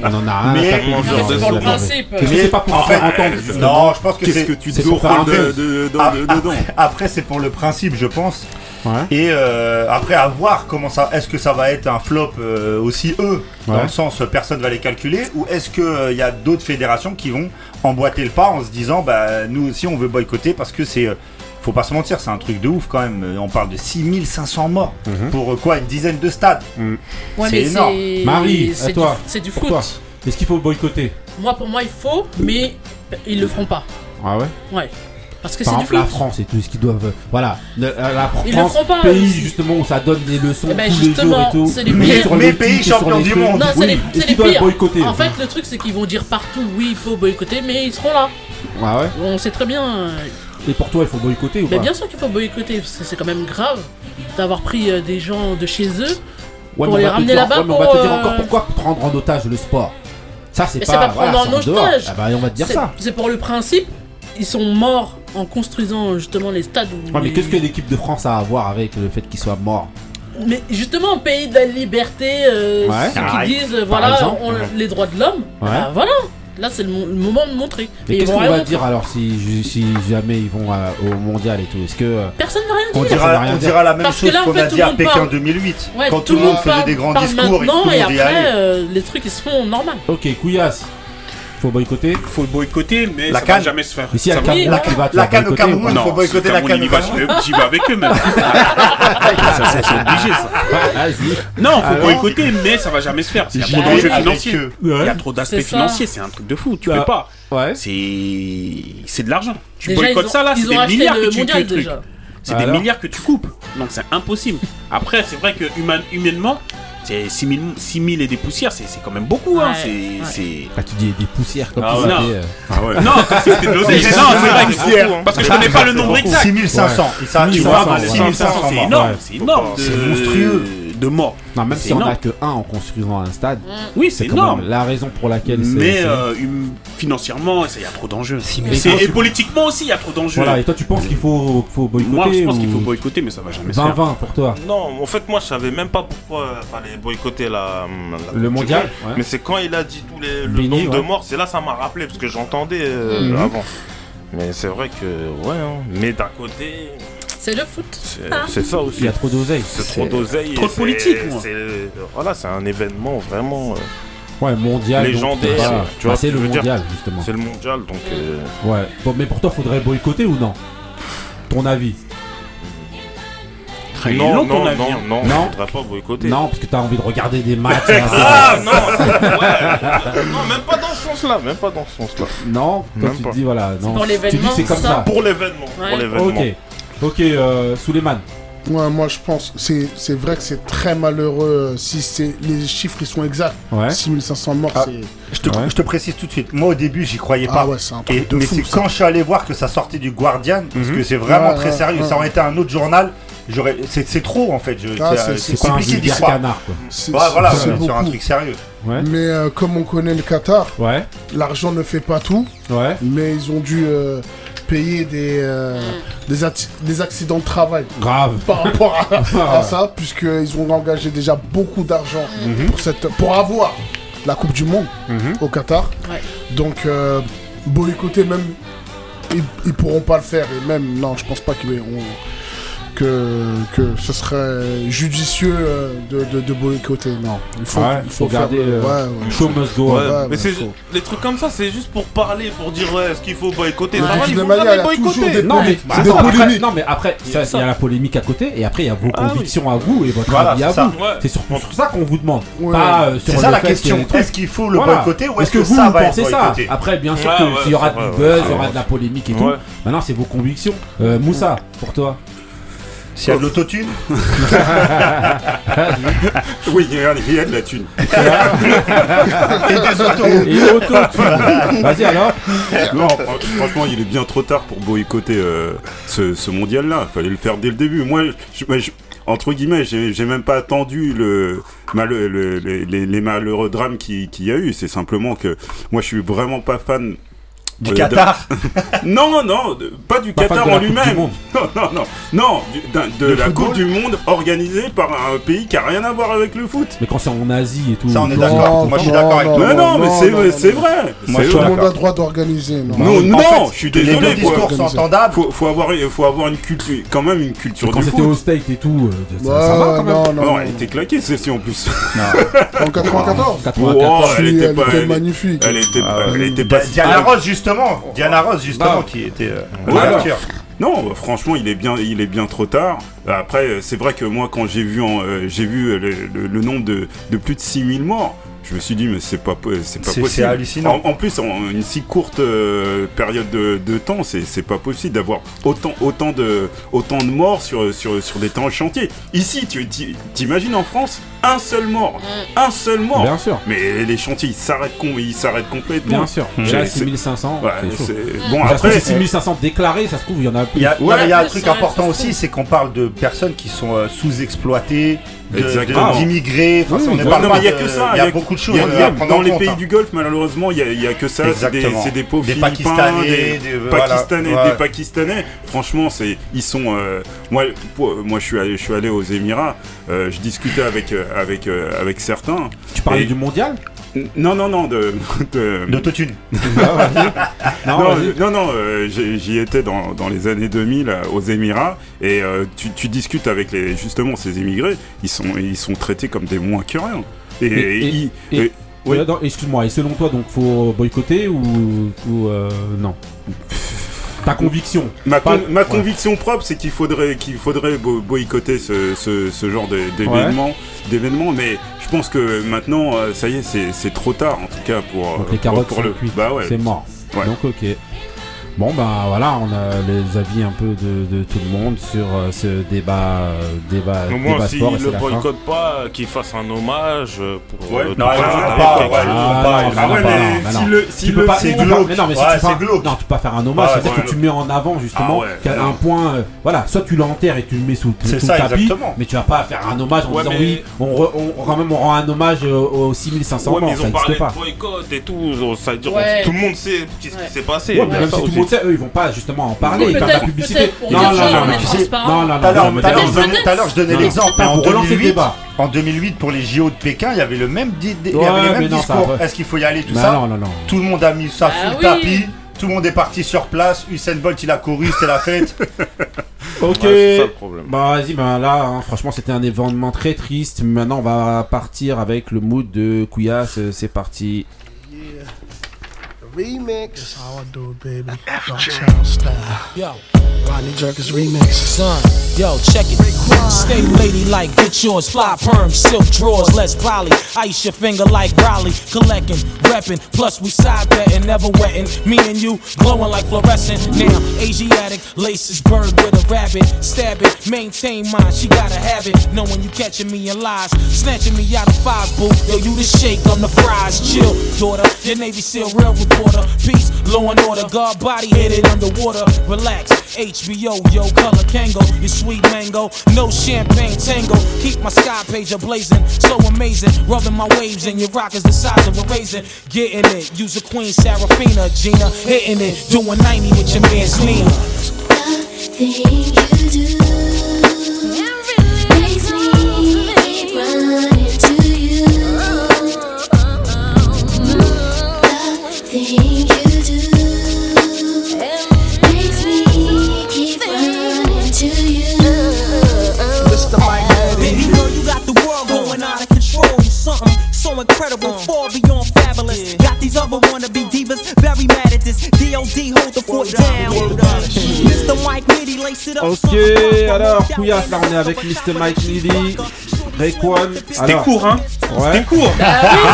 S1: On en a rien.
S4: Mais-
S1: à taper.
S6: Non, mais
S1: Norvège,
S6: c'est
S2: pour le
S1: la Norvège.
S2: principe.
S1: Parce que C'est pas pour
S4: En
S1: se faire
S4: fait,
S1: entendre. justement.
S4: Non, je pense que
S9: Qu'est-ce
S4: c'est
S9: que tu
S1: c'est
S9: dois
S1: pour faire
S9: faire
S1: un
S9: de,
S1: rêve.
S9: de, de-
S4: Ah,
S9: de-
S4: ah,
S9: dedans
S4: Après, c'est pour le principe, je pense.
S1: Ouais.
S4: Et euh, après, à voir comment ça. Est-ce que ça va être un flop euh, aussi eux, dans
S1: Ouais.
S4: le sens euh, personne va les calculer, ou est-ce que euh, il y a d'autres fédérations qui vont emboîter le pas en se disant, bah nous aussi on veut boycotter parce que c'est. euh, faut pas se mentir, c'est un truc de ouf quand même. Euh, On parle de 6500 morts pour euh, quoi Une dizaine de stades.
S2: Ouais,
S4: C'est
S2: mais
S4: énorme.
S2: c'est-
S1: Marie, à
S2: c'est du-
S1: toi.
S2: C'est du
S1: Pour toi.
S2: foot.
S1: Est-ce qu'il faut boycotter
S2: Moi, pour moi, il faut, mais ils le feront pas.
S1: Ah ouais
S2: Ouais. Parce que
S1: Par
S2: c'est du
S1: exemple, la
S2: foot.
S1: France et tout ce qu'ils doivent. euh, Voilà. Ne- euh, La
S2: Ils le
S1: France,
S2: feront pas,
S1: pays
S2: eux.
S1: justement où ça donne des leçons
S2: Eh ben,
S1: tous les jours
S2: justement,
S1: et tout.
S2: c'est les
S4: Mais-
S2: pires.
S1: sur
S4: mais
S1: les
S4: pays
S1: titres, sur
S4: champion
S1: les
S4: du
S1: trucs.
S4: monde.
S2: Non, c'est
S1: Oui.
S2: les,
S1: Est-ce
S2: c'est les
S1: qu'ils doivent
S2: pires.
S1: boycotter
S2: En fait, le truc, c'est qu'ils vont dire partout oui, il faut boycotter, mais ils seront là.
S1: Ah ouais
S2: On sait très bien. euh,
S1: Et pour toi, il faut boycotter ou
S2: Mais
S1: pas
S2: bien sûr qu'il faut boycotter, parce que c'est quand même grave d'avoir pris euh, des gens de chez eux.
S1: Ouais,
S2: Pour les
S1: mais on va te
S2: ramener
S1: dire-
S2: là-bas
S1: ouais, mais on va te
S2: pour,
S1: dire
S2: euh,
S1: encore pourquoi prendre en otage le sport. Ça, c'est
S2: Mais
S1: pas.
S2: c'est pas
S1: voilà,
S2: prendre en
S1: c'est dehors.
S2: otage.
S1: Ah bah, on va te dire
S2: C'est
S1: ça.
S2: c'est pour le principe. Ils sont morts en construisant justement les stades. où
S1: Ouais, mais
S2: ils-
S1: qu'est-ce que l'équipe de France a à voir avec le fait qu'il soit mort
S2: Mais justement, pays de la liberté, euh,
S1: Ouais.
S2: ceux
S1: Ah,
S2: qui disent euh, voilà,
S1: exemple.
S2: on- les droits de l'homme,
S1: Ouais.
S2: bah voilà, là c'est le, mo- le moment de montrer.
S1: Mais
S2: Et ils
S1: qu'est-ce
S2: vont
S1: qu'on
S2: rien
S1: va
S2: montrer.
S1: dire alors si, ju- si jamais ils vont euh, au mondial et tout Est-ce que. euh,
S2: Personne ne va rien
S4: On
S2: dire.
S1: ça veut
S4: dira,
S1: rien
S4: on
S1: dire.
S4: dira la même
S2: Parce que
S4: chose
S2: là, en
S4: qu'on
S2: fait,
S4: a
S2: tout
S4: dit
S2: le
S4: à
S2: monde
S4: Pékin
S2: parle.
S4: 2008,
S2: Ouais,
S4: quand tout le monde faisait
S2: parle-
S4: des grands
S2: parle
S4: discours et que tout
S2: maintenant,
S4: le
S2: et
S4: monde y allait.
S2: après euh, les trucs ils se font normal.
S1: Ok, couillasse. Faut boycotter.
S3: Faut le boycotter, mais
S4: La
S3: ça
S4: canne.
S3: va jamais se faire.
S1: Mais si à
S3: Ça va-
S1: Cameroun,
S2: la-
S1: tu vas tu
S4: la
S1: vas
S4: canne au
S1: boycotter ou
S4: Cameroun.
S1: pas
S4: faut
S3: Non,
S4: boycotter
S3: si
S4: la
S3: Cameroun
S4: canne
S3: y va,
S4: au
S3: je vais- J'y vais avec eux même.
S4: Ah,
S3: ça, ça, c'est obligé [laughs] ça.
S1: Vas-y.
S3: Non, faut
S1: Alors
S3: boycotter, mais ça va jamais se faire. Il y a
S4: J'y
S3: trop
S4: vais
S3: d'enjeux
S4: avec
S3: financiers.
S4: eux.
S3: Il y a
S1: Ouais.
S3: trop d'aspects
S2: C'est ça.
S3: financiers, c'est un truc de fou. Tu
S1: Bah,
S3: peux pas.
S1: Ouais.
S3: C'est c'est de l'argent. Tu
S2: Déjà, ils
S3: boycottes
S2: ont-
S3: ça là,
S2: ils
S3: c'est
S2: ont
S3: des
S2: acheté
S3: milliards
S2: le
S3: que tu, que
S2: mondial
S3: le truc.
S2: déjà.
S3: C'est
S1: Alors
S3: des milliards que tu coupes. Donc c'est impossible. Après, c'est vrai que humain- humainement, c'est 6000 6000 et des poussières, c'est c'est quand même beaucoup. hein.
S2: Ouais,
S3: C'est-
S2: ouais.
S3: c'est-
S1: Ah, tu dis des poussières comme
S3: Ah
S1: tu
S3: ouais.
S1: savais,
S3: Non.
S1: euh.
S9: Ah ouais.
S3: Non, comme si c'était de l'oseille.
S4: C'est
S3: Non,
S4: ça,
S3: c'est vrai que
S4: c'est
S3: Ah, c'est
S4: beaucoup,
S3: beaucoup. hein. Parce que je connais pas le nombre exact.
S4: 6500. Et ça, tu
S3: Tu
S1: 6500,
S4: vois,
S3: vois, bah,
S1: ouais.
S3: les
S4: 6500,
S3: 6500, c'est
S4: morts.
S3: énorme,
S1: Ouais.
S3: c'est énorme. de-
S4: C'est monstrueux.
S3: De morts.
S1: Non, même
S3: C'est
S1: si on a
S3: énorme.
S1: que un en construisant un stade,
S3: Oui, c'est
S1: c'est quand
S3: énorme.
S1: même la raison pour laquelle c'est.
S3: Mais
S1: c'est-
S3: euh, hum, financièrement, ça, il y a trop d'enjeux.
S1: mais
S3: C'est-
S1: toi,
S3: Et
S1: tu-
S3: politiquement aussi, il y a trop d'enjeux.
S1: Voilà, et toi tu penses qu'il faut, faut boycotter
S3: Moi, je pense
S1: ou-
S3: qu'il faut boycotter, mais ça va jamais se faire.
S1: 20-20 pour toi.
S6: Non, en fait, moi, je savais même pas pourquoi euh, fallait boycotter la, hum, la-
S1: Le mondial ouais.
S6: Mais c'est quand il a dit tous les, le
S1: Béni,
S6: nombre de
S1: ouais.
S6: morts, c'est là ça m'a rappelé parce que j'entendais euh,
S1: Mhm.
S6: avant. Mais c'est vrai que ouais, hein. mais d'un côté,
S2: C'est le foot.
S6: c'est
S2: Ah.
S6: c'est ça
S1: Il y
S6: aussi.
S1: a trop d'oseille.
S6: C'est trop d'oseille. et
S3: trop de
S6: c'est-
S3: politique, moi.
S6: c'est- euh, Voilà, c'est un événement vraiment. euh,
S1: Ouais, mondial. donc,
S6: Légendaire,
S1: c'est pas-
S6: tu vois
S1: bah,
S6: ce
S1: c'est le
S6: que je veux dire.
S1: mondial justement.
S6: c'est le mondial, donc euh,
S1: Ouais. Bon, mais pour toi, faudrait boycotter ou non Ton avis
S3: Ah, il est
S6: Non,
S3: long, ton
S6: non,
S3: avis,
S6: non,
S3: hein.
S6: non,
S1: Non.
S6: je voudrais pas boycotter.
S1: Non, parce que t'as envie de regarder des
S3: [laughs]
S1: matchs. hein.
S6: Ah [laughs] non, ouais, non, même pas dans ce sens-là, même pas dans ce sens-là.
S1: Non, toi
S6: Même
S1: tu
S6: pas.
S1: te dis voilà. Non,
S2: pour
S1: tu dis
S2: l'événement,
S1: c'est comme
S2: ça.
S1: ça.
S6: Pour l'événement,
S2: Ouais.
S6: pour l'événement.
S1: Ok, ok, euh, Souleymane.
S5: Ouais, moi je pense, c'est c'est vrai que c'est très malheureux euh, si c'est les chiffres ils sont exacts.
S1: Ouais.
S5: 6500 morts,
S4: Ah.
S5: c'est.
S4: Je te,
S1: Ouais.
S4: je te précise tout de suite, moi au début j'y croyais pas.
S5: Ah ouais, c'est un
S4: Et-
S5: truc de
S4: mais
S5: fou.
S4: c'est
S5: ça.
S4: quand je suis allé voir que ça sortait du Guardian, parce que c'est vraiment
S5: Ouais,
S4: très
S5: ouais,
S4: sérieux,
S5: ouais.
S4: ça aurait été un autre journal, j'aurais, c'est, c'est trop en fait, je,
S5: Ah,
S4: c'est,
S5: c'est-
S4: euh,
S5: c'est
S4: c'est
S1: C'est pas un
S4: compliqué d'y
S1: vulgaire
S4: croire.
S1: canard quoi.
S5: C'est-
S4: Ouais, voilà,
S5: c'est
S4: on est sur un
S5: beaucoup.
S4: truc sérieux.
S5: Mais euh, comme on connaît le Qatar,
S1: Ouais,
S5: l'argent ne fait pas tout,
S1: ouais.
S5: mais ils ont dû euh, payer des, euh, des, atti- des accidents de travail
S1: Grave.
S5: par rapport à,
S1: Ah
S5: à
S1: ouais.
S5: ça, puisqu'ils ont engagé déjà beaucoup d'argent
S9: Mhm.
S5: pour, cette, pour avoir la Coupe du Monde au Qatar.
S2: Ouais.
S5: Donc, euh, boycotter, même, ils, ils pourront pas le faire. Et même, non, je pense pas qu'ils on- que, que ce serait judicieux euh, de, de, de boycotter. Non, il faut,
S1: Ouais,
S5: il
S1: faut garder,
S5: le-
S1: euh,
S5: ouais, ouais.
S1: Show must go
S6: Ouais,
S1: on.
S5: ouais,
S6: Ah, mais
S5: mais
S6: c'est
S1: bah,
S5: faut.
S6: les trucs comme ça, c'est juste pour parler, pour dire ouais, est-ce qu'il faut boycotter.
S5: De
S6: Ça va,
S5: toute
S6: il faut
S5: manière, il
S6: jamais
S5: y a toujours des
S6: boycotter.
S1: Non mais,
S5: polémiques.
S1: bah,
S5: C'est des
S1: attends, après-
S5: polémiques.
S1: non mais après, ça, il y a la polémique à côté et après il y a vos
S6: Ah,
S1: convictions à vous et votre
S4: Voilà,
S1: avis à
S4: c'est ça.
S1: vous.
S6: Ouais.
S1: C'est surtout sur ça qu'on vous demande.
S5: Ouais.
S1: Pas euh, sur
S4: c'est ça
S1: le
S4: la
S1: fait
S4: question,
S1: qu'il y ait des
S4: est-ce qu'il faut le
S1: Voilà.
S4: boycotter ou
S1: Est-ce que vous,
S4: ça
S1: vous
S4: va être
S1: pensez ça
S4: boycotté
S1: Après, bien sûr
S6: Ouais,
S1: qu'il
S6: ouais,
S1: y aura
S6: c'est vrai,
S1: du
S6: ouais,
S1: buzz, il y
S6: c'est
S1: aura
S6: vrai.
S1: de la polémique et tout.
S6: Ouais.
S1: Maintenant, c'est vos convictions. Euh, Moussa, pour toi.
S4: S'il y a de l'autotune,
S9: Oui, il y a- il y a de la thune.
S1: [laughs] Et auto Vas-y alors.
S9: Non, fran- franchement, il est bien trop tard pour boycotter euh, ce, ce mondial-là. Fallait le faire dès le début. Moi, je- moi, je- entre guillemets, j'ai j'ai même pas attendu le, mal- le- le- les, les malheureux drames qui- qu'il y a eu. C'est simplement que moi, je suis vraiment pas fan.
S4: du
S9: euh,
S4: Qatar,
S6: [laughs]
S9: d'un- Non, non, de- pas du
S1: Pas fan
S9: Qatar
S1: de la
S9: en
S1: Coupe du
S9: lui-même.
S1: Monde.
S9: [laughs] Non, non, non, non, du- d'un- de
S5: Le
S9: la
S5: football
S9: Coupe du Monde organisée par un pays qui a rien à voir avec le foot.
S1: [laughs] Mais quand c'est en Asie et tout.
S4: ça on est
S5: Non,
S4: d'accord, moi je suis d'accord avec
S5: non,
S4: toi.
S9: Non, non, mais
S5: non,
S9: c'est
S5: non, non,
S9: c'est
S5: non.
S9: vrai.
S4: Moi,
S9: c'est
S4: je
S5: Tout
S9: vrai.
S5: le monde
S4: d'accord.
S5: a droit d'organiser. Non,
S9: Non, non,
S4: en fait,
S9: je suis
S4: Les deux
S9: désolé. quoi.
S4: discours sont
S5: Organisé.
S4: entendables,
S9: faut, faut avoir, faut avoir une culture, quand même une culture
S1: Quand
S9: du
S1: c'était
S9: foot.
S1: au steak et tout, euh, ça,
S5: Ouais,
S1: ça va quand même.
S5: non, non,
S9: Ah non,
S5: non.
S9: elle était claquée celle-ci en plus. [laughs]
S5: En 94
S1: 84.
S9: Oh,
S5: elle,
S9: elle était
S5: elle
S9: pas.
S5: était
S9: Elle,
S5: magnifique. Ah Bah,
S9: elle était,
S1: Ah
S9: pas- elle était pas.
S4: Di- Diana
S9: si-
S4: Ross justement, Diana Ross justement
S1: Bah.
S4: qui était euh,
S9: Ouais, alors.
S4: l'ouverture.
S9: Non, euh, franchement, il est bien, il est bien trop tard. Après, euh, c'est vrai que moi, quand j'ai vu, en, euh, j'ai vu euh, le, le- le nombre de, de plus de 6000 morts, je me suis dit mais c'est pas, po- c'est pas
S4: C'est-
S9: possible.
S4: c'est hallucinant.
S9: En, en plus, en une si courte euh, période de, de temps, c'est, c'est pas possible d'avoir autant, autant de, autant de morts sur, sur, sur des temps de chantier. Ici, tu tu- t'imagines en France un seul mort, un seul mort.
S1: Bien sûr.
S9: Mais les chantiers, ils s'arrêtent, com- ils s'arrêtent complètement.
S1: Bien sûr.
S9: Mmh.
S1: Là,
S9: C'est-
S1: 6500.
S9: Ouais,
S1: c'est chaud.
S9: c'est- Bon,
S1: Ça se trouve,
S9: après,
S1: c'est 6500 déclarés, ça se trouve, il y en a
S4: Il
S1: plus.
S4: y a, non,
S9: Ouais.
S4: mais il y a un
S2: Plus,
S4: truc
S2: ouais,
S4: important
S2: ça se
S4: aussi,
S2: trouve.
S4: c'est qu'on parle de personnes qui sont euh, sous-exploitées, de-
S9: Exactement.
S4: de- d'immigrés. Enfin,
S1: Oui,
S4: on ne
S1: oui,
S4: parle
S9: non,
S4: pas
S9: mais il y a
S4: de-
S9: que ça,
S4: Il y
S9: il y
S4: a
S9: a-
S4: beaucoup de choses
S9: il y a- il y
S4: à
S9: a-
S4: prendre
S9: dans
S4: en
S9: les
S4: compte,
S9: pays
S4: hein.
S9: du Golfe, malheureusement, il y a- il y a, que ça. C'est des,
S4: Exactement.
S9: c'est des pauvres
S4: Des
S9: Philippins,
S4: Pakistanais,
S9: des,
S4: des- voilà.
S9: Pakistanais,
S4: Ouais.
S9: des Pakistanais. Franchement, c'est, ils sont. euh, moi, pour- moi, je suis allé, je suis allé aux Émirats. euh, je discutais avec, euh, avec, euh, avec certains.
S1: Tu parlais
S9: Et-
S1: du mondial
S9: Non, non, non, de, de-
S4: D'autotune.
S1: Non,
S9: non,
S1: vas-y.
S9: je- non, non, euh, j'ai- j'y étais dans, dans les années 2000 euh, aux Émirats et euh, tu, tu discutes avec les, justement ces émigrés, ils sont, ils sont traités comme des moins que rien. Et,
S1: Et- et-
S9: ils-
S1: et-
S9: et- oui.
S1: Ouais, non, Excuse-moi, et selon toi, donc faut boycotter ou, ou, euh, non Ta conviction
S9: ma, con-
S1: pas-
S9: ma
S1: ouais.
S9: conviction propre, c'est qu'il faudrait, qu'il faudrait bo- boycotter ce, ce- ce genre de- d'événement, d'événement, mais je pense que maintenant, euh, ça y est, c'est c'est trop tard en tout cas pour,
S1: Donc
S9: euh,
S1: les carottes
S9: pour,
S1: sont
S9: pour le.
S1: cuites,
S9: Bah ouais.
S1: c'est mort.
S9: Ouais.
S1: Donc ok. Bon bah voilà, on a les avis un peu de, de tout le monde sur euh, ce débat, euh, débat,
S6: Au
S1: débat
S6: moins, s'il
S1: sport. et c'est
S6: le
S1: la fin.
S6: boycotte pas, euh, qu'il fasse un hommage euh, pour.
S9: Ouais.
S6: euh,
S9: Non,
S6: pour
S9: il
S6: faire
S9: faut
S6: un-
S9: pas,
S6: quelque
S9: ouais.
S6: chose.
S1: Ah,
S9: Ah,
S1: non, non,
S9: ouais,
S1: non,
S9: mais
S1: non,
S9: si
S1: non.
S9: le, si
S1: Tu peux
S9: le-
S1: pas,
S9: si
S1: tu peux
S9: le-
S1: pas- mais non, mais si
S4: Ouais,
S1: tu fais
S4: c'est
S1: un-
S4: glauque.
S1: non, tu peux pas faire un hommage,
S4: Ah,
S1: c'est-à-dire
S4: ouais,
S1: que tu mets en avant justement
S9: Ah, ouais,
S1: qu'à un point, euh, voilà, soit tu l'enterres et tu le mets sous,
S4: C'est
S1: sous
S4: ça,
S1: le tapis,
S4: exactement.
S1: mais tu vas pas faire un hommage en
S6: Ouais,
S1: disant
S6: mais-
S1: oui, on, re- on- on- quand même on rend un hommage euh, aux 6500
S6: Ouais, mais
S1: morts,
S6: ils
S1: ça
S6: ont parlé
S1: n'existe pas.
S6: de boycott et tout, donc, ça veut dire
S2: Ouais.
S6: tout le monde sait qu'est-ce
S2: Ouais.
S6: qui s'est passé.
S1: Ouais, mais même
S6: Ça
S1: si tout le
S6: aussi.
S1: monde sait, eux ils vont pas justement en parler,
S2: Peut-être-
S1: faire de la publicité.
S2: peut-être pour dire
S4: aux gens, on est
S1: non,
S2: transparent.
S1: non, non,
S4: Tout à l'heure,
S1: non,
S4: tout à l'heure,
S1: mais-
S4: je donnais- tout à l'heure, je donnais
S1: Non.
S4: l'exemple. mais
S1: Pour
S4: En
S1: relancer le
S4: 2008,
S1: débat.
S4: en 2008, pour les JO de Pékin, il y avait le même, di- il y
S1: Ouais,
S4: avait le
S1: mais
S4: même
S1: non, ça
S4: discours.
S1: va.
S4: Est-ce qu'il faut y aller, tout
S1: Non,
S4: ça
S1: non, non, non.
S4: Tout le monde a mis ça
S2: Bah
S4: sous le
S2: oui.
S4: tapis. Tout le monde est parti sur place. Usain Bolt, il a couru, c'était la [laughs] fête.
S1: Ok.
S6: Ouais, c'est ça le problème.
S1: Bah vas-y, bah là, hein, franchement, c'était un événement très triste. Maintenant, on va partir avec le mood de Kouyas. euh, C'est parti.
S5: Remix.
S7: How I do it, baby. Dog Pound style.
S5: Yo,
S10: Rodney Jerkins remix. Son, yo, check it. Stay ladylike, get yours. Fly perm, silk drawers, less poly. Ice your finger like Raleigh. Collecting, reppin'. Plus, we side betting, never wetting. Me and you, glowing like fluorescent. Now, Asiatic, laces bird with a rabbit. Stab it, maintain mine, she gotta have it. Knowing you catching me in lies, snatching me out of five, boo. Yo, you the shake, I'm the fries. Chill, daughter, your Navy SEAL real reporter. Peace, law and order, guard body headed underwater. Relax, HBO, yo, color Kango, your sweet mango. No champagne tango, keep my sky pager blazing. So amazing, rubbing my waves and your rock is the size of a raisin. Getting it, use a queen, Serafina, Gina, hitting it, doing 90 with your man's Nina.
S11: Mr.
S10: Baby girl, you got the world going out of control. You something so incredible, far beyond fabulous. Got these other wannabe divas very mad at this. DOD hold the fort down. Mr. Mike Mitty, lace it up.
S1: Ok, alors, Kouyas, là on est avec Mr. Mike Neely, Rayquan.
S3: C'était court, hein
S1: Ouais.
S3: C'était court. Bah
S2: Ah
S3: oui,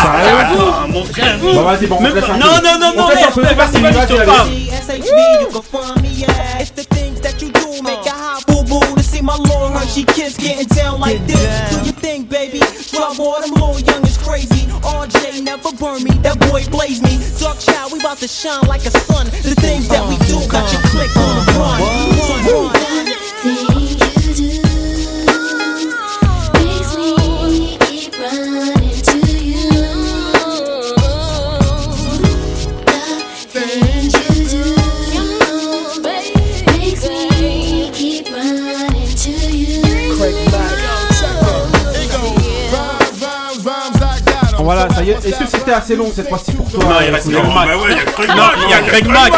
S3: j'avoue.
S1: Attends,
S3: mon frère.
S1: Bon, bah, vas-y, bon, on
S3: Même
S1: te laisse
S3: pas-
S1: un peu.
S3: Non, non, non,
S1: On
S3: non,
S1: te laisse un peu,
S3: merde,
S1: vas-y,
S3: vas-y,
S1: vas-y,
S3: je te
S1: allez.
S3: parle.
S10: SHV, you can find me at. It's the things that you do make a hot boo boo to see my little Hershey kids getting down like this. Do your thing, baby. Drop all them little young is crazy. RJ never burn me. That boy blaze me. Dark child, we about to shine like a sun. The things that we do got you click on the run. Run, run.
S1: Voilà, ça y est. Est-ce que c'était assez long cette fois-ci pour toi
S3: Non, il reste Greg Mac. Non, il y a Greg Mac.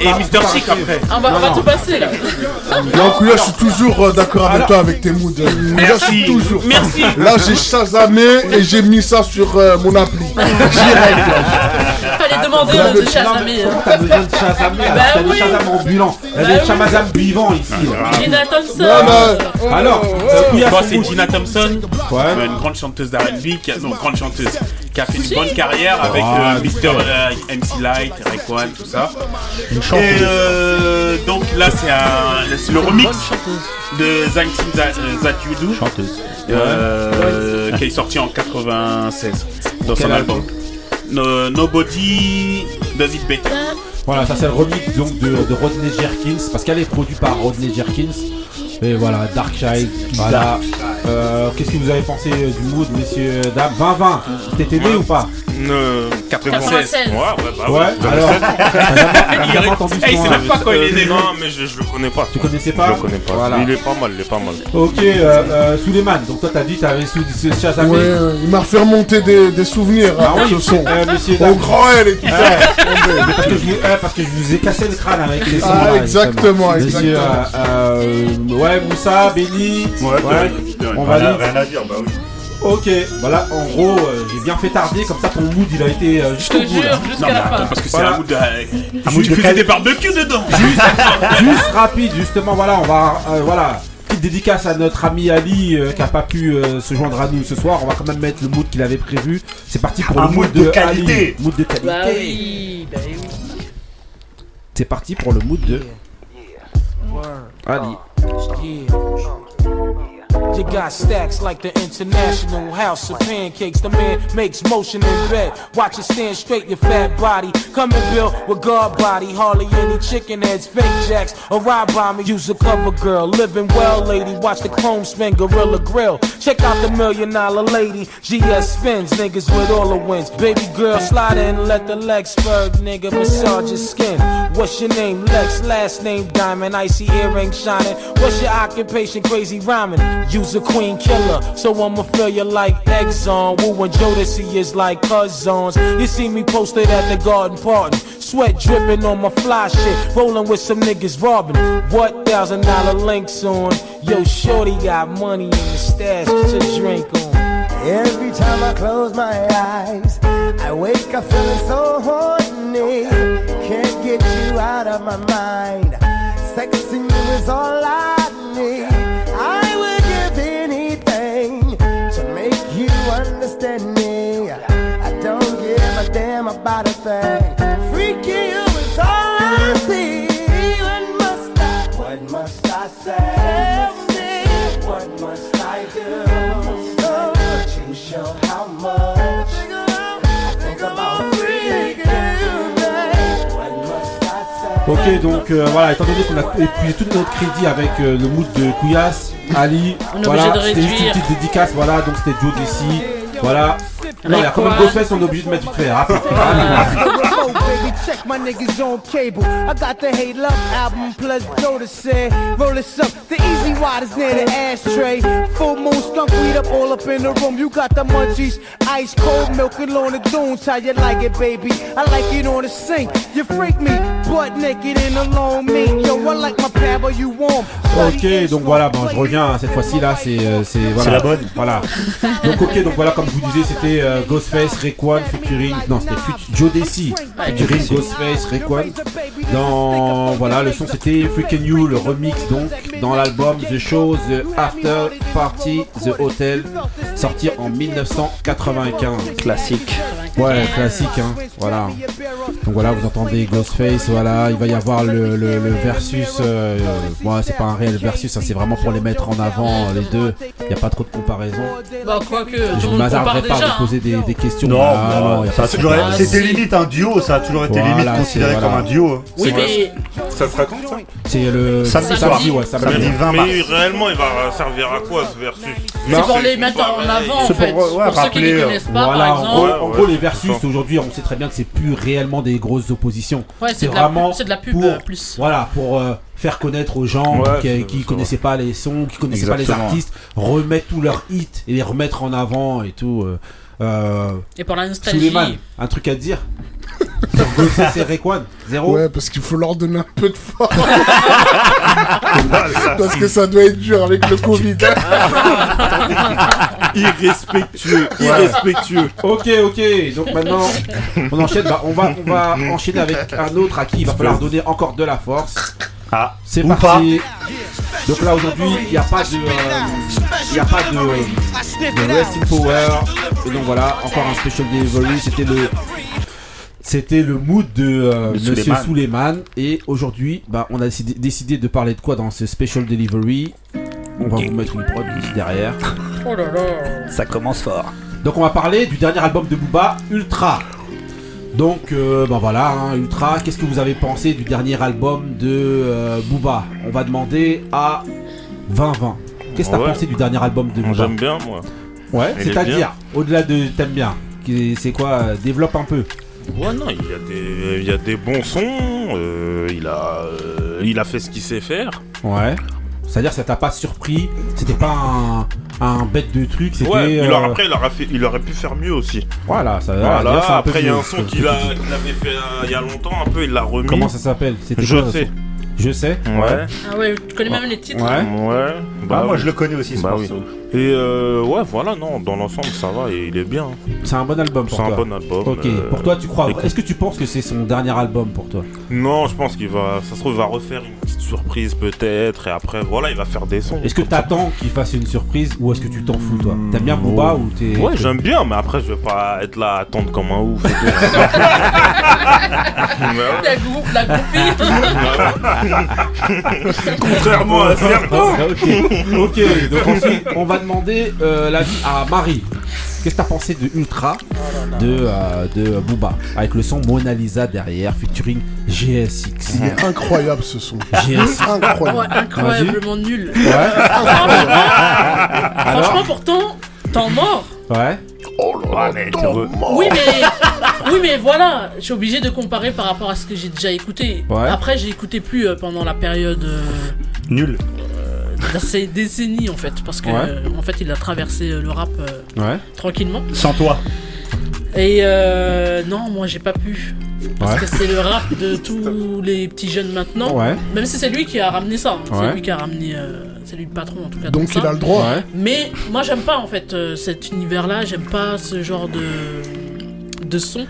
S3: Et Mr. Chic après.
S2: On va, on va tout passer là.
S5: Là, Kouya, je suis toujours euh, d'accord avec toi avec tes moods. Là, je suis toujours.
S3: Merci.
S5: Là, j'ai chasamé et j'ai mis ça sur euh, mon appli.
S2: Fallait demander
S1: Grave
S2: de
S1: de
S2: Shazamé.
S1: Ah, T'as besoin de Shazam, merde.
S2: Bah
S1: T'as du
S2: oui.
S1: Shazam ambulant. T'as
S2: Bah
S1: du
S2: oui.
S1: Shazam vivant ici.
S3: Ah,
S2: Gina Thompson.
S1: bah, Alors, euh, Kouyas,
S3: Moi,
S1: son
S3: c'est
S1: mood.
S3: Gina Thompson, euh, une grande chanteuse d'R&B, qui a, non, grande chanteuse, qui a fait une bonne carrière avec
S1: Ah,
S3: euh, Mr. euh, MC Light, Rayquan, tout ça.
S1: chanteuse.
S3: Et euh, donc là, c'est un- c'est le remix de Zantin That, That You Do, euh, qui est sorti en 96 dans
S1: Quel
S3: son album. No- Nobody Does It Better.
S1: Voilà, ça c'est le remix donc de, de Rodney Jerkins, parce qu'elle est produite par Rodney Jerkins. Et voilà, Dark Child, voilà. Euh, Qu'est-ce que vous avez pensé euh, du mood, messieurs, dames 2020, t'étais né ou pas
S6: Euh, 96.
S2: 96.
S6: Ouais, ouais, bah
S1: Ouais, alors,
S6: [laughs]
S1: t'as jamais entendu ce
S3: Hey,
S1: nom,
S3: c'est
S1: hein.
S3: même pas quand il est né.
S6: Non, mais je, je le connais pas.
S1: Tu connaissais
S6: Je
S1: pas
S6: le connais pas.
S1: Voilà.
S6: Mais Il est pas mal, il est pas mal.
S1: Ok, euh, euh, Suleiman, donc toi t'as dit t'avais sous ce Shazam.
S5: Ouais, euh, il m'a fait remonter des, des souvenirs
S1: Ah
S5: hein,
S1: oui.
S5: ce son.
S1: Euh, monsieur,
S5: Au
S1: dames.
S5: grand L et tout
S1: Ouais,
S5: ça.
S1: mais parce, que je, vous- ouais, parce que je vous ai cassé le crâne avec les sons.
S5: Ah,
S1: là,
S5: exactement,
S1: Monsieur,
S5: exactement.
S1: euh, euh, ouais, Moussa, Benny.
S9: Ouais, ouais.
S1: On
S4: Rien-
S1: valide.
S4: Rien à dire, bah oui.
S1: Ok, voilà, en gros, euh, j'ai bien fait tarder, comme ça ton mood il a été euh,
S2: Je te
S1: jusqu'au bout. là.
S2: jure,
S3: Non,
S2: jusqu'à
S3: mais
S2: la
S3: attends,
S2: fin.
S3: parce que c'est
S1: Voilà.
S3: un mood de, euh, un
S1: Juste
S3: mood qui faisait
S1: calme.
S3: des barbecues dedans.
S1: Juste rapide, justement, voilà, on va. euh, voilà, petite dédicace à notre ami Ali euh, qui a pas pu euh, se joindre à nous ce soir. On va quand même mettre le mood qu'il avait prévu. C'est parti pour
S4: Un
S1: le
S4: mood de qualité.
S1: Ali. Mood de qualité.
S2: Bah oui, bah oui.
S1: C'est parti pour le mood de
S2: Ah.
S1: Ali.
S10: Yeah. You got stacks like the International House of Pancakes. The man makes motion in bed. Watch it stand straight, your fat body. Come and build with guard body. Hardly any chicken heads, fake jacks, or ride by me. Use a cover girl. Living well, lady. Watch the chrome spin, Gorilla Grill. Check out the million dollar lady. GS spins, niggas with all the wins. Baby girl, slide in, let the legs spurg, nigga. Massage your skin. What's your name? Lex, last name Diamond. Icy earring shining. What's your occupation? Crazy rhyming. Use a queen killer, so I'ma feel you like Exxon. Woo and Jodeci is like cousins. You see me posted at the garden party. Sweat dripping on my fly shit. Rolling with some niggas robbing. What thousand dollar links on? Yo, Shorty got money in the stash to drink on.
S11: Every time I close my eyes, I wake up feeling so horny. Can't get you out of my mind. Sexing you is all I need. I will give anything to make you understand me. I don't give a damn about a thing. Freaky you is all I see. What must I? What must I say? What must I do? To show how much I think about freaking you, babe. What must I say?
S1: Ok, donc euh, voilà, étant donné qu'on a épuisé tout notre crédit avec euh, le mood de Kouyas, Ali,
S2: On est
S1: voilà,
S2: obligé de
S1: c'était juste une
S2: réduire.
S1: petite dédicace, voilà, donc c'était Joe Desi, voilà. Non, il y a quand même
S7: Likewise.
S1: Ghostface, on est obligé de mettre hein. vite fait, rapide.
S2: Ah.
S7: Remote, baby, check my niggas on cable. I got the Hate Love album plus Dota said. Roll this up, the easy wide is near the ashtray. Full moon skunk weed up all up in the room. You got the munchies, ice cold milk and on the dunes. How you like it, baby? I like it on the sink. You freak me, butt naked in a long meat. Yo, I like my pad, but you warm.
S1: Ok, donc voilà, bon, je reviens hein, cette fois-ci là, c'est euh, c'est voilà.
S4: C'est la bonne.
S1: Voilà. [laughs] Donc ok, donc voilà, comme je vous disais, c'était euh, Ghostface, Rayquan, featuring, non, c'était fut- Joe Desi, featuring Ghostface, Rayquan. Dans voilà, le son c'était Freakin' You, le remix donc dans l'album The Show, The After Party, The Hotel, sorti en 1995. Classique. Ouais, classique, hein. Voilà. Donc voilà, vous entendez Ghostface, voilà, il va y avoir le, le- le versus. euh, euh, ouais, c'est pas un réel versus, hein, c'est vraiment pour les mettre en avant euh, les deux. Il n'y a pas trop de comparaison.
S2: Bah, quoique,
S1: Je
S2: tout le monde compare
S1: ne m'hasarderai
S2: déjà.
S1: pas de
S2: hein.
S1: poser des, des questions.
S4: Non,
S1: Ah,
S4: non,
S1: il y a
S4: ça
S1: pas
S4: a
S1: de
S4: toujours
S1: comparaison.
S4: c'était limite un duo, ça a toujours été
S1: Voilà,
S4: limite
S1: c'est-
S4: considéré
S1: voilà.
S4: comme un duo. hein.
S2: Oui, mais
S9: Ça se raconte ça
S1: C'est le
S4: Euh, Samedi soir.
S1: ouais, samedi.
S4: Samedi. 20 mars.
S6: Mais réellement, il va servir à quoi ce versus
S2: c'est pour les mettre en avant, en
S4: C'est
S2: fait.
S4: pour- ouais,
S2: Pour ceux qui
S4: rappeler,
S2: ne
S4: euh,
S2: connaissent pas,
S1: Voilà,
S2: par
S1: en gros,
S2: exemple. euh,
S1: en gros, les
S6: Ouais,
S1: versus
S6: ouais.
S1: aujourd'hui, on sait très bien que c'est plus réellement des grosses oppositions.
S2: Ouais, c'est de la
S1: vraiment
S2: pub- c'est de la pub,
S1: pour,
S2: euh, plus.
S1: Voilà, pour euh, faire connaître aux gens
S6: Ouais,
S1: qui,
S6: c'est-
S1: qui
S6: c'est
S1: connaissaient pas les sons, qui connaissaient pas les
S6: Exactement.
S1: artistes, remettre tous leurs hits et les remettre en avant et tout. euh, euh,
S2: Et pour la nostalgie.
S1: Suleiman, un truc à
S4: [laughs]
S1: dire Sur Ghostface et Rayquan, zéro.
S5: Ouais, parce qu'il faut leur donner un peu de force. parce que ça doit être dur avec le
S1: [laughs]
S5: Covid.
S9: Irrespectueux, irrespectueux.
S1: Ok, ok. Donc maintenant, on enchaîne. Bah, on va, on va enchaîner avec un autre à qui il va falloir donner encore de la force.
S4: Ah,
S1: C'est
S4: ou
S1: parti. Donc là aujourd'hui, il n'y a pas de, il a pas de, euh, de Rest in Power. Et donc voilà, encore un special delivery. C'était le, c'était le mood de euh,
S4: Monsieur
S1: Monsieur
S4: Suleiman.
S1: Suleiman. Et aujourd'hui, bah, on a décidé, décidé de parler de quoi dans ce special delivery. On va vous mettre une prod juste derrière.
S2: Oh là là.
S12: Ça commence fort.
S1: Donc on va parler du dernier album de Booba, Ultra. Donc euh, ben voilà, hein, Ultra, qu'est-ce que vous avez pensé du dernier album de euh, Booba On va demander à 2020. Qu'est-ce que t'as
S6: Ah Ouais.
S1: pensé du dernier album de Booba
S6: J'aime bien, moi.
S1: Ouais,
S6: Il est
S1: c'est-à-dire, au-delà de t'aimes bien, qui- c'est quoi euh, Développe un peu.
S6: Ouais, non, il y a des, il y a des bons sons. euh, il, a, euh, il a fait ce qu'il sait faire.
S1: Ouais. C'est-à-dire, ça t'a pas surpris, c'était pas un, un bête de truc, c'était.
S6: Ouais, il
S1: euh,
S6: aura- après, il aurait, fait, il aurait pu faire mieux aussi.
S1: Voilà, ça
S6: Voilà,
S1: d'ailleurs, c'est un peu
S6: après, il y a
S1: mieux,
S6: un
S1: ce
S6: son
S1: que-
S6: qu'il a- qu'il avait fait euh, il y a longtemps, un peu, il l'a remis.
S1: Comment ça s'appelle C'était
S6: Je
S1: quoi, ça
S6: sais.
S1: Je sais.
S6: Ouais.
S2: Ah ouais, tu connais même les titres.
S1: Ouais.
S6: Ouais.
S4: Ah, moi
S6: oui.
S4: je le connais aussi ce
S6: Bah oui.
S4: morceau.
S6: Et euh, ouais, voilà, non, dans l'ensemble, ça va et il est bien.
S1: C'est un bon album pour
S6: C'est un
S1: toi.
S6: bon album.
S1: Ok,
S6: euh,
S1: pour toi tu crois
S6: écoute.
S1: Est-ce que tu penses que c'est son dernier album pour toi
S6: Non, je pense qu'il va, ça se trouve, il va refaire une petite surprise peut-être et après, voilà, il va faire des sons.
S1: Est-ce que t'attends qu'il fasse une surprise ou est-ce que tu t'en fous toi T'aimes bien Booba ou t'es
S6: Hmm. Ouais,
S1: t'es-
S6: j'aime bien, mais après, je vais pas être là à attendre comme
S1: [laughs]
S6: un ouf. [laughs] et tout. Ouais.
S2: La groupe, la groupie.
S9: Contrairement à certains.
S1: [laughs] Ok, ok. Donc ensuite on va demander euh, l'avis à Marie. Qu'est-ce que t'as pensé de Ultra de euh, de Booba avec le son Mona Lisa derrière featuring GSX.
S5: Il est incroyable ce son.
S1: GSX.
S2: Ah, Ouais,
S5: Incroyable.
S2: incroyablement nul.
S1: Ouais.
S2: Franchement, pourtant, temps mort.
S1: Ouais.
S6: Oh
S2: Oui, mais, oui, mais voilà, je suis obligé de comparer par rapport à ce que j'ai déjà écouté.
S1: Ouais.
S2: Après, j'ai écouté plus euh, pendant la période euh,
S4: Nul.
S2: de ces décennies en fait, parce que
S1: Ouais.
S2: euh, en fait, il a traversé euh, le rap euh,
S1: Ouais.
S2: tranquillement.
S4: Sans toi.
S2: Et euh, non, moi, j'ai pas pu. Parce
S1: Ouais.
S2: que c'est le rap
S1: [laughs]
S2: de tous les petits jeunes maintenant.
S1: Ouais.
S2: Même si c'est lui qui a ramené ça. hein.
S1: Ouais.
S2: C'est lui qui a ramené. euh, c'est lui le patron en tout cas.
S5: Donc
S2: de
S5: il
S2: ça.
S5: a le droit.
S1: Ouais.
S2: Mais moi j'aime pas en fait euh, cet univers là, j'aime pas ce genre de de son.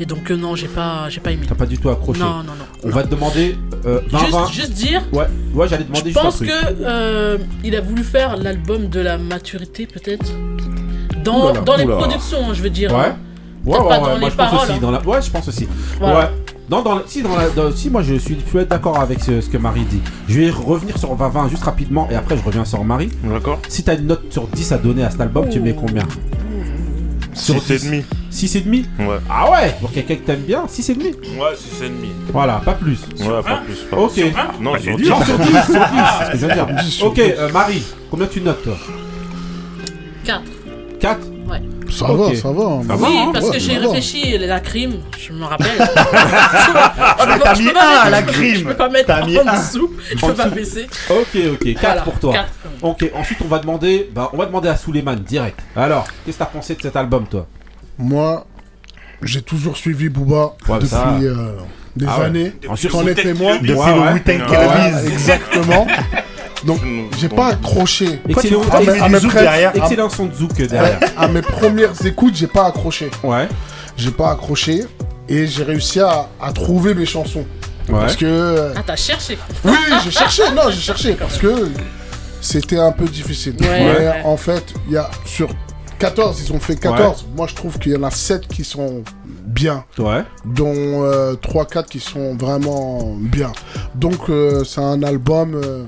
S2: Et donc, euh, non, j'ai pas, j'ai pas aimé.
S1: T'as pas du tout accroché.
S2: Non, non, non.
S1: On va te demander euh, 20
S2: Juste-
S1: 20.
S2: juste dire-
S1: Ouais, ouais j'allais demander
S2: Je
S1: juste un
S2: pense que
S1: truc.
S2: euh, il a voulu faire l'album de la maturité, peut-être.
S1: Ouh
S2: Dans,
S1: là là,
S2: dans les
S1: ouh là là.
S2: productions, hein, je veux dire.
S1: Ouais.
S2: hein.
S1: Ouais, ouais,
S2: Peut-être
S1: ouais,
S2: pas dans
S1: moi
S2: les
S1: je pense
S2: paroles.
S1: aussi.
S2: hein.
S1: Dans la... Ouais, je pense aussi.
S2: Voilà.
S1: Ouais. Non, dans, la- si, dans la, dans- si, moi je suis, je peux être d'accord avec ce, ce que Marie dit. Je vais revenir sur 20-20 juste rapidement et après je reviens sur Marie.
S6: D'accord.
S1: Si t'as une note sur 10 à donner à cet album, tu mets combien Sur
S6: Six et
S1: 10.
S6: demi.
S1: 6 et demi
S6: Ouais.
S1: Ah ouais Pour quelqu'un que t'aimes bien, 6 et demi
S6: Ouais, 6 et demi.
S1: Voilà, pas plus.
S6: Ouais, pas plus. Pas
S1: Ok.
S6: plus. Non, sur Ah,
S1: sur Bah,
S6: 10.
S1: 10. sur 10, sur 10. [laughs] c'est ce que je viens de dire.
S6: Dix sur
S1: Ah, Ok,
S6: dix.
S1: euh, Marie, combien tu notes toi
S2: Quatre.
S1: 4
S2: Ouais.
S5: Ça va, ça va,
S1: Ah
S5: hein. Ça
S2: oui,
S5: va, hein,
S2: parce que
S5: ouais,
S2: j'ai
S5: ça va.
S2: réfléchi, la crime, je me rappelle. Je peux pas-
S1: Ah, mais
S2: je
S1: t'as
S2: peux
S1: mis
S2: pas
S1: un
S2: mettre-
S1: à la
S2: Je peux
S1: crime.
S2: pas mettre
S1: T'as mis
S2: en
S1: un.
S2: dessous, je
S1: En
S2: peux pas
S1: dessous.
S2: baisser.
S1: Ok, ok, 4
S2: Voilà,
S1: pour toi.
S2: quatre.
S1: Ok, ensuite on va demander, bah, on va demander à Suleiman direct. Alors, qu'est-ce que t'as pensé de cet album, toi
S5: Moi, j'ai toujours suivi Booba
S1: Ouais,
S5: depuis
S1: ça-
S5: euh, des
S1: Ah ouais.
S5: années.
S1: En sur-
S5: J'en ai
S1: Wu-Tang
S5: témoin.
S1: Kid le Depuis le ouais. Wu-Tang Kid le
S5: Voilà,
S1: bise.
S5: Exactement. [laughs] Donc, j'ai pas accroché.
S1: Excellent,
S5: À mes- à mes
S1: Zouk
S5: prêtres-
S1: derrière.
S5: à-
S1: ah, excellent son de Zouk [laughs] derrière.
S5: Ouais, euh, à mes premières écoutes, j'ai pas accroché.
S1: Ouais.
S5: J'ai pas accroché et j'ai réussi à, à trouver mes chansons.
S1: Ouais.
S5: Parce que euh,
S2: Ah, t'as cherché.
S5: oui, j'ai cherché. Non, j'ai cherché parce que c'était un peu difficile.
S2: Ouais.
S5: Mais
S2: Ouais.
S5: en fait, il y a sur 14, ils ont fait 14. Moi, je trouve qu'il y en a 7 qui sont bien.
S1: Ouais.
S5: Dont 3-4 qui sont vraiment bien. Donc, euh, c'est un album euh,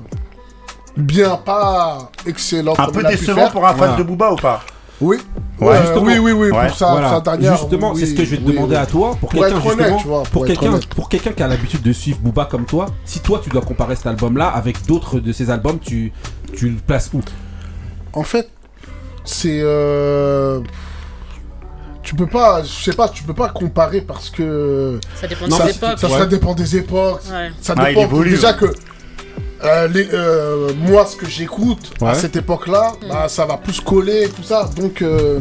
S5: bien, pas excellent.
S4: Un
S5: comme
S4: peu
S5: il a pu
S4: décevant
S5: faire.
S4: pour un fan
S5: Voilà.
S4: de Booba ou pas
S5: Oui.
S4: Ouais,
S5: Euh,
S4: justement.
S5: oui, oui, oui,
S4: Ouais.
S5: pour sa,
S1: Voilà.
S5: sa dernière.
S1: justement, c'est
S5: oui,
S1: ce que je vais te
S5: oui,
S1: demander
S5: oui.
S1: à toi pour
S5: Pour
S1: quelqu'un
S5: être honnête,
S1: justement,
S5: tu vois, pour
S1: pour
S5: être
S1: quelqu'un
S5: honnête.
S1: pour quelqu'un qui a l'habitude de suivre Booba comme toi, si toi tu dois comparer cet album-là avec d'autres de ses albums, tu tu le places où
S5: En fait, c'est. euh, Tu peux pas, je sais pas, tu peux pas comparer parce que
S2: Ça dépend des époques.
S5: Ça, ça
S2: Ouais.
S5: dépend des époques.
S2: Ouais.
S5: Ça
S4: Ah, il
S5: dépend
S4: évolue,
S5: déjà
S4: ouais.
S5: que euh, les, euh, moi, ce que j'écoute à
S4: Ouais.
S5: cette époque-là,
S2: Mm.
S5: bah, ça va plus coller et tout ça. Donc euh,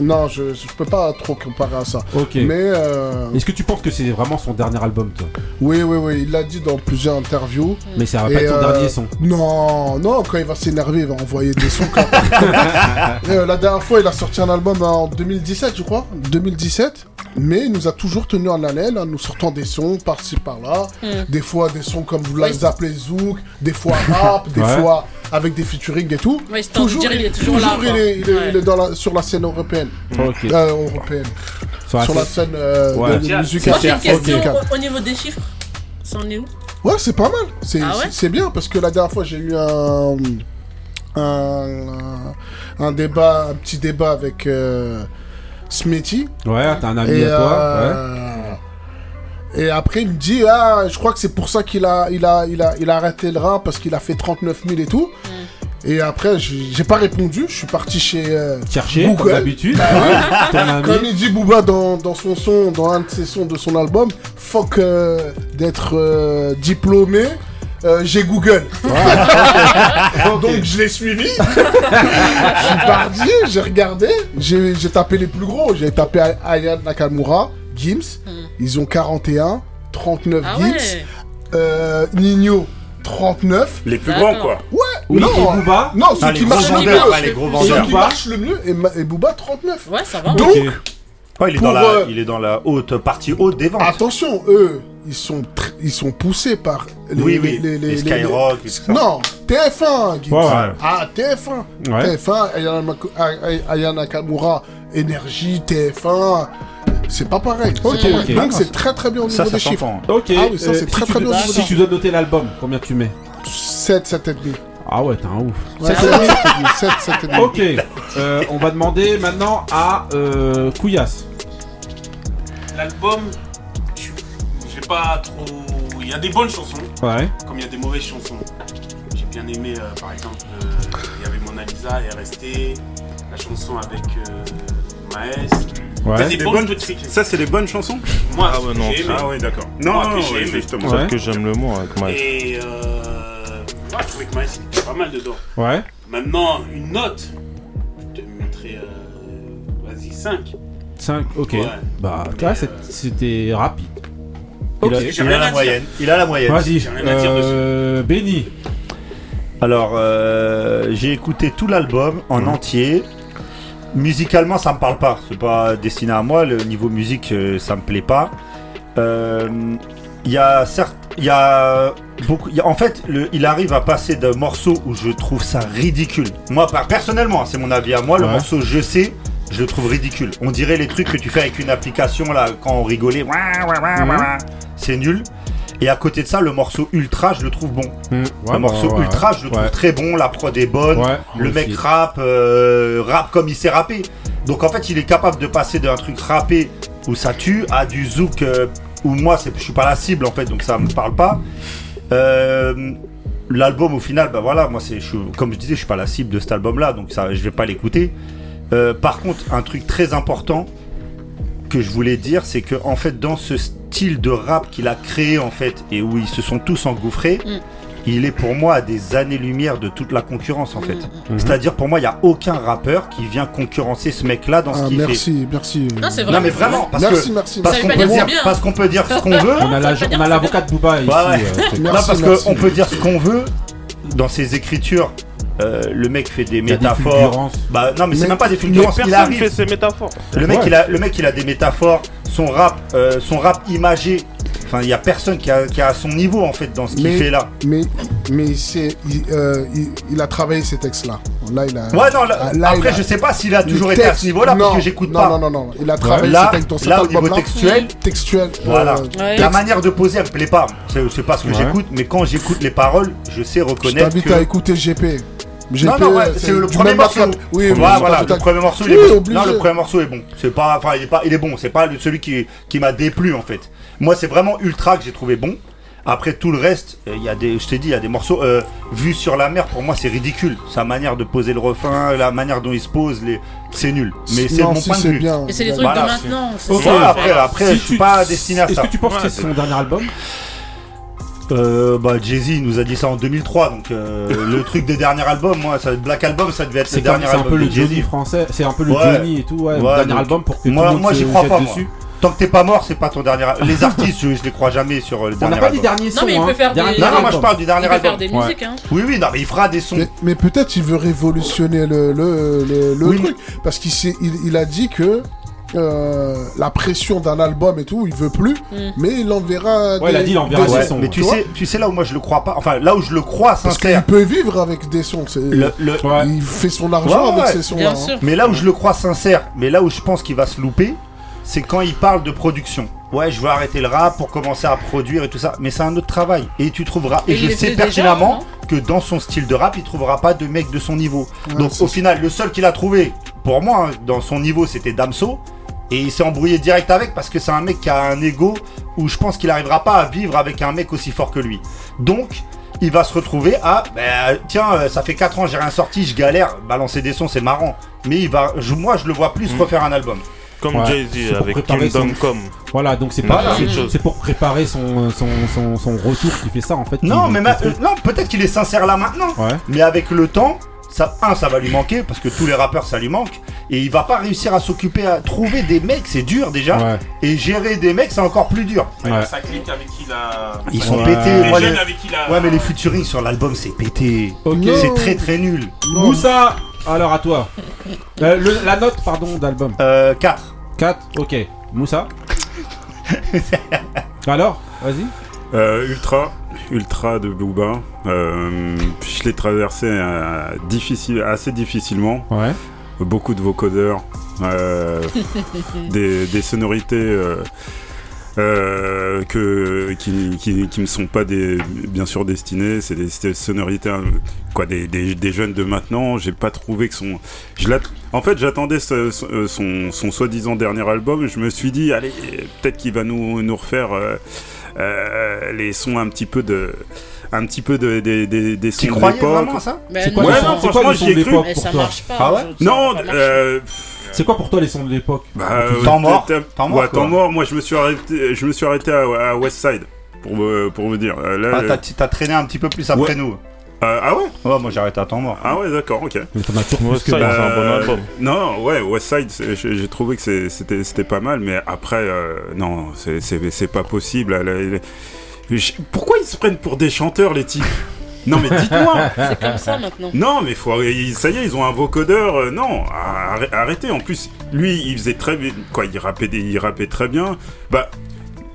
S5: non, je, je peux pas trop comparer à ça.
S1: Ok.
S5: Mais euh,
S1: Est-ce que tu penses que c'est vraiment son dernier album, toi
S5: Oui, oui, oui, il l'a dit dans plusieurs interviews.
S2: Mm.
S1: Mais ça va pas
S5: Et,
S1: être son
S5: euh,
S1: dernier son.
S5: Non, non, quand il va s'énerver, il va envoyer des sons. comme-
S1: [laughs]
S5: Et, euh, la dernière fois, il a sorti un album en 2017, je crois. 2017. Mais il nous a toujours tenu en haleine, en nous sortant des sons par-ci par-là.
S4: Mm.
S5: Des fois, des sons comme vous
S4: Oui.
S5: les appelez Zouk, des fois rap, des
S4: Ouais.
S5: fois avec des featuring et tout.
S2: Ouais, c'est envie de dire, il est toujours là,
S5: il
S2: quoi.
S5: est, il est-
S2: Ouais.
S5: il est dans la- sur la scène européenne.
S1: Ok.
S5: Euh, européenne.
S1: Sur
S5: Sur,
S1: la
S5: la
S1: scène-
S5: scène euh,
S1: Ouais.
S5: de, de
S1: Tiens,
S5: musique
S1: moi, j'ai une
S5: afro-
S1: question.
S5: musicale.
S2: Au, au niveau des chiffres, ça en est où
S5: Ouais, c'est pas mal. C'est
S2: Ah ouais
S5: c'est- c'est bien parce que la dernière fois, j'ai eu un, un, un débat, un petit débat avec euh, Smithy.
S1: Ouais, t'as un ami
S5: Et,
S1: à toi.
S5: euh, Et après, il me dit Ah, je crois que c'est pour ça qu'il a, il a, il a, il a arrêté le rap parce qu'il a fait 39 000 et tout. Et après, j'ai j'ai pas répondu. Je suis parti chez euh,
S1: Chercher,
S5: Google.
S1: comme d'habitude.
S5: Bah
S1: Ouais, [laughs] ton ami.
S5: Comme il dit Booba dans, dans son son, dans un de ses sons de son album, fuck euh, d'être euh, diplômé. euh, j'ai
S1: [laughs]
S5: Google.
S1: Ah,
S5: Donc je l'ai suivi. je suis parti, j'ai regardé, j'ai j'ai tapé les plus gros. J'ai tapé A- Aya Nakamura, Gims. Ils ont 41, 39
S2: Hmm. Ah
S5: Gims.
S2: ouais.
S5: euh, Nino, 39.
S9: Les plus grands, quoi.
S5: Ouais.
S9: Oui,
S5: non,
S9: et Booba
S5: non, ceux
S9: Ah, les
S5: qui
S9: gros
S5: marchent le
S9: vendeurs,
S5: mieux.
S9: ah, les gros
S5: Ceux
S9: vendeurs.
S5: qui marchent le mieux et, Ma- et Booba 39.
S2: Ouais, ça va.
S5: Donc,
S4: Ouais, il, est dans
S5: Pour,
S4: la,
S5: euh,
S4: il est dans la haute partie haute des ventes.
S5: Attention, eux, ils sont, tr- ils sont poussés par les,
S4: Oui, oui,
S5: les, les,
S4: les
S5: les-
S4: Skyrock,
S5: les-
S4: et tout ça.
S5: Non, TF1, Guy.
S4: Ouais, ouais.
S5: Ah, TF1.
S4: Ouais.
S5: TF1, Ayana, Mako- Ay- Ayana Nakamura, Énergie, TF1. C'est pas pareil. C'est
S1: Ok,
S5: pas pareil.
S1: ok.
S5: Donc c'est très très bien au niveau des chiffres.
S4: hein.
S1: Ok.
S5: Ah oui, ça
S1: euh,
S5: c'est
S1: si
S5: très
S1: tu
S5: très bien
S1: dois-
S5: au niveau
S1: Si tu dois noter l'album, combien tu mets
S5: 7, 7,5.
S1: Ah ouais, t'es un ouf.
S5: Ouais,
S1: Sept et demi
S5: 7, 7,5.
S1: Ok, euh, on va demander maintenant à euh, Couillasse.
S3: L'album, je- j'ai pas trop. Il y a des bonnes chansons,
S1: Ouais.
S3: comme il y a des mauvaises chansons. J'ai bien aimé, euh, par exemple, euh, il y avait Mona Lisa, RST, la chanson avec euh, Maes.
S1: Ouais.
S3: Ça, c'est
S9: Des
S3: bon,
S9: bonnes-
S3: je te critique.
S9: Ça, c'est les bonnes chansons
S3: Moi,
S9: Ah ouais, non.
S3: j'ai aimé.
S9: Ah ouais, d'accord. Non,
S3: Moi,
S9: non,
S3: que
S9: non,
S3: j'ai
S9: ouais,
S3: aimé.
S9: justement.
S6: Celle que j'aime le moins
S3: [laughs]
S6: avec Mike.
S3: Et euh, moi, je trouvais que Maes il était pas mal dedans.
S1: Ouais.
S3: Maintenant, une note, je te mettrais, euh, vas-y, 5.
S1: 5, ok.
S3: Ouais.
S1: Bah, tu vois, c'est- c'était rapide.
S4: Ok, j'ai rien à dire. Il a la moyenne.
S1: Vas-y,
S4: J'ai rien à dire
S1: euh, Benny. Mhm.
S4: Alors, euh, j'ai écouté tout l'album en entier. musicalement, ça me parle pas. C'est pas destiné à moi. Le niveau musique, euh, ça me plaît pas. Euh, Il y a certes, il y a beaucoup. il y a- en fait, le- il arrive à passer d'un morceau où je trouve ça ridicule. Moi, par- personnellement, hein, c'est mon avis à moi. Le
S1: Ouais.
S4: morceau, je sais. Je le trouve ridicule. On dirait les trucs que tu fais avec une application là quand on rigolait. Ouah, ouah, ouah,
S1: Mhm.
S4: ouah. C'est nul. Et à côté de ça, le morceau ultra, je le trouve bon.
S1: Mm. Ouais, bah
S4: le morceau
S1: ouais, ouais,
S4: ultra, je le
S1: ouais.
S4: trouve très bon, la prod est bonne,
S1: Ouais,
S4: le
S1: moi
S4: mec
S1: aussi.
S4: rappe, euh, rappe comme il sait rapper. Donc en fait, il est capable de passer d'un truc rappé où ça tue à du zouk euh, où moi, c'est- je suis pas la cible en fait, donc ça me parle pas. Euh, L'album au final, bah voilà, moi c'est, je suis- comme je disais, je suis pas la cible de cet album-là, donc ça, je vais pas l'écouter. Euh, par contre, un truc très important, que je voulais dire, c'est que en fait, dans ce style de rap qu'il a créé en fait, et où ils se sont tous engouffrés, il est pour moi à des années-lumière de toute la concurrence en fait. C'est-à-dire pour moi, il n'y a aucun rappeur qui vient concurrencer ce mec-là dans ce
S5: Ah,
S4: qu'il fait.
S5: merci, merci.
S4: Non, c'est vrai. Non, mais vraiment, parce
S5: merci,
S4: que-
S5: merci.
S4: parce Ça veut qu'on pas peut dire que c'est dire- bien. parce qu'on peut dire ce qu'on veut. Bah
S1: On a la- on a l'avocat de Booba ici.
S4: Ouais, ouais.
S1: euh,
S4: Non,
S1: Merci,
S4: parce
S1: merci.
S4: qu'on peut dire ce qu'on veut dans ses écritures. euh, le mec fait des
S1: y a des
S4: métaphores.
S1: fulgurances.
S4: bah non, mais c'est
S1: Mais
S4: même pas des fulgurances.
S6: personne
S4: Il arrive.
S6: fait ses métaphores.
S4: Le mec,
S6: Ouais.
S4: il a, Euh, le mec, il a des métaphores. Son rap, euh, son rap imagé. Enfin, il y a personne qui a, qui a son niveau en fait dans ce qu'il
S5: mais,
S4: fait là.
S5: Mais, mais c'est, il, euh, il, il a travaillé ces textes-là. Là, il a,
S4: Ouais, non, là-
S5: ah, là,
S4: après,
S5: il
S4: je sais pas s'il a
S5: Les
S4: toujours été à ce niveau-là, parce
S5: non,
S4: que j'écoute
S5: non,
S4: pas.
S5: Non, non, non, il a travaillé
S4: Là-
S5: ces textes dans cet
S4: là, au niveau
S5: album-là.
S4: textuel-
S5: textuel.
S4: Voilà.
S5: euh, texte.
S4: La manière de poser, elle me plaît pas. C'est c'est pas ce que
S5: Ouais.
S4: j'écoute, mais quand j'écoute les paroles, je sais
S5: Je
S4: reconnaître.
S5: t'invite
S4: que-
S5: à écouter GP. GP,
S4: non, non, ouais,
S5: euh,
S4: c'est le
S5: du
S4: premier
S5: même
S4: morceau.
S5: rap- Oui,
S4: Ouais,
S5: mais
S4: voilà,
S5: c'est pas tout à-
S4: le premier morceau,
S5: Oui,
S4: il est bon.
S5: obligé.
S4: Non, le premier morceau est bon. C'est pas, enfin, il est pas, il est bon. C'est pas le- celui qui, qui m'a déplu en fait. Moi, c'est vraiment Ultra que j'ai trouvé bon. Après tout le reste, euh, il y a des, je t'ai dit, il y a des morceaux. Euh, Vue sur la mer, pour moi, c'est ridicule. Sa manière de poser le refrain, la manière dont il se pose, les... c'est nul. Mais c'est
S5: Non,
S4: mon
S5: si,
S4: point de
S5: c'est
S4: vue.
S5: bien. Mais c'est les trucs
S2: de maintenant, c'est
S4: Ok,
S2: ça.
S4: après, après,
S1: Si
S4: je suis
S1: tu-
S4: pas destiné à ça.
S1: Est-ce que tu penses que c'est
S4: Ouais,
S1: son dernier album
S4: euh, bah Jay-Z il nous a dit ça en 2003 donc euh,
S1: [laughs]
S4: le truc des derniers albums moi ça, Black Album ça devait être le
S1: C'est comme-
S4: dernier
S1: c'est un
S4: album
S1: peu le
S4: de Jay-Z.
S1: Johnny français, c'est un peu le
S4: Ouais.
S1: Johnny et tout, ouais, le
S4: Ouais,
S1: dernier
S4: donc,
S1: album pour que
S4: moi,
S1: tout le monde
S4: moi
S1: se
S4: j'y crois
S1: jette
S4: pas
S1: dessus.
S4: moi. Tant que t'es pas mort c'est pas ton dernier album les artistes je, je les crois jamais sur euh, le
S1: On
S4: dernier
S1: n'a pas
S4: album
S1: dit dernier son.
S2: Non, mais il
S1: hein.
S2: peut faire des.
S1: Dernier
S4: non, non, moi je
S1: album.
S4: parle du dernier
S2: Il peut
S4: album
S2: faire des
S1: Ouais.
S2: musiques, hein.
S4: oui oui non mais il fera des sons
S5: Mais, mais peut-être il veut révolutionner le, le, le, le truc. Parce qu'il s'est- il, il a dit que euh, la pression d'un album et tout, il veut plus. Mais il enverra.
S1: Ouais, il a dit, il enverra
S5: des
S1: des
S4: Ouais,
S1: sons,
S4: mais tu
S5: vois.
S4: sais tu sais là où moi je le crois pas enfin là où je le crois
S5: Parce qu'il
S4: sincère
S5: peut vivre avec des sons. c'est-
S4: Le- le-
S5: Il fait son
S4: Ouais,
S5: argent
S4: ouais.
S5: avec ces sons-là. hein.
S4: Mais là où je le crois sincère, mais là où je pense qu'il va se louper, c'est quand il parle de production. Ouais, je veux arrêter le rap pour commencer à produire et tout ça, mais c'est un autre travail. Et tu trouveras, et,
S2: Et il
S4: je
S2: le
S4: sais
S2: faisait déjà,
S4: pertinemment
S2: non
S4: que dans son style de rap, il trouvera pas de mec de son niveau.
S5: Ouais,
S4: Donc
S5: c'est
S4: au final, le seul qu'il a trouvé, pour moi, hein, dans son niveau, c'était Damso. Et il s'est embrouillé direct avec parce que c'est un mec qui a un ego où je pense qu'il arrivera pas à vivre avec un mec aussi fort que lui. Donc, il va se retrouver à bah, tiens euh, ça fait 4 ans j'ai rien sorti je galère balancer des sons c'est marrant mais il va je- moi je le vois plus refaire un album
S6: Mm. Comme
S1: Ouais.
S6: Jay-Z
S1: C'est pour
S6: avec
S1: préparer
S6: Kingdom
S1: son-
S6: Come.
S1: Voilà, donc c'est
S6: Voilà.
S1: pas
S6: Même
S1: c'est
S6: chose.
S1: c'est pour préparer son son son son retour qui fait ça en fait.
S4: non
S1: Il-
S4: mais ma- euh, non peut-être qu'il est sincère là maintenant
S1: Ouais.
S4: mais avec le temps ça un ça va lui manquer parce que tous les rappeurs ça lui manque et il va pas réussir à s'occuper à trouver des mecs c'est dur déjà
S1: Ouais.
S4: et gérer des mecs c'est encore plus dur
S1: Ouais.
S3: Ça clique avec qui la.
S4: ils sont
S1: Ouais.
S4: pétés
S1: Les
S4: moi,
S3: jeunes
S4: les-
S3: avec qui la-
S4: ouais mais les featuring sur l'album c'est pété
S1: Ok.
S4: c'est très très nul
S1: Moussa, alors à toi. Euh, le- la note pardon d'album.
S4: euh, 4
S1: 4, OK. Moussa. alors, vas-y.
S9: Euh, Ultra, Ultra de Booba. Euh, je l'ai traversé euh, difficile, assez difficilement.
S1: Ouais.
S9: Beaucoup de vocodeurs, euh, des, des sonorités euh, euh, que, qui, qui, qui me sont pas des, bien sûr destinées. C'est des, c'est des sonorités hein, quoi, des, des, des jeunes de maintenant. J'ai pas trouvé que son. Je l'att- en fait, j'attendais ce- ce- euh, son, son soi-disant dernier album. Je me suis dit, allez, peut-être qu'il va nous, nous refaire. euh, euh, les sons un petit peu de un petit peu de, des- des- des sons
S4: tu
S9: de
S4: croyais
S9: l'époque.
S4: vraiment à ça
S2: Mais
S1: C'est quoi
S9: Ouais,
S1: les
S9: non,
S1: sons- c'est
S9: franchement,
S1: quoi les
S9: j'y
S1: sons
S9: ai
S1: de
S9: cru.
S1: l'époque
S2: Mais
S1: pour
S2: ça
S1: toi
S2: marche pas.
S4: Ah ouais
S2: aujourd'hui,
S9: Non,
S2: ça va pas marcher.
S9: euh,
S1: C'est quoi pour toi les sons de l'époque
S9: bah, euh,
S4: Temps mort.
S9: t'as-
S4: Temps mort,
S9: ouais,
S4: quoi.
S9: temps mort. Moi, je me suis arrêté, je me suis arrêté à, à Westside pour vous- pour vous dire. Euh, Là,
S4: Ah,
S9: le-
S4: t'as- t'as traîné un petit peu plus après
S9: Ouais.
S4: nous
S9: Euh, ah ouais,
S4: ouais moi j'arrête à temps mort
S9: ah ouais, d'accord, ok.
S1: Mais t'en as toujours plus que
S6: ça,
S1: moi.
S6: c'est un bon
S9: Euh,
S6: album.
S9: Non, ouais, Westside, c'est- j'ai j'ai trouvé que c'est- c'était c'était pas mal, mais après, euh, non, c'est- c'est c'est pas possible. elle- elle- je- pourquoi ils se prennent pour des chanteurs, les types Non mais dites-moi
S2: [laughs] C'est comme ça maintenant.
S9: Non mais faut arrêter- ça y est, ils ont un vocodeur. euh, non, arrê- arrêtez. En plus, lui, il faisait très bien. Quoi, il rappait, des- il rappait très bien. Bah.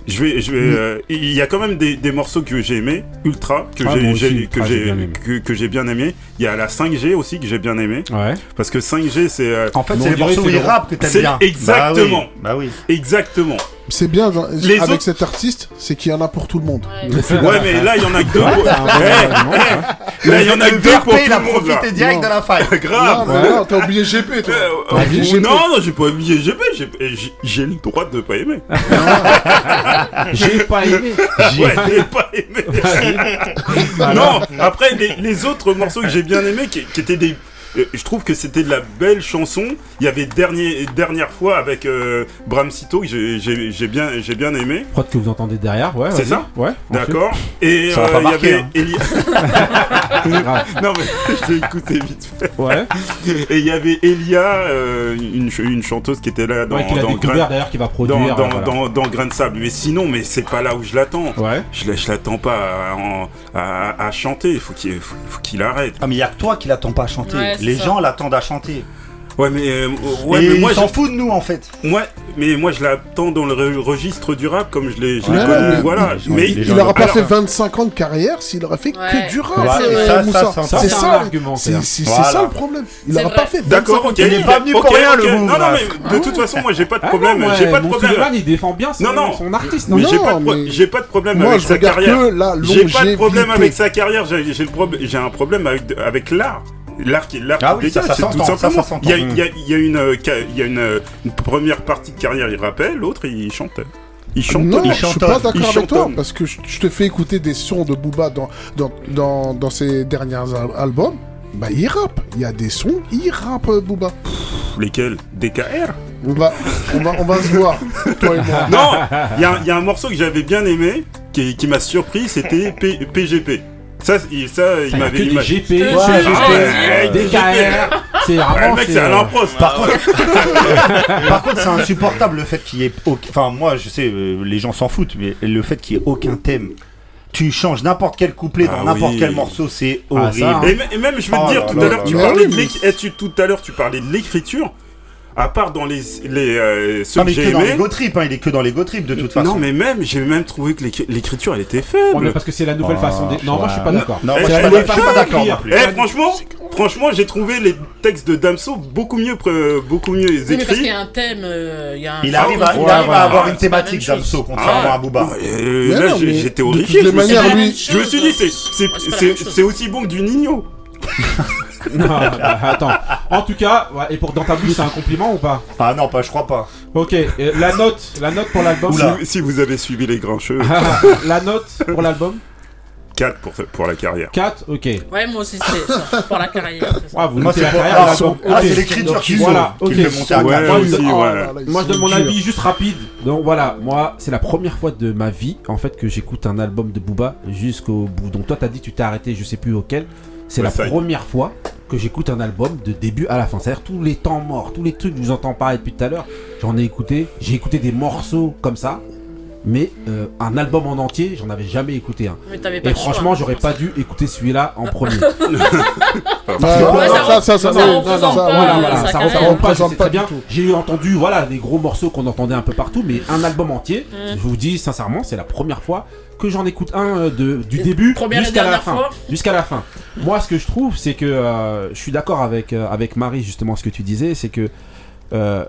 S9: Je vais, je vais.
S6: Mm.
S9: euh, Il y a quand même des, des morceaux que j'ai aimés, Ultra, que
S1: Ah, moi
S9: j'ai,
S1: aussi,
S9: j'ai-
S1: Ultra,
S9: que
S1: j'ai
S9: j'ai,
S1: bien aimé.
S9: que, que j'ai bien aimé. Il y a la 5G aussi que j'ai bien aimé. Parce que 5G, c'est. euh,
S4: En fait, c'est les morceaux où il rappe que t'aimes
S9: c'est-
S4: bien.
S9: Exactement.
S4: Bah oui.
S9: Exactement.
S5: C'est bien dans-
S9: Les
S5: avec
S9: autres-
S5: cet artiste, c'est qu'il y en a pour tout le monde.
S9: Ouais, mais là, il y en a que deux.
S5: Ouais,
S9: pour-
S5: c'est un bon
S9: Eh,
S5: argument,
S9: eh, Là, il y en a que deux pour tout
S4: il a
S9: le monde. là.
S4: profité direct de la faille.
S9: [laughs] Grave.
S5: Non, non, non, t'as oublié GP, toi. T'as oublié
S9: Ou-
S5: GP.
S9: Non, non, j'ai pas oublié GP, j'ai- j'ai- j'ai le droit de pas aimer. [laughs]
S1: J'ai pas aimé.
S9: Ouais, j'ai pas aimé. non, après, les, les autres morceaux que j'ai bien aimés, qui, qui étaient des. euh, Je trouve que c'était de la belle chanson. Il y avait dernier, dernière fois avec euh, Bram Cito que j'ai j'ai- j'ai bien, j'ai bien aimé.
S1: Prod que vous entendez derrière, ouais.
S9: C'est
S1: vas-y.
S9: ça
S1: Ouais.
S9: D'accord. Et
S1: Ça va
S9: euh,
S1: pas
S9: il y
S1: marquer,
S9: avait
S1: hein.
S9: Elia.
S1: [laughs]
S9: [laughs] non mais je l'ai écouté vite fait.
S1: Ouais.
S9: Et il y avait Elia, euh, une, ch- une chanteuse qui était là dans,
S1: Ouais, qu'il a
S9: dans
S1: découvert
S9: Grain-
S1: d'ailleurs, qu'il va
S4: euh,
S1: produire,
S9: dans, dans,
S1: voilà.
S9: dans- dans Grain de sable. Mais sinon, mais c'est pas là où je l'attends.
S1: Ouais.
S9: Je, la- je l'attends pas à, en- à- à chanter. Il faut qu'il faut, faut qu'il arrête.
S4: Ah mais il y a que toi qui l'attends pas à chanter.
S9: Ouais, c'est
S4: les
S9: ça.
S4: gens l'attendent à chanter.
S9: Ouais mais euh, ouais
S4: Et
S9: mais moi
S4: ils s'en
S9: je-
S4: foutent de nous en
S9: [laughs]
S4: fait.
S9: Moi, mais moi je l'attends dans le re- registre du rap comme je l'ai, je l'ai
S5: Ouais,
S9: connu,
S5: mais-
S9: voilà.
S5: il,
S9: mais
S5: il aura pas
S9: alors-
S5: fait 25 ans de carrière s'il aurait fait que du rap.
S9: Ouais,
S5: euh,
S9: et ça, ça,
S5: Moussa.
S9: c'est un-
S5: c'est
S9: c'est un
S5: ça,
S9: argument,
S5: c'est-
S9: c'est-
S5: c'est- c'est
S9: Voilà.
S5: ça le problème. Il
S9: C'est
S5: aura
S9: vrai.
S5: pas fait 25
S9: D'accord,
S5: ans
S9: ok.
S5: de carrière.
S9: Ok, ok.
S5: move,
S9: Non, non,
S5: là.
S9: mais de toute façon, moi, j'ai pas de problème.
S1: non, ouais,
S9: j'ai pas de
S1: mon
S9: problème.
S1: Sullivan, il défend bien son-
S9: non, non.
S1: son artiste,
S9: Mais
S1: non,
S9: j'ai pas, de pro-
S1: mais-
S9: j'ai pas de problème
S1: Moi,
S9: avec
S1: je
S9: sa
S1: regarde
S9: carrière.
S1: que la
S9: J'ai pas de
S1: longévité.
S9: problème avec sa carrière. J'ai j'ai le prob- j'ai un problème avec, avec l'art. L'art qui l'art
S4: Ah
S9: qui
S4: oui, ça, ça
S9: dégage, c'est tout
S4: s'entend, ça,
S9: simplement.
S4: ça s'entend.
S9: Il y a, il y a- il y a une, euh, ca- il y a une, euh, une première partie de carrière, il rappelle, l'autre, il chante. Il chante.
S5: Non,
S9: il
S5: je suis
S9: chante.
S5: pas d'accord
S9: il
S5: avec toi
S9: chantonne.
S5: parce que je je te fais écouter des sons de Booba dans, dans, dans, dans ses derniers al- albums. Bah, il rappe. Il y a des sons, il rappe euh, Booba.
S9: Pff, Lesquels DKR
S5: On va, on va, on va se voir, toi et moi.
S9: [laughs] Non, il y, a- il y a un morceau que j'avais bien aimé, qui, qui m'a surpris, c'était P- PGP. Ça, c'est- il, ça, il
S1: Il
S9: m'avait
S1: que des
S9: imaginé.
S1: GP,
S9: Ah ouais,
S1: GP,
S9: des
S1: DKR. C'est
S9: Ah,
S1: vraiment.
S9: le mec, c'est à l'impro.
S4: euh, Par contre, Par contre, [laughs] c'est insupportable le fait qu'il y ait. aucun- Enfin, moi, je sais, euh, les gens s'en foutent, mais le fait qu'il y ait aucun thème. Tu changes n'importe quel couplet dans
S9: Ah
S4: n'importe
S9: oui.
S4: quel morceau, c'est
S9: Ah,
S4: horrible.
S9: ça, hein. Et, mè- et même, je veux
S4: Oh
S9: te dire,
S4: là
S9: tout
S4: là
S9: à l'heure,
S4: là
S9: tu
S4: là.
S9: parlais de l'éc- eh, tu- tout à l'heure, tu parlais de l'écriture. À part dans les, les euh, ceux
S4: Non, Ah, mais
S9: que
S4: il
S9: j'ai
S4: est que dans
S9: aimés.
S4: les go trip, hein, il est que dans les go trip de toute façon.
S9: Non, mais même, j'ai même trouvé que l'éc- l'écriture, elle était faible.
S1: Ouais, mais parce que c'est la
S9: Ah.
S1: nouvelle façon d'é- non, moi, je suis pas d'accord.
S4: Non, moi,
S9: Eh,
S4: je suis
S9: elle
S4: pas-
S9: est
S4: je suis pas
S9: faible.
S4: d'accord non plus.
S9: Eh, franchement, franchement, j'ai trouvé les textes de Damso beaucoup mieux, pré- beaucoup mieux
S2: Oui, mais parce qu'il y
S9: écrits. Ah,
S2: a un thème. euh, il y a un-
S4: Il arrive à, il arrive
S9: Ouais,
S4: à
S9: voilà.
S4: avoir
S9: Ouais,
S4: une
S9: c'est la
S4: thématique,
S9: même chose.
S4: Damso, contrairement
S9: Ah.
S4: à Booba.
S9: Euh,
S4: Mais
S9: là,
S4: non,
S9: j'ai-
S4: mais
S9: j'étais
S4: de toutes
S9: horrifié.
S4: les
S9: je me suis
S4: manières,
S9: dit-
S4: lui-
S9: Je me suis dit, c'est- c'est-
S2: c'est pas la
S9: c'est
S2: même chose.
S9: c'est aussi bon que
S4: [laughs]
S9: du Nino.
S1: Non, bah, attends. En tout cas, ouais, et pour dans ta bouche, c'est un compliment ou pas
S4: Ah non, pas, je crois pas.
S1: Ok, euh, la note, la note pour l'album.
S9: Si, si vous avez suivi les
S4: [laughs]
S9: grincheux,
S1: la note pour l'album
S9: 4 pour, pour la carrière.
S1: 4, ok.
S2: Ouais, moi aussi, c'est ça, pour la carrière.
S1: Ah, vous
S9: Moi,
S1: notez
S9: c'est
S1: la
S9: pour-
S1: carrière
S9: ah,
S1: de l'album.
S9: son- ah,
S1: Ok.
S9: c'est l'écriture qui-
S1: voilà,
S9: qui
S1: ok.
S9: fait monter Ah, à
S1: Moi,
S9: quatre.
S1: je
S9: Ouais,
S1: donne-
S9: aussi,
S1: oh
S9: ouais.
S1: là là, Moi, je donne mon avis juste rapide. Donc voilà, moi, c'est la première fois de ma vie en fait que j'écoute un album de Booba jusqu'au bout. Donc toi, t'as dit tu t'es arrêté, je sais plus auquel. C'est
S9: Ouais,
S1: la
S9: ça y est.
S1: première fois que j'écoute un album de début à la fin. C'est-à-dire tous les temps morts, tous les trucs que je vous entends parler depuis tout à l'heure. J'en ai écouté, j'ai écouté des morceaux comme ça. Mais euh, un album en entier, j'en avais jamais écouté un.
S2: Mais t'avais pas
S1: Et
S2: le choix.
S1: franchement, j'aurais pas dû écouter celui-là en
S2: [laughs]
S1: premier.
S5: Parce que
S1: [laughs]
S5: Ouais, voilà, ça- ça- ça- ça- ça-
S1: non, non,
S5: ça-
S1: non,
S5: ça-
S1: voilà,
S5: ça-
S1: voilà,
S5: ça-
S1: ça
S5: ça-
S1: représente pas,
S5: représente
S1: c'est
S5: pas
S1: très
S5: du
S1: bien.
S5: tout.
S1: J'ai entendu voilà des gros morceaux qu'on entendait un peu partout, mais un album entier.
S5: Mm.
S1: Je vous dis sincèrement, c'est la première fois que j'en écoute un euh, de, du début
S2: première et
S1: jusqu'à la
S2: dernière
S1: fin.
S2: fois.
S1: Jusqu'à la fin. Moi, ce que je trouve, c'est que euh, je suis d'accord avec euh, avec Marie justement ce que tu disais, c'est que euh,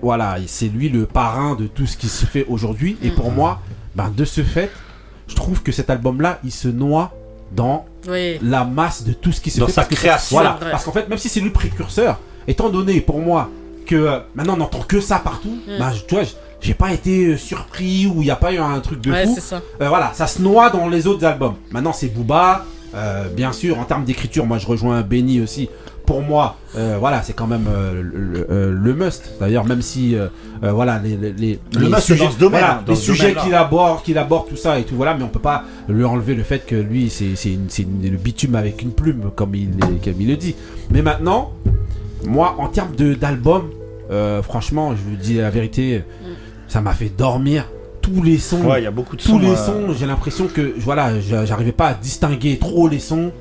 S1: voilà, c'est lui le parrain de tout ce qui se fait aujourd'hui. Et pour moi, ben, de ce fait, je trouve que cet album-là, il se noie dans
S2: Oui.
S1: la masse de tout ce qui se
S4: Dans
S1: fait.
S4: sa
S1: parce que-
S4: création.
S1: Voilà,
S4: C'est vrai.
S1: parce qu'en fait, même si c'est lui le précurseur, étant donné pour moi que euh, maintenant on n'entend que ça partout,
S2: Mm.
S1: ben, je- tu vois, j- j'ai pas été euh, surpris ou il n'y a pas eu un truc de
S2: Ouais,
S1: fou.
S2: c'est ça.
S1: Euh, voilà, ça se noie dans les autres albums. Maintenant, c'est Booba. euh, bien sûr, en termes d'écriture, moi je rejoins Benny aussi. Pour moi, euh, voilà, c'est quand même euh, le, le- euh, le must. D'ailleurs, même si, euh, euh, voilà, les, les, les-
S4: Le
S1: les
S4: must
S1: sujets,
S4: dans ce domaine,
S1: voilà,
S4: hein, dans
S1: les
S4: ce
S1: sujets
S4: domaine-là.
S1: qu'il aborde, qu'il aborde tout ça et tout, voilà, mais on peut pas lui enlever le fait que lui, c'est c'est une- c'est une- le bitume avec une plume, comme il, comme il le dit. Mais maintenant, moi, en termes
S9: Mm.
S1: de- d'album, euh, franchement, je vous dis la vérité, ça m'a fait dormir tous les sons.
S4: Ouais, il y a beaucoup de
S1: tous
S4: sons,
S1: les
S4: euh.
S1: sons, j'ai l'impression que voilà, j'a- j'arrivais pas à distinguer trop les
S9: Mm.
S1: sons.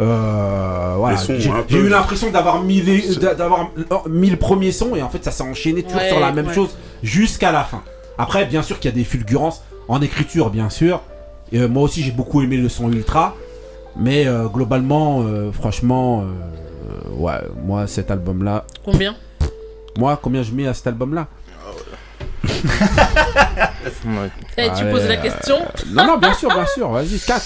S1: Euh, voilà,
S9: Les sons,
S1: j'ai
S9: un
S1: j'ai
S9: peu-
S1: eu l'impression d'avoir mis les- d'a- d'avoir oh, mis le premier son et en fait ça s'est enchaîné toujours
S9: Ouais,
S1: sur la même
S9: ouais.
S1: chose jusqu'à la fin. Après, bien sûr qu'il y a des fulgurances en écriture, bien sûr. Et, euh, moi aussi, j'ai beaucoup aimé le son ultra, mais euh, globalement, euh, franchement, euh, ouais, moi cet album-là.
S2: Combien
S1: Moi, combien je mets à cet album-là
S2: Eh, tu
S1: Allez,
S2: poses la
S1: euh,
S2: question
S1: Non, non, bien sûr, bien sûr, vas-y, 4.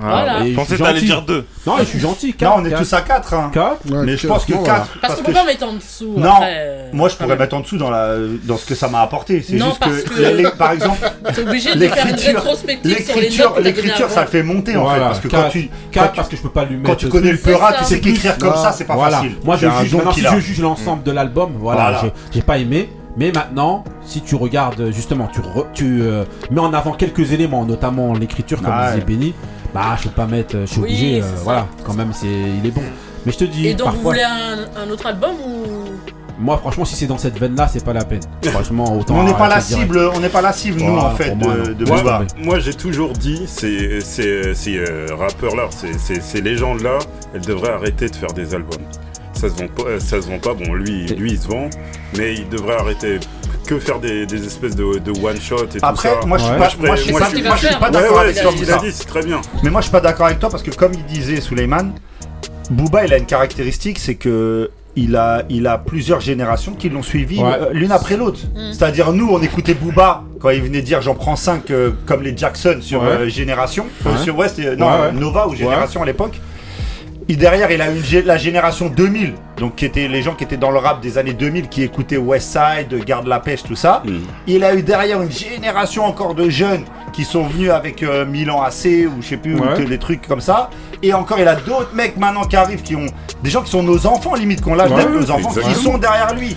S2: Voilà.
S1: Et
S6: Je pensais
S1: suis
S6: t'allais
S1: gentil.
S6: dire deux.
S1: Non, je suis gentil.
S4: Non,
S1: quatre,
S4: on est
S1: quatre.
S4: tous à 4. Hein.
S1: Quatre
S4: Mais je pense que 4.
S2: Parce qu'on peut pas mettre en dessous.
S4: Non,
S2: après, euh,
S4: moi je
S2: quand
S4: pourrais
S2: même.
S4: mettre en dessous dans, la, dans ce que ça m'a apporté. C'est
S2: Non,
S4: juste
S2: parce
S4: que,
S2: que-
S4: les- les- par exemple,
S2: T'es obligé de faire une
S4: l'écriture-
S2: rétrospective sur les
S4: l'écriture-
S2: notes que t'as données
S4: L'écriture,
S2: avant.
S4: ça fait monter en fait.
S1: Voilà,
S4: Parce que quand
S1: quatre,
S4: tu.
S1: quatre,
S4: quand tu-
S1: parce que je peux pas lui
S4: quand
S1: mettre.
S4: tu connais le
S1: dessus.
S4: Peurat,
S1: C'est
S4: tu
S1: ça.
S4: sais qu'écrire comme ça, c'est pas
S1: Voilà.
S4: facile.
S1: Moi, je
S4: C'est un
S1: juge,
S4: don
S1: maintenant,
S4: qu'il
S1: si
S4: a.
S1: je juge l'ensemble de l'album, voilà,
S4: Voilà.
S1: j'ai- j'ai pas aimé. Mais maintenant, si tu regardes justement, tu, re- tu euh, mets en avant quelques éléments, notamment l'écriture, comme
S4: Ouais.
S1: disait Benny. Bah, je peux pas mettre, je suis
S2: Oui,
S1: obligé. euh,
S2: c'est ça.
S1: voilà, quand même, c'est, il est bon. Mais je te dis,
S2: Et donc,
S1: parfois,
S2: vous voulez un, un autre album ou.
S1: moi, franchement, si c'est dans cette veine-là, c'est pas la peine. Franchement, autant.
S4: Mais on n'est pas la
S1: arrêter direct.
S4: cible, on n'est pas la cible, nous,
S1: Voilà,
S4: en fait,
S1: pour moi, non.
S4: de, de
S1: Moi,
S4: Booba.
S1: non,
S9: Moi j'ai toujours dit, ces, ces, ces, euh, rappeurs-là, ces, ces- ces légendes-là, elles devraient arrêter de faire des albums. Ça se vend pas, euh, ça se vend pas. bon lui, lui il se vend, mais il devrait arrêter que faire des, des espèces de, de one-shot et
S4: Après,
S9: tout ça.
S4: moi, je suis pas-
S9: ferais-
S4: moi, je suis pas-
S9: ferais-
S4: moi, je suis pas
S9: Ouais,
S4: d'accord
S9: ouais,
S4: avec
S9: c'est
S4: ça.
S9: ce qu'il a dit, c'est très bien.
S4: Mais moi, je suis pas d'accord avec toi parce que, comme il disait Suleiman, Booba, il a une caractéristique, c'est que il a, il a plusieurs générations qui l'ont suivi
S1: Ouais.
S4: euh, l'une après l'autre. C'est-à-dire, nous, on écoutait Booba quand il venait dire j'en prends 5 comme les Jackson sur
S1: Ouais.
S4: euh, Génération, euh,
S1: Ouais.
S4: sur West, euh, non,
S1: Ouais, ouais.
S4: Nova ou Génération à l'époque. Et derrière, il a eu gé- la génération 2000, donc qui étaient les gens qui étaient dans le rap des années 2000, qui écoutaient Westside, Garde la pêche, tout
S1: Mm.
S4: ça.
S1: Hmm.
S4: Il a eu derrière une génération encore de jeunes qui sont venus avec euh, Milan AC ou je sais plus, ou
S1: Ouais.
S4: que des trucs comme ça. Et encore, il a d'autres mecs maintenant qui arrivent, qui ont des gens qui sont nos enfants limite, qu'on l'âge
S1: Ouais,
S4: d'être nos enfants, qui
S1: exactement.
S4: sont derrière lui.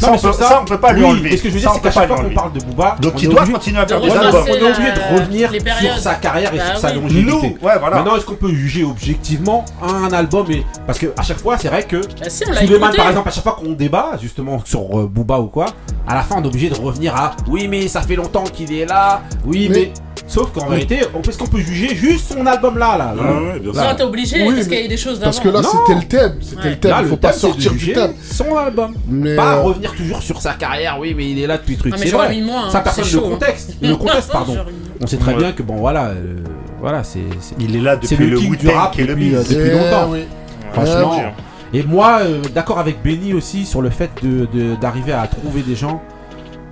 S1: Non,
S4: Ça,
S1: mais
S4: on peut,
S1: sur
S4: ça, on peut pas lui
S1: oui,
S4: enlever.
S1: mais ce que je veux
S4: Ça,
S1: dire,
S4: on
S1: c'est
S4: peut
S1: qu'à
S4: pas
S1: chaque fois
S4: lui
S1: qu'on
S4: enlever.
S1: parle de Booba,
S4: Donc,
S1: on
S4: il
S1: est
S4: doit
S1: obligé-
S4: continuer à faire
S1: on
S4: des
S1: est
S4: albums.
S1: obligé- On est obligé
S2: la-
S1: de revenir
S2: les
S1: sur
S2: périodes.
S1: sa carrière et
S2: Bah
S1: sur sa
S2: oui.
S1: longévité.
S4: Nous, ouais, voilà.
S1: Maintenant, est-ce qu'on peut juger objectivement un album et... Parce que à chaque fois, c'est vrai que
S2: si, on l'a
S1: Suleiman,
S2: écouté.
S1: par exemple, à chaque fois qu'on débat justement sur euh, Booba ou quoi, à la fin, on est obligé de revenir à oui, mais ça fait longtemps qu'il est là. Oui, mais, sauf qu'en vérité, on peut- est-ce qu'on peut juger juste son album là, là, là
S9: Ouais, ouais, bien
S2: Non, t'es obligé,
S5: Oui,
S2: parce
S5: mais-
S2: qu'il y a des choses d'avant.
S5: Parce que là,
S1: Non.
S5: c'était le thème. C'était le thème.
S1: Là,
S5: Il faut
S1: le
S5: pas
S1: thème, c'est de
S5: sortir du
S1: juger
S5: thème.
S1: son album.
S5: Mais
S1: Pas
S5: euh,
S1: revenir toujours sur sa carrière, oui, mais il est là depuis truc.
S2: Ah, mais
S1: c'est
S2: j'aurais
S1: vrai.
S2: mis moins, hein,
S1: Ça, personne
S2: c'est
S1: le
S2: chaud, hein. [laughs]
S1: contexte. Le contexte, pardon.
S2: J'aurais mis moins.
S1: On sait très
S9: Ouais.
S1: bien que, bon, voilà. euh, voilà, c'est. c'est-
S4: Il est là
S1: C'est
S4: depuis
S1: le
S4: le
S1: king du
S4: Wu-Tang
S1: rap
S4: qui est le
S1: depuis,
S4: Biz.
S1: depuis
S5: eh
S1: longtemps.
S5: oui.
S1: Franchement.
S6: Ouais.
S1: Et moi, euh, d'accord avec Benny aussi sur le fait de- de- d'arriver à trouver des gens.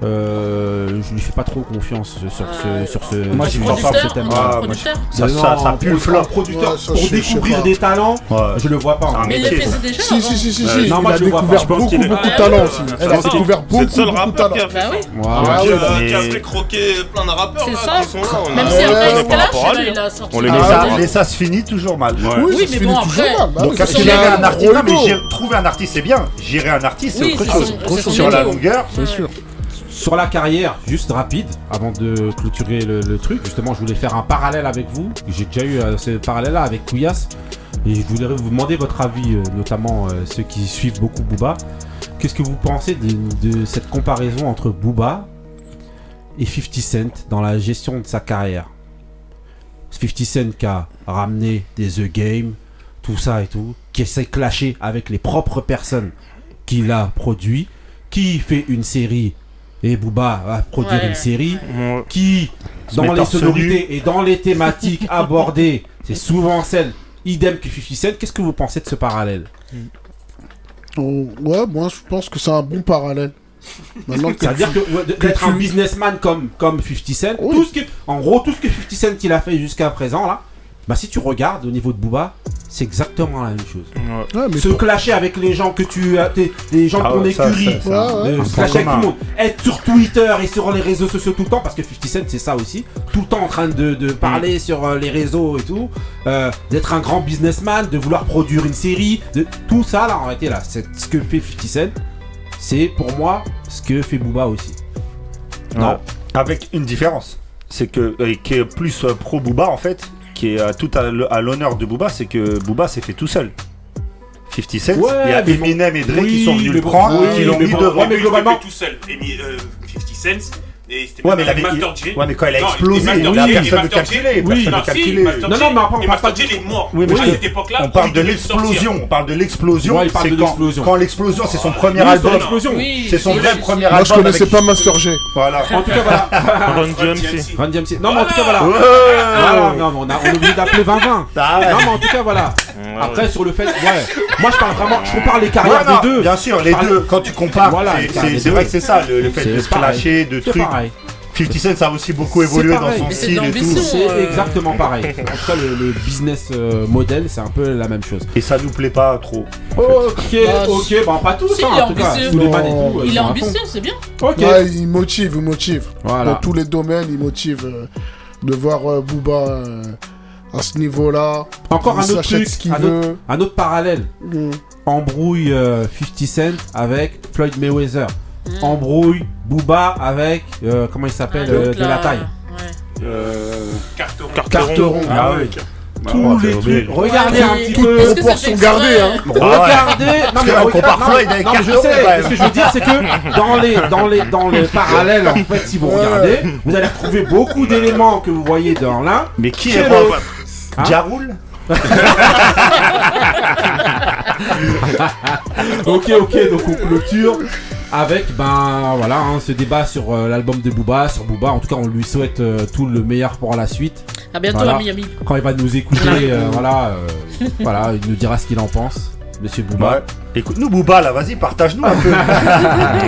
S1: Euh, je lui fais pas trop confiance sur
S2: Ah,
S1: ce, sur ce,
S4: Moi,
S1: sur
S4: je
S1: ce-
S4: t'en parle,
S1: sur
S2: Producteur,
S1: ce thème.
S2: on parle
S4: Ah,
S2: producteur.
S4: Ça, ça, ça pue le flop.
S1: producteur
S5: Ouais, ça,
S1: pour
S5: je- je sais
S1: découvrir
S5: pas.
S1: des talents.
S4: Ouais.
S1: Je le vois pas.
S4: Ah,
S1: en
S2: Mais
S1: fait.
S2: il le faisait déjà.
S5: Si,
S2: avant.
S5: si, si, si,
S9: Euh,
S5: si.
S1: non, moi,
S5: il a
S1: je le vois pas.
S5: découvert
S1: Je pense
S5: beaucoup,
S9: qu'il est-
S5: beaucoup
S2: Ah,
S5: de talent
S6: ouais,
S5: aussi.
S6: ouais,
S5: Elle a
S6: c'est ça.
S5: découvert
S6: C'est
S5: beaucoup,
S6: le seul
S5: beaucoup de
S6: rappeur
S5: talent.
S6: qui a fait
S2: Bah
S6: ça.
S2: oui.
S1: Voilà.
S5: Ah
S6: Qui
S5: ouais,
S6: a-
S4: mais-
S6: qui a fait croquer plein de rappeurs
S2: C'est
S6: là,
S2: ça.
S6: qui sont là. on
S2: Même
S6: a-
S2: si après,
S6: on est
S2: il
S6: par
S2: se lâche,
S6: rapport à
S2: là,
S6: lui,
S2: il
S6: hein.
S2: a sorti.
S6: On les
S2: un
S4: Mais
S6: laisse
S2: album
S4: Ah ça-
S6: pas.
S2: déjà.
S4: mais ça se finit toujours mal.
S5: Oui,
S2: Oui,
S5: ça
S2: mais
S5: se finit
S2: bon,
S5: toujours
S2: après-
S5: mal. Bah
S4: Donc,
S5: oui, c'est
S4: gérer
S5: un
S4: un artiste, non, mais
S5: gros
S4: gérer- trouver un artiste, c'est bien. Gérer un artiste, c'est
S2: Oui,
S4: autre
S2: c'est
S4: chose.
S2: son- c'est son
S4: Sur la
S2: métier.
S4: longueur,
S2: Ouais.
S1: Sur la carrière, juste rapide, avant de clôturer le, le truc, justement, je voulais faire un parallèle avec vous. J'ai déjà eu euh, ce parallèle-là avec Kouyas. Et je voulais vous demander votre avis, euh, notamment euh, ceux qui suivent beaucoup Booba. Qu'est-ce que vous pensez de, de cette comparaison entre Booba et 50 Cent dans la gestion de sa carrière 50 Cent qui a ramené des The Game, tout ça et tout, qui s'est clashé avec les propres personnes qu'il a produit, qui fait une série et Booba va produire
S2: Ouais.
S1: une série
S6: Ouais.
S1: qui, dans
S4: met
S1: les
S4: torse
S1: sonorités et dans les thématiques abordées, c'est souvent celle idem que 50 Cent. Qu'est-ce que vous pensez de ce parallèle
S5: Oh, Ouais, moi, je pense que c'est un bon parallèle. Maintenant que
S1: C'est-à-dire que ouais, de- d'être un businessman comme, comme 50 Cent,
S5: Oui.
S1: tout ce que, en gros, tout ce que 50 Cent il a fait jusqu'à présent, là, bah si tu regardes au niveau de Booba, c'est exactement la même chose.
S5: Ouais, mais
S1: Se clasher avec les gens que tu as, tes- les gens
S4: Ah
S1: de ton
S4: ouais, ça,
S1: écurie,
S4: ça, ça.
S5: Ouais, ouais.
S1: euh,
S4: Un
S1: se
S4: point
S1: clasher avec tout le
S4: commun.
S1: monde, être sur Twitter et sur les réseaux sociaux tout le temps, parce que 50 Cent c'est ça aussi, tout le temps en train de, de parler
S4: Mm.
S1: sur euh, les réseaux et tout, euh, d'être un grand businessman, de vouloir produire une série, de tout ça là, en réalité là, c'est ce que fait 50 Cent, c'est pour moi ce que fait Booba aussi. Non.
S4: Avec une différence, c'est que et qui est plus euh, pro Booba en fait, qui est euh, tout à l- à l'honneur de Booba, c'est que Booba s'est fait tout seul. 50 Cent,
S1: Ouais,
S4: il y a
S1: mais bon.
S4: Eminem et Drake
S1: Oui,
S4: qui sont venus
S1: mais
S4: le
S1: bon,
S4: prendre,
S1: oui,
S4: qui l'ont
S1: mais
S4: mis
S1: bon,
S4: devant.
S1: ouais, mais globalement-
S3: tout seul. Et mis, euh, 50 Cent Et c'était
S4: Ouais,
S3: même
S4: mais
S3: avec
S4: il avait-
S3: Master G.
S4: ouais, mais quand elle a
S3: Non,
S4: explosé,
S3: Master
S4: là,
S3: G,
S4: personne ne
S3: Master G,
S4: calculait,
S3: oui,
S4: personne ne
S3: non, si,
S4: calculait.
S3: Master
S4: Non,
S3: G,
S4: non, mais après, on
S3: et
S4: parle
S3: Master G, il est mort.
S4: Oui, mais
S3: à
S4: je-
S3: cette époque-là,
S4: on parle
S3: il
S4: de
S3: devait sortir.
S4: l'explosion, on parle de l'explosion.
S1: Ouais, il parle
S4: c'est
S1: de
S4: quand-
S1: l'explosion. Ah.
S4: Quand l'explosion, c'est son premier
S1: Oui, c'est
S4: album.
S1: l'explosion. Oui,
S4: C'est son
S1: oui,
S4: vrai
S1: oui.
S4: premier
S1: Moi,
S4: album.
S1: je connaissais
S4: avec-
S1: pas Master G.
S4: Voilà.
S1: En tout cas, voilà.
S4: [laughs] Run
S1: DMC. Run DMC. Non, mais en tout cas, voilà.
S4: Ouais. Bah
S1: Voilà, non, mais on a, on a oublié d'appeler
S4: [laughs]
S1: 2020.
S4: ouais.
S1: Non, mais en tout cas, voilà. Après, sur le fait. Ouais. Moi, je parle vraiment. Je compare les carrières
S4: Ouais, non,
S1: des deux.
S4: Bien sûr, les
S1: Je parle-
S4: deux, quand tu compares,
S1: Voilà,
S4: c'est-
S1: les carrières
S4: c'est
S1: des
S4: c'est
S1: deux.
S4: vrai que c'est ça, le, le fait
S1: C'est
S4: de se
S1: pareil.
S4: clasher, de
S1: C'est
S4: trucs.
S1: pareil.
S4: 50 Cent, ça a aussi [laughs] beaucoup évolué
S1: C'est euh.
S4: dans
S1: pareil.
S4: son style et tout.
S1: C'est exactement pareil. En tout cas, le, le business euh, model, c'est un peu la même chose.
S4: Et ça nous plaît pas trop.
S1: Ok,
S13: Bah,
S1: ok, bah pas tous,
S13: Si,
S1: hein,
S13: il est
S1: en tout cas.
S13: ambitieux.
S1: Suleiman et tout, euh,
S13: Il est
S1: sont à fond.
S13: ambitieux, c'est bien.
S1: Ok.
S5: Ouais, il motive, il motive.
S1: Voilà.
S5: Dans tous les domaines, il motive. euh, de voir euh, Booba euh, à ce niveau-là.
S1: Encore
S5: il
S1: un autre
S5: s'achète
S1: truc,
S5: ce qu'il
S1: un,
S5: veut. Mm.
S1: autre, un autre parallèle. Embrouille euh, 50 Cent avec Floyd Mayweather. Embrouille Booba avec euh, comment il s'appelle
S13: Mm. Ah,
S1: euh,
S13: l'autre,
S1: de la
S13: là,
S1: taille.
S3: Carteron.
S1: Carteron.
S4: Ah ouais.
S1: Tous les trucs. Regardez
S5: Ouais,
S1: un
S5: mais
S1: petit
S5: toutes
S1: peu.
S5: Est-ce que ça fait proportions gardées, exprès, hein.
S4: Bah,
S1: [laughs]
S5: hein
S1: Regardez.
S5: Ah ouais.
S1: Non
S5: Parce
S1: mais
S5: que là, on
S1: regarde-
S5: compare
S1: non,
S5: Floyd
S1: non,
S5: avec
S1: non, mais
S5: Carteron,
S1: je sais.
S5: quand même.
S1: Ce que je veux dire, c'est que dans les dans les
S4: [laughs]
S1: dans les parallèles, en fait, si vous
S4: Ouais.
S1: regardez, vous allez retrouver beaucoup d'éléments que vous voyez dans l'un.
S4: Mais qui
S1: chez
S4: est
S1: l'autre.
S4: Robert
S1: Hein
S4: Jaroul
S1: [laughs] ok, ok, donc on clôture avec ben voilà hein, ce débat sur euh, l'album de Booba, sur Booba. En tout cas, on lui souhaite euh, tout le meilleur pour la suite.
S13: À bientôt,
S1: Voilà.
S13: à Miami.
S1: Quand il va nous écouter, euh, voilà, euh, voilà, il nous dira ce qu'il en pense, Monsieur
S4: [laughs]
S1: Booba.
S4: Ouais. Écoute-nous, Bah, Booba, là, vas-y, partage-nous un
S1: [laughs]
S4: peu.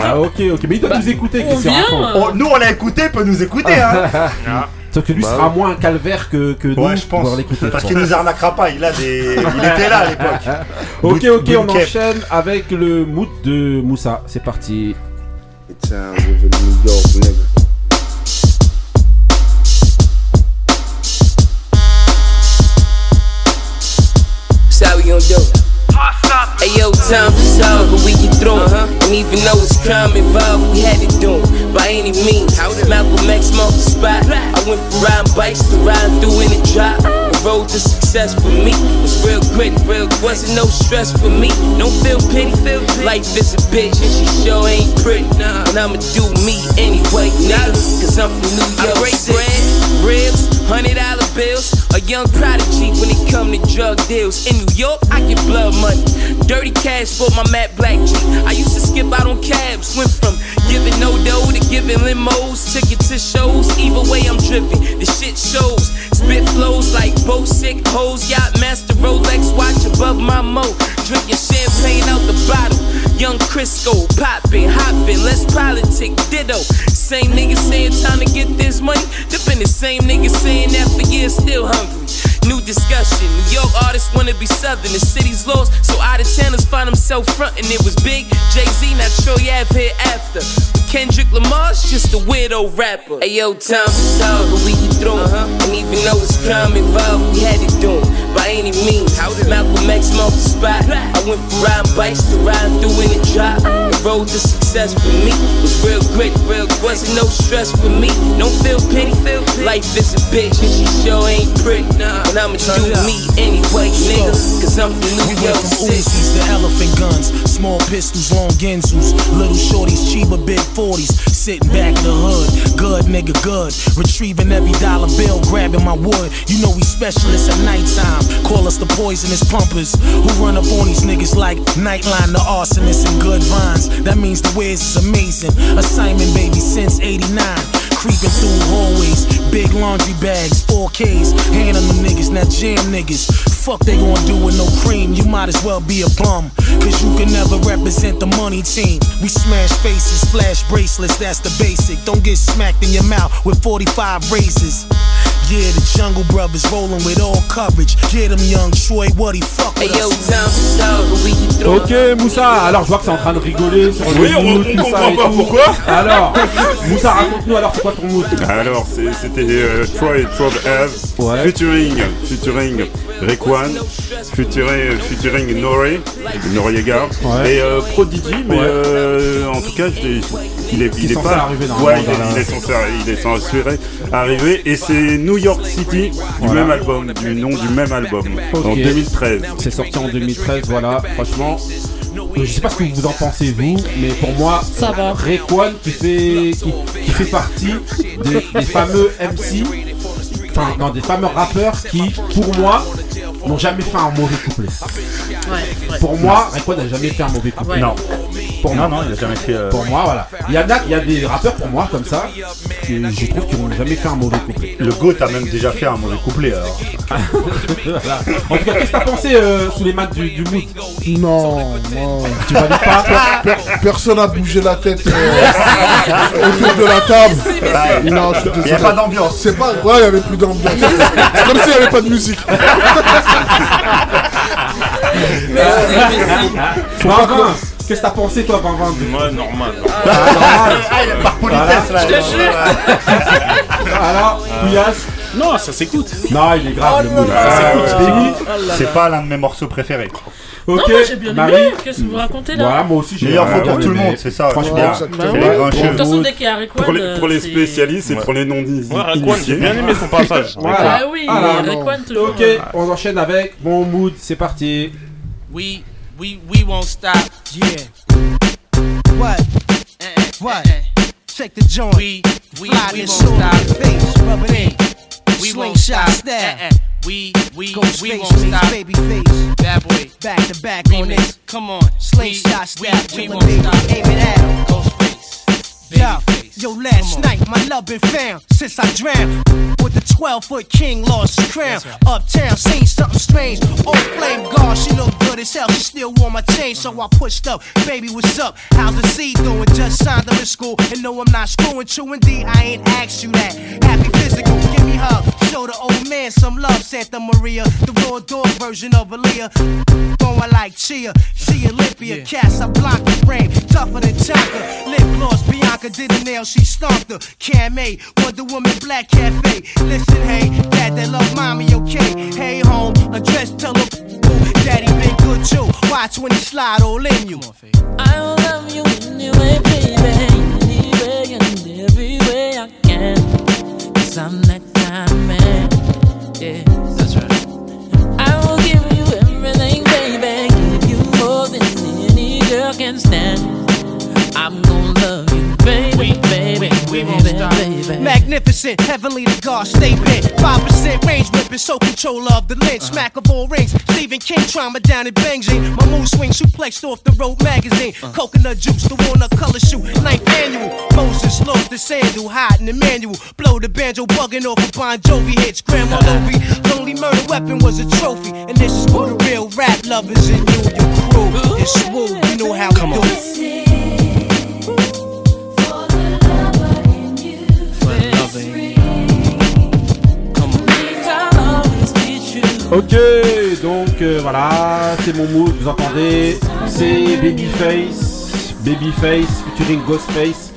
S1: Ah, ok, ok, mais il doit nous écouter. qu'est-ce qu'il raconte
S4: On- euh. Oh, nous, on l'a écouté, il peut nous écouter. [laughs] Hein.
S1: Sauf que lui
S4: Bah
S1: sera
S4: ouais.
S1: moins un calvaire [laughs] que, que nous
S4: Ouais, je pense.
S1: pour l'écouter.
S4: Parce
S1: je
S4: qu'il
S1: pense.
S4: nous arnaquera pas. Il, a des... il
S1: [laughs]
S4: était là à l'époque.
S1: Ok, ok,
S4: Boot-
S1: on
S4: bootcamp.
S1: enchaîne avec le mood de Moussa. C'est parti.
S14: Town with a New York nigga.
S15: So how we gon' do it? Hey yo, times is hard, but we get through it. And even though it's crime involved, we had to do it by any means. Malcolm X marked the spot. I went from riding bikes to riding through in the drop. The road to success for me was real gritty, real wasn't no stress for me. Don't feel pity, feel pity. Life is a bitch, and she sure ain't pretty. And I'ma do me anyway, nigga, cause I'm from New York. City. Ribs, hundred dollar bills, a young prodigy when it come to drug deals. In New York, I get blood money, dirty cash for my matte black G. I used to skip out on cabs, went from giving no dough to giving limos, ticket to shows. Either way, I'm driven. The shit shows. Spit flows like both sick hoes, yacht master Rolex watch above my mo. Drinking champagne out the bottle, young Crisco popping, hopping. Let's politic, ditto. Same nigga saying time to get this money. Dipping the same nigga saying that for years, still hungry. New discussion. New York artists wanna be southern. The city's lost, so out of towners find themselves frontin'. It was big. Jay Z, not sure you have here after. But Kendrick Lamar's just a weirdo rapper. Uh-huh. Ayo, time is hard, but we get through. it. And even though it's crime involved, we had to do it by any means. Malcolm X marked the spot. I went from riding bikes to riding through in the drop. The road to success for me was real grit, real wasn't no stress for me. Don't feel pity, feel pity. Life is a bitch, and she sure ain't pretty. And I'ma do me anyway, nigga, cause I'm from New
S10: We
S15: York
S10: went from
S15: City.
S10: Uzis to elephant guns, small pistols, long Genzus, little shorties, Chiba, big 40s, sitting back in the hood, good nigga, good, retrieving every dollar bill, grabbing my wood. You know we specialists at nighttime, call us the poisonous pumpers who run up on these niggas like Nightline, the arsonist, and good vines. That means the whiz is amazing. Assignment, baby, since '89 creeping through hallways. Big laundry bags, 4Ks, handing them niggas, now jam niggas. Fuck they gonna do with no cream, you might as well be a bum. Cause you can never represent the money team. We smash faces, flash bracelets, that's the basic. Don't get smacked in your mouth with 45 razors. Yeah, the Jungle Brothers rolling with all coverage. Get them young Troy, what he fuck with
S15: Ayo,
S10: us.
S15: time is hard, but we get through it.
S1: Ok Moussa, alors je vois que c'est en train de rigoler sur le
S9: Oui, on-
S1: mood,
S9: on
S1: tout ça
S9: comprend
S1: et
S9: pas
S1: tout.
S9: pourquoi.
S4: [laughs]
S1: Alors, Moussa, raconte-nous alors c'est quoi ton mood
S9: Alors, c'est- c'était euh, Troy et Trob Ave, featuring, featuring Rekwan, featuring, featuring Nori, Noriega,
S1: Ouais.
S9: et euh, Prodigy, mais
S1: Ouais.
S9: euh, en tout cas, je l'ai- il est,
S1: Qui est
S9: il est
S1: censé
S9: pas.
S1: arriver normalement
S9: ouais, il est,
S1: dans hein. la-
S9: il est censé, il est censé arriver, et c'est New York City, du
S1: Voilà.
S9: même album, du nom du même album, en
S1: Ok.
S9: 2013.
S1: C'est sorti en 2013, voilà, franchement. euh, Je sais pas ce que vous en pensez vous, mais pour moi,
S13: Ça va.
S1: Rekwan qui fait qui, qui fait partie des, des fameux MC, enfin non, des fameux rappeurs qui, pour moi, n'ont jamais fait un mauvais couplet.
S2: Ouais, ouais.
S1: Pour moi, Rayquan n'a jamais fait un mauvais couplet.
S2: Ouais. Non.
S1: Pour
S4: Non,
S1: moi,
S4: non, il a jamais fait, euh,
S1: Pour moi, voilà. Il y en a, il y a des rappeurs pour moi comme ça que je trouve qu'ils n'ont jamais fait un mauvais couplet.
S4: Le GOAT a même déjà fait un mauvais couplet alors.
S1: [laughs] Voilà. En tout cas, qu'est-ce que t'as pensé euh, sous les maths du, du mood
S5: Non, non.
S1: Tu valides pas
S5: Per- Personne n'a bougé la tête
S4: [laughs]
S5: euh, autour de la table. Non, je suis
S4: Il y
S5: désolé.
S4: a pas d'ambiance.
S5: C'est pas. Ouais, il n'y avait plus
S4: [laughs]
S5: d'ambiance. C'est comme s'il n'y avait pas de musique.
S2: euh,
S1: [laughs] Faut pas que- Qu'est-ce que t'as pensé toi, Van Van
S6: Moi, normal.
S1: Ah, il est par
S4: politesse, là. Je te
S1: jure Alors, Couillasse
S3: Non, ça s'écoute.
S1: Non, il est grave le mood.
S4: Ah,
S1: Ça s'écoute.
S4: ouais.
S1: Benny
S4: C'est pas l'un de mes morceaux préférés.
S1: Ok,
S2: moi, j'ai bien aimé.
S1: Marie
S2: Qu'est-ce que vous racontez, là
S1: Voilà, moi aussi j'ai
S4: Meilleur
S1: Ouais,
S4: faut pour
S1: ouais,
S4: tout le
S1: mais
S4: monde, c'est ça.
S1: Franchement,
S4: Voilà.
S1: exactement.
S4: C'est les grands
S2: De toute
S4: chefs.
S2: façon, dès qu'il y a Rayquan,
S9: Pour les, pour les
S2: c'est-
S9: spécialistes et pour les non-initiés.
S6: Ouais, Raekwon, j'ai bien aimé son passage.
S1: Voilà.
S2: Ah oui,
S1: Ah, là,
S2: Rayquan toujours.
S1: Ok, on enchaîne avec mon mood, c'est parti.
S7: We, we, we won't stop. Yeah. What? What? Check the joint. We, we, Fly we won't stop. Face, rub it in. We won't stop. Snap. We, we, Go we won't stop. Baby face. Bad boy. Back to back on this. Come on. Slingshot snap. We, won't stop. Aim it at him. Yo, yo, last night my love been found since I drowned with the 12 foot king lost his crown. Uptown seen something strange. Oh, flame guard, she looked good as hell. She still wore my chain, so I pushed up. Baby, what's up? How's the seed doing? Just signed up in school, and no, I'm not screwing. True indeed, I ain't asked you that. Happy physical, give me hug. Show the old man some love, Santa Maria, the raw dog version of Aaliyah. Going like Chia, she Olympia, cats I block the frame, tougher than Tonka. Lip gloss, Bianca did a nail, she stomped her. Cam A, Wonder Woman, Black Cafe. Listen, hey, dad that love mommy, okay. Hey, home, address, tell her, ooh, daddy been good too. Watch when he slide all in you.
S13: I will love you anyway, baby, anyway and every way I can. Cause I'm that kind of man. Yeah, that's right. I will give you everything, baby, give you more than any girl can stand. I'm gonna love you, baby,
S2: euh,
S13: baby,
S7: we won't
S13: baby,
S7: stop.
S13: baby.
S7: Magnificent, heavenly to God, stay bent. 5% range whipping, so control of the lens. Smack of all rings, Stephen King trauma down in Beijing. My mood swing, suplexed off the road magazine. Coconut juice, the walnut color shoe. Ninth annual, Moses lost the sandal, hiding the manual. Blow the banjo, bugging off a Bon Jovi hits. Grandma Lovey, lonely murder weapon was a trophy. And this is for the real rap lovers and you, your crew. It's swoo, you know how we do it.
S1: Ok, donc euh, voilà, c'est mon mood, vous entendez, c'est Babyface, Babyface featuring Ghostface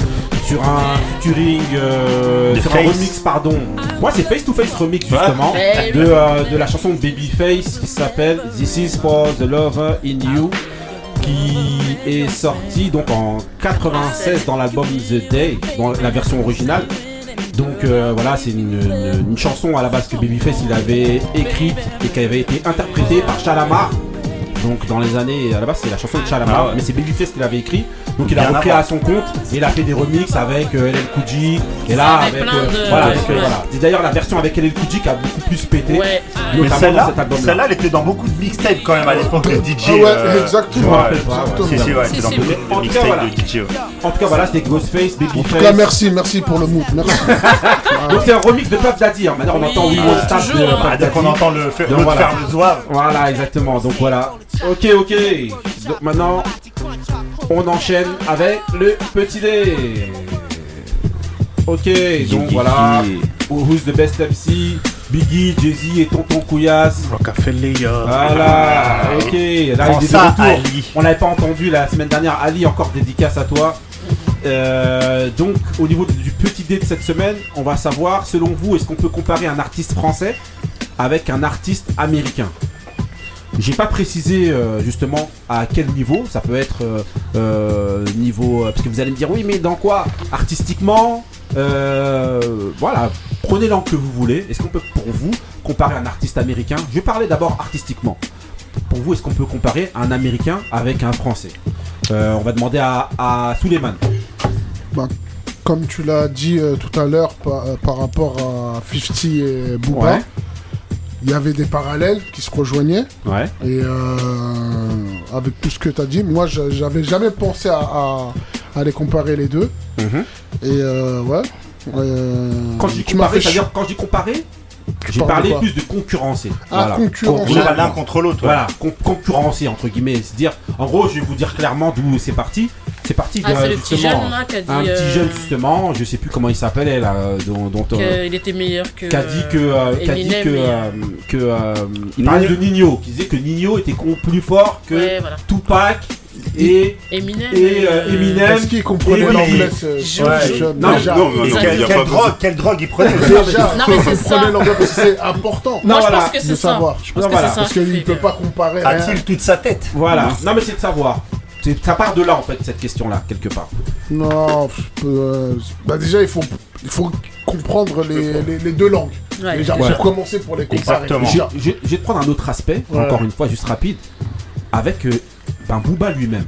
S1: sur un featuring, euh,
S4: Des
S1: sur un
S4: Face.
S1: remix, pardon. Ouais, c'est Face to Face remix justement
S2: Ouais.
S1: de, euh, de la chanson de Babyface qui s'appelle This is for the Lover in You qui est sorti donc en 96 dans l'album The Day, dans la version originale. Donc euh, voilà, c'est une, une- une chanson à la base que Babyface il avait écrite et qui avait été interprétée par Chalamar. Donc dans les années, à la base c'est la chanson de Chalamar,
S4: Ah ouais.
S1: mais c'est Babyface qui l'avait écrit. Donc il a
S4: Bien
S1: repris
S4: avant.
S1: à son compte et il a fait des remixes avec euh, LL Cool J, et là
S2: Avec
S1: avec,
S2: plein
S1: euh,
S2: de-
S1: voilà, avec, euh,
S2: ouais.
S1: voilà. Et d'ailleurs la version avec LL Cool J qui a beaucoup plus pété,
S2: Ouais.
S4: Mais
S1: notamment dans
S4: celle-là,
S1: cet album-là.
S4: celle-là, elle était dans beaucoup de mixtapes quand même à l'époque de DJ.
S5: Ah ouais,
S4: euh,
S5: exactement.
S1: Je me
S4: ouais,
S1: rappelle pas, ouais.
S4: Si, si, ouais, elle
S2: Si,
S4: était dans
S2: si.
S4: beaucoup
S1: En
S4: de
S1: tout cas,
S4: mixtapes
S1: voilà.
S4: de DJ. ouais.
S1: En tout cas voilà, c'était Ghostface,
S5: En tout cas,
S1: Babyface.
S5: merci, merci pour le mood. Merci.
S1: Donc c'est un remix de Puff Daddy. hein. Maintenant on entend We Won't Stop de
S2: toujours, hein.
S1: Puff
S4: Ah, dès qu'on
S1: Daddy.
S4: entend le fer-
S1: Donc
S4: l'autre
S1: voilà.
S4: faire le zouave.
S1: Voilà, exactement. Donc voilà. Ok, ok. Donc maintenant, on enchaîne avec le petit dé. Ok, donc voilà. Who's the best MC Biggie, Jay-Z et Tonton Couillasse.
S3: Rockefeller.
S1: Voilà, ok. Là,
S4: Prends
S1: il est de
S4: ça,
S1: retour.
S4: Ali.
S1: On l'avait pas entendu la semaine dernière. Ali, encore dédicace à toi. Euh, donc, au niveau du petit dé de cette semaine, on va savoir, selon vous, est-ce qu'on peut comparer un artiste français avec un artiste américain j'ai pas précisé euh, justement à quel niveau, ça peut être euh, euh, niveau. euh, Parce que vous allez me dire, oui, mais dans quoi Artistiquement euh, Voilà, prenez l'angle que vous voulez. Est-ce qu'on peut, pour vous, comparer un artiste américain Je vais parler d'abord artistiquement. Pour vous, est-ce qu'on peut comparer un américain avec un français Euh, On va demander à, à Suleiman.
S5: Bah, comme tu l'as dit euh, tout à l'heure par, euh, par rapport à 50 et Booba,
S1: Ouais.
S5: il y avait des parallèles qui se rejoignaient.
S1: Ouais.
S5: Et euh, avec tout ce que tu as dit, moi je- j'avais jamais pensé à, à- à les comparer les deux.
S1: Mhm.
S5: Et euh, ouais. Euh,
S1: Quand je dis
S5: tu m'as
S1: comparé,
S5: fait
S1: [laughs] c'est-à-dire quand je dis comparé,
S5: Tu
S1: j'ai
S5: parles de
S1: parlé
S5: quoi
S1: plus de concurrencer.
S5: Ah, concurrencer.
S1: Concurrencer.
S5: L'un contre l'autre, ouais.
S1: Voilà, con- concurrencer entre guillemets. cest dire en gros, je vais vous dire clairement d'où c'est parti. C'est parti
S2: Ah,
S1: d'un-
S2: c'est le petit
S1: justement,
S2: jeune, là, qui a dit,
S1: Un petit
S2: euh,
S1: jeune, justement, je sais plus comment il s'appelait là, euh, dont. dont, euh,
S2: Qu'il était meilleur que.
S1: qui a dit que euh, qui a dit
S2: Eminem
S1: que
S2: et,
S1: euh, que euh, il parlait de Nino qui disait que Nino était con- plus fort que Tupac et
S2: Eminem
S1: et euh, Eminem
S5: Est-ce qu'il comprenait
S1: et Biggie.
S5: l'anglais, ce- euh, ce
S1: Ouais.
S5: jeune
S1: non,
S5: Déjà.
S1: non, non,
S5: Et
S1: non,
S5: quelle-
S1: il y a
S5: quelle
S1: pas
S5: drogue,
S1: besoin.
S5: quelle drogue il prenait
S1: Déjà.
S5: Non, mais c'est ça. Prenez l'anglais parce que c'est important.
S1: Non,
S5: Moi, je
S1: voilà.
S5: pense que c'est
S1: De
S5: ça.
S1: savoir.
S5: Je pense
S1: Non,
S5: que
S1: voilà.
S5: c'est ça Parce qu'il qui peut fait pas comparer rien.
S1: A-t-il
S4: toute sa tête
S1: Voilà.
S5: Oui.
S1: Non, mais c'est de savoir. C'est- Ça part de là en fait cette question là quelque part.
S5: Non, pff, euh, bah déjà il faut, il faut comprendre les, les, les deux langues.
S1: Ouais.
S5: Déjà,
S1: Ouais.
S5: pour commencer pour les comparer.
S1: Je,
S5: Déjà.
S1: je- je vais te prendre un autre aspect,
S5: Ouais.
S1: encore une fois, juste rapide, avec euh, ben, Booba lui-même.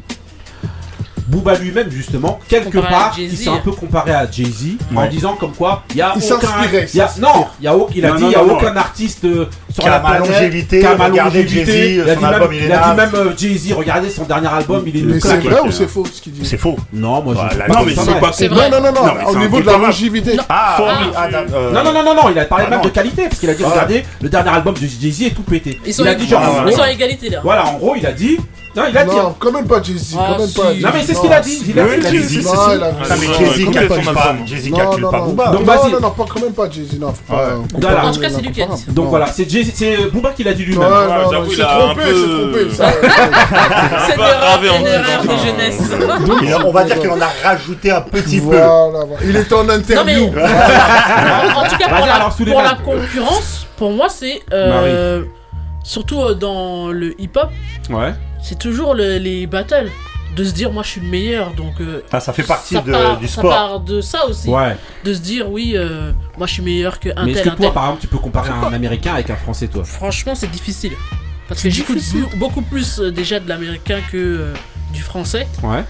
S1: Booba lui-même, justement, quelque
S6: Comparé à
S1: part, il
S6: Jay-Z,
S1: s'est un peu comparé à Jay-Z en
S6: Ouais.
S1: disant comme quoi, il y a
S6: Il
S1: aucun.
S6: s'inspirait, il
S1: il y a-
S6: s'inspire.
S1: non, il y a, au- il a
S6: Non,
S1: dit,
S6: non,
S1: il y a
S6: non,
S1: aucun
S6: ouais.
S1: artiste euh, sur
S6: Qui a
S1: la
S6: ma
S1: planète
S6: longévité,
S1: qui a ma
S6: regardez
S1: longévité.
S6: Jay-Z,
S1: il a
S6: son
S1: dit même,
S6: album, il est
S1: il a dit
S6: naze.
S1: même, euh, Jay-Z, regardez son dernier album, il est une
S5: Mais c'est
S1: claque. euh.
S5: vrai ou c'est faux ce qu'il dit
S4: C'est faux.
S1: Non, moi
S4: Voilà,
S1: je
S4: non, mais c'est pas C'est vrai.
S5: Non, non, non,
S4: Non, mais
S5: au
S4: c'est
S5: niveau de la
S4: incomparable.
S5: longévité.
S4: Ah,
S1: Fort.
S4: ah, ah, euh,
S1: Non, non, non, non, non, il a parlé
S4: Ah,
S1: même
S4: non.
S1: de qualité parce qu'il a dit
S4: Ah,
S1: regardez, le dernier album de Jay-Z est tout pété.
S2: Ils sont,
S1: il a dit genre. en
S2: ils
S1: gros-
S2: sont à égalité là.
S1: Voilà, en gros, il a dit. Non, il a dit. hein.
S5: Non, quand même pas Jay-Z.
S2: Ah,
S5: quand même
S2: si.
S5: pas
S1: Non, mais c'est ce qu'il a dit. Il a
S5: Non,
S1: dit, il a dit,
S5: Jay-Z,
S1: si, si,
S5: non,
S1: si.
S5: il a
S1: Ah, mais Jay-Z
S5: Non,
S1: calcule
S5: non,
S1: pas,
S5: non,
S1: Jay-Z
S5: non,
S1: calcule
S5: non,
S1: pas
S5: non.
S1: Booba.
S5: Non,
S1: Donc, vas-y.
S5: non, non, pas quand même pas Jay-Z. Non, faut pas.
S1: Voilà.
S5: comparer,
S1: Voilà.
S5: on est incomparable.
S1: Donc
S5: Non.
S1: voilà, c'est Jay-Z- c'est Booba qui l'a dit lui-même.
S5: Ouais, Ouais, non, j'avoue, il il s'est a un trompé, il s'est peu- trompé, [laughs] ça.
S1: C'est
S5: une erreur,
S13: Ah,
S1: gravé
S5: c'est une erreur de
S1: jeunesse.
S4: Il a- on va dire qu'il en a rajouté un petit peu.
S5: Voilà, voilà. Il était en interview.
S2: En tout cas,
S4: Vas-y,
S2: pour, la,
S4: alors, sous les
S2: pour la
S4: vannes.
S2: concurrence, pour moi, c'est. euh, surtout euh, dans le hip-hop,
S1: Ouais.
S2: c'est toujours le- les battles. De se dire, moi, je suis le meilleur. Donc, euh,
S4: Ah, ça fait partie de-
S2: part-
S4: du
S2: Ça
S4: sport.
S2: part de ça aussi.
S1: Ouais.
S2: De se dire, oui, euh, moi, je suis meilleur que un
S1: Mais est-ce
S2: tel,
S1: que
S2: un
S1: toi,
S2: tel.
S1: par exemple, tu peux comparer un américain avec un français, toi
S2: Franchement, c'est difficile. Parce que j'écoute be- beaucoup plus euh, déjà de l'américain que euh, du français.
S1: Ouais.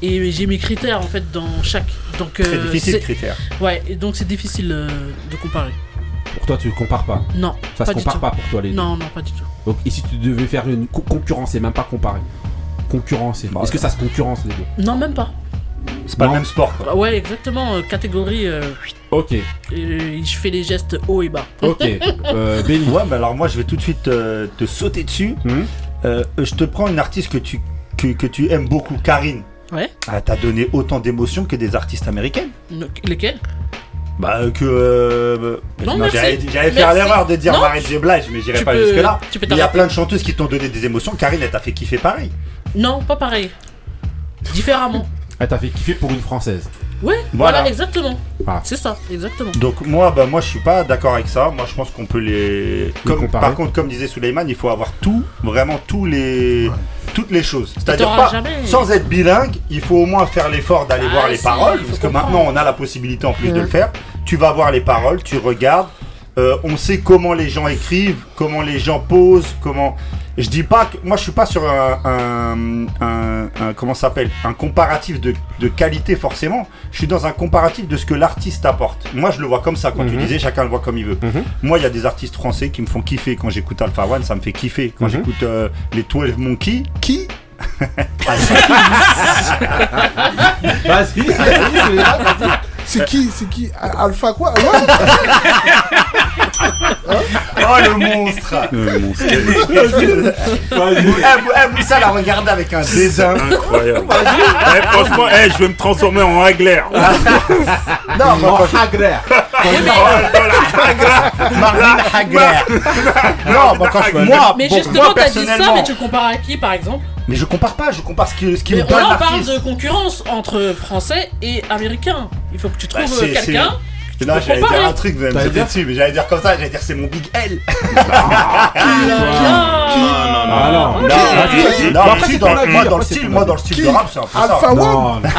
S2: Et j'ai mes critères en fait dans chaque. Donc, euh,
S1: C'est difficile,
S2: c'est-
S1: critères.
S2: Ouais, et donc c'est difficile euh, de comparer.
S1: Pour toi, tu ne compares pas
S2: Non,
S1: Ça
S2: pas
S1: se
S2: du
S1: compare
S2: tout.
S1: pas pour toi, les deux
S2: Non, non, pas du tout.
S1: Donc, et si tu devais faire une co- concurrence et même pas comparer Concurrence.
S5: Bah
S1: Est-ce que ça se concurrence, les deux
S2: Non, même pas.
S4: C'est pas le même sport.
S2: Bah Ouais, exactement. euh, catégorie. euh,
S1: Ok.
S2: euh, je fais les gestes haut et bas. [laughs]
S4: Ouais, bah alors moi je vais tout de suite euh, te sauter dessus. Euh, je te prends une artiste que tu, que, que tu aimes beaucoup, Karine.
S2: Ouais.
S4: Ah, t'as donné autant d'émotions que des artistes américaines.
S2: Le- Lesquels
S4: Bah euh, que... euh,
S2: Non, merci.
S4: j'allais j'allais faire
S2: Merci.
S4: l'erreur de dire
S2: Non,
S4: Marie J. Blige, mais j'irai
S2: tu
S4: pas
S2: peux-
S4: jusque-là.
S2: tu peux
S4: Mais Il y a
S2: t'arrêter.
S4: plein de chanteuses qui t'ont donné des émotions. Karine, elle t'a fait kiffer pareil.
S2: Non, pas pareil. Différemment.
S1: Elle t'a fait kiffer pour une française.
S2: Ouais,
S4: Voilà.
S2: voilà, exactement.
S1: Ah.
S2: C'est ça, exactement.
S4: Donc moi, bah, moi je suis pas d'accord avec ça. Moi je pense qu'on peut les... Comme- par contre, comme disait Suleiman, il faut avoir tout, vraiment tous les... Toutes les choses. C'est-à-dire
S2: t'auras
S4: pas...
S2: jamais-
S4: Sans être bilingue, il faut au moins faire l'effort d'aller
S2: Ah,
S4: voir les
S2: si,
S4: paroles,
S2: faut
S4: parce que
S2: comprendre.
S4: maintenant on a la possibilité en plus de
S2: Ouais.
S4: le faire. Tu vas voir les paroles, tu regardes, euh, on sait comment les gens écrivent, comment les gens posent, comment... Je dis pas que... Moi je suis pas sur un... un- un- un- comment ça s'appelle Un comparatif de, de qualité forcément. Je suis dans un comparatif de ce que l'artiste apporte. Moi je le vois comme ça, quand tu
S1: Mhm.
S4: disais chacun le voit comme il veut. Moi, il y a des artistes français qui me font kiffer. Quand j'écoute Alpha One, ça me fait kiffer. Quand j'écoute euh, les 12 Monkeys. [laughs] Qui
S1: Vas-y,
S5: [laughs] C'est qui C'est qui Al- Alpha quoi Ouais.
S4: Oh le monstre
S9: [laughs] Le
S1: [laughs]
S9: monstre.
S4: ça la regarde avec un
S5: [laughs]
S4: désir.
S9: Incroyable. Eh, franchement, eh, je vais me transformer en Hagler. [laughs]
S4: Non, moi, quand je-
S1: Hagler.
S9: Oh
S4: Marvin Hagler. Non, moi, quand je- moi,
S2: mais
S4: bon,
S2: justement,
S4: moi,
S2: t'as dit ça,
S4: personnellement-
S2: mais tu compares à qui par exemple
S4: Mais je compare pas, je compare ce qui, ce qui me
S2: Mais on-
S4: donne
S2: là, on parle
S4: l'artiste.
S2: de concurrence entre français et américains. Il faut que tu
S4: Bah,
S2: trouves
S4: c'est-
S2: euh, quelqu'un.
S4: c'est-
S2: que tu
S4: Non,
S2: peux
S4: j'allais
S2: comparer.
S4: dire un truc, vous allez me
S1: T'allais
S4: sauter
S1: dire
S4: dessus, mais j'allais dire comme ça, j'allais dire c'est mon Big [laughs] L.
S1: Ah non,
S4: Ah, Non,
S1: vas-y, vas-y.
S4: non,
S1: Bah,
S4: après,
S1: c'est
S4: dans-
S1: ton avis,
S4: moi, dans
S1: après,
S4: le
S1: c'est
S4: style,
S1: ton
S4: moi,
S1: avis.
S4: dans le style de
S1: Qui
S4: rap, c'est un peu ça.
S1: Alpha
S4: Non,
S1: One.
S4: non.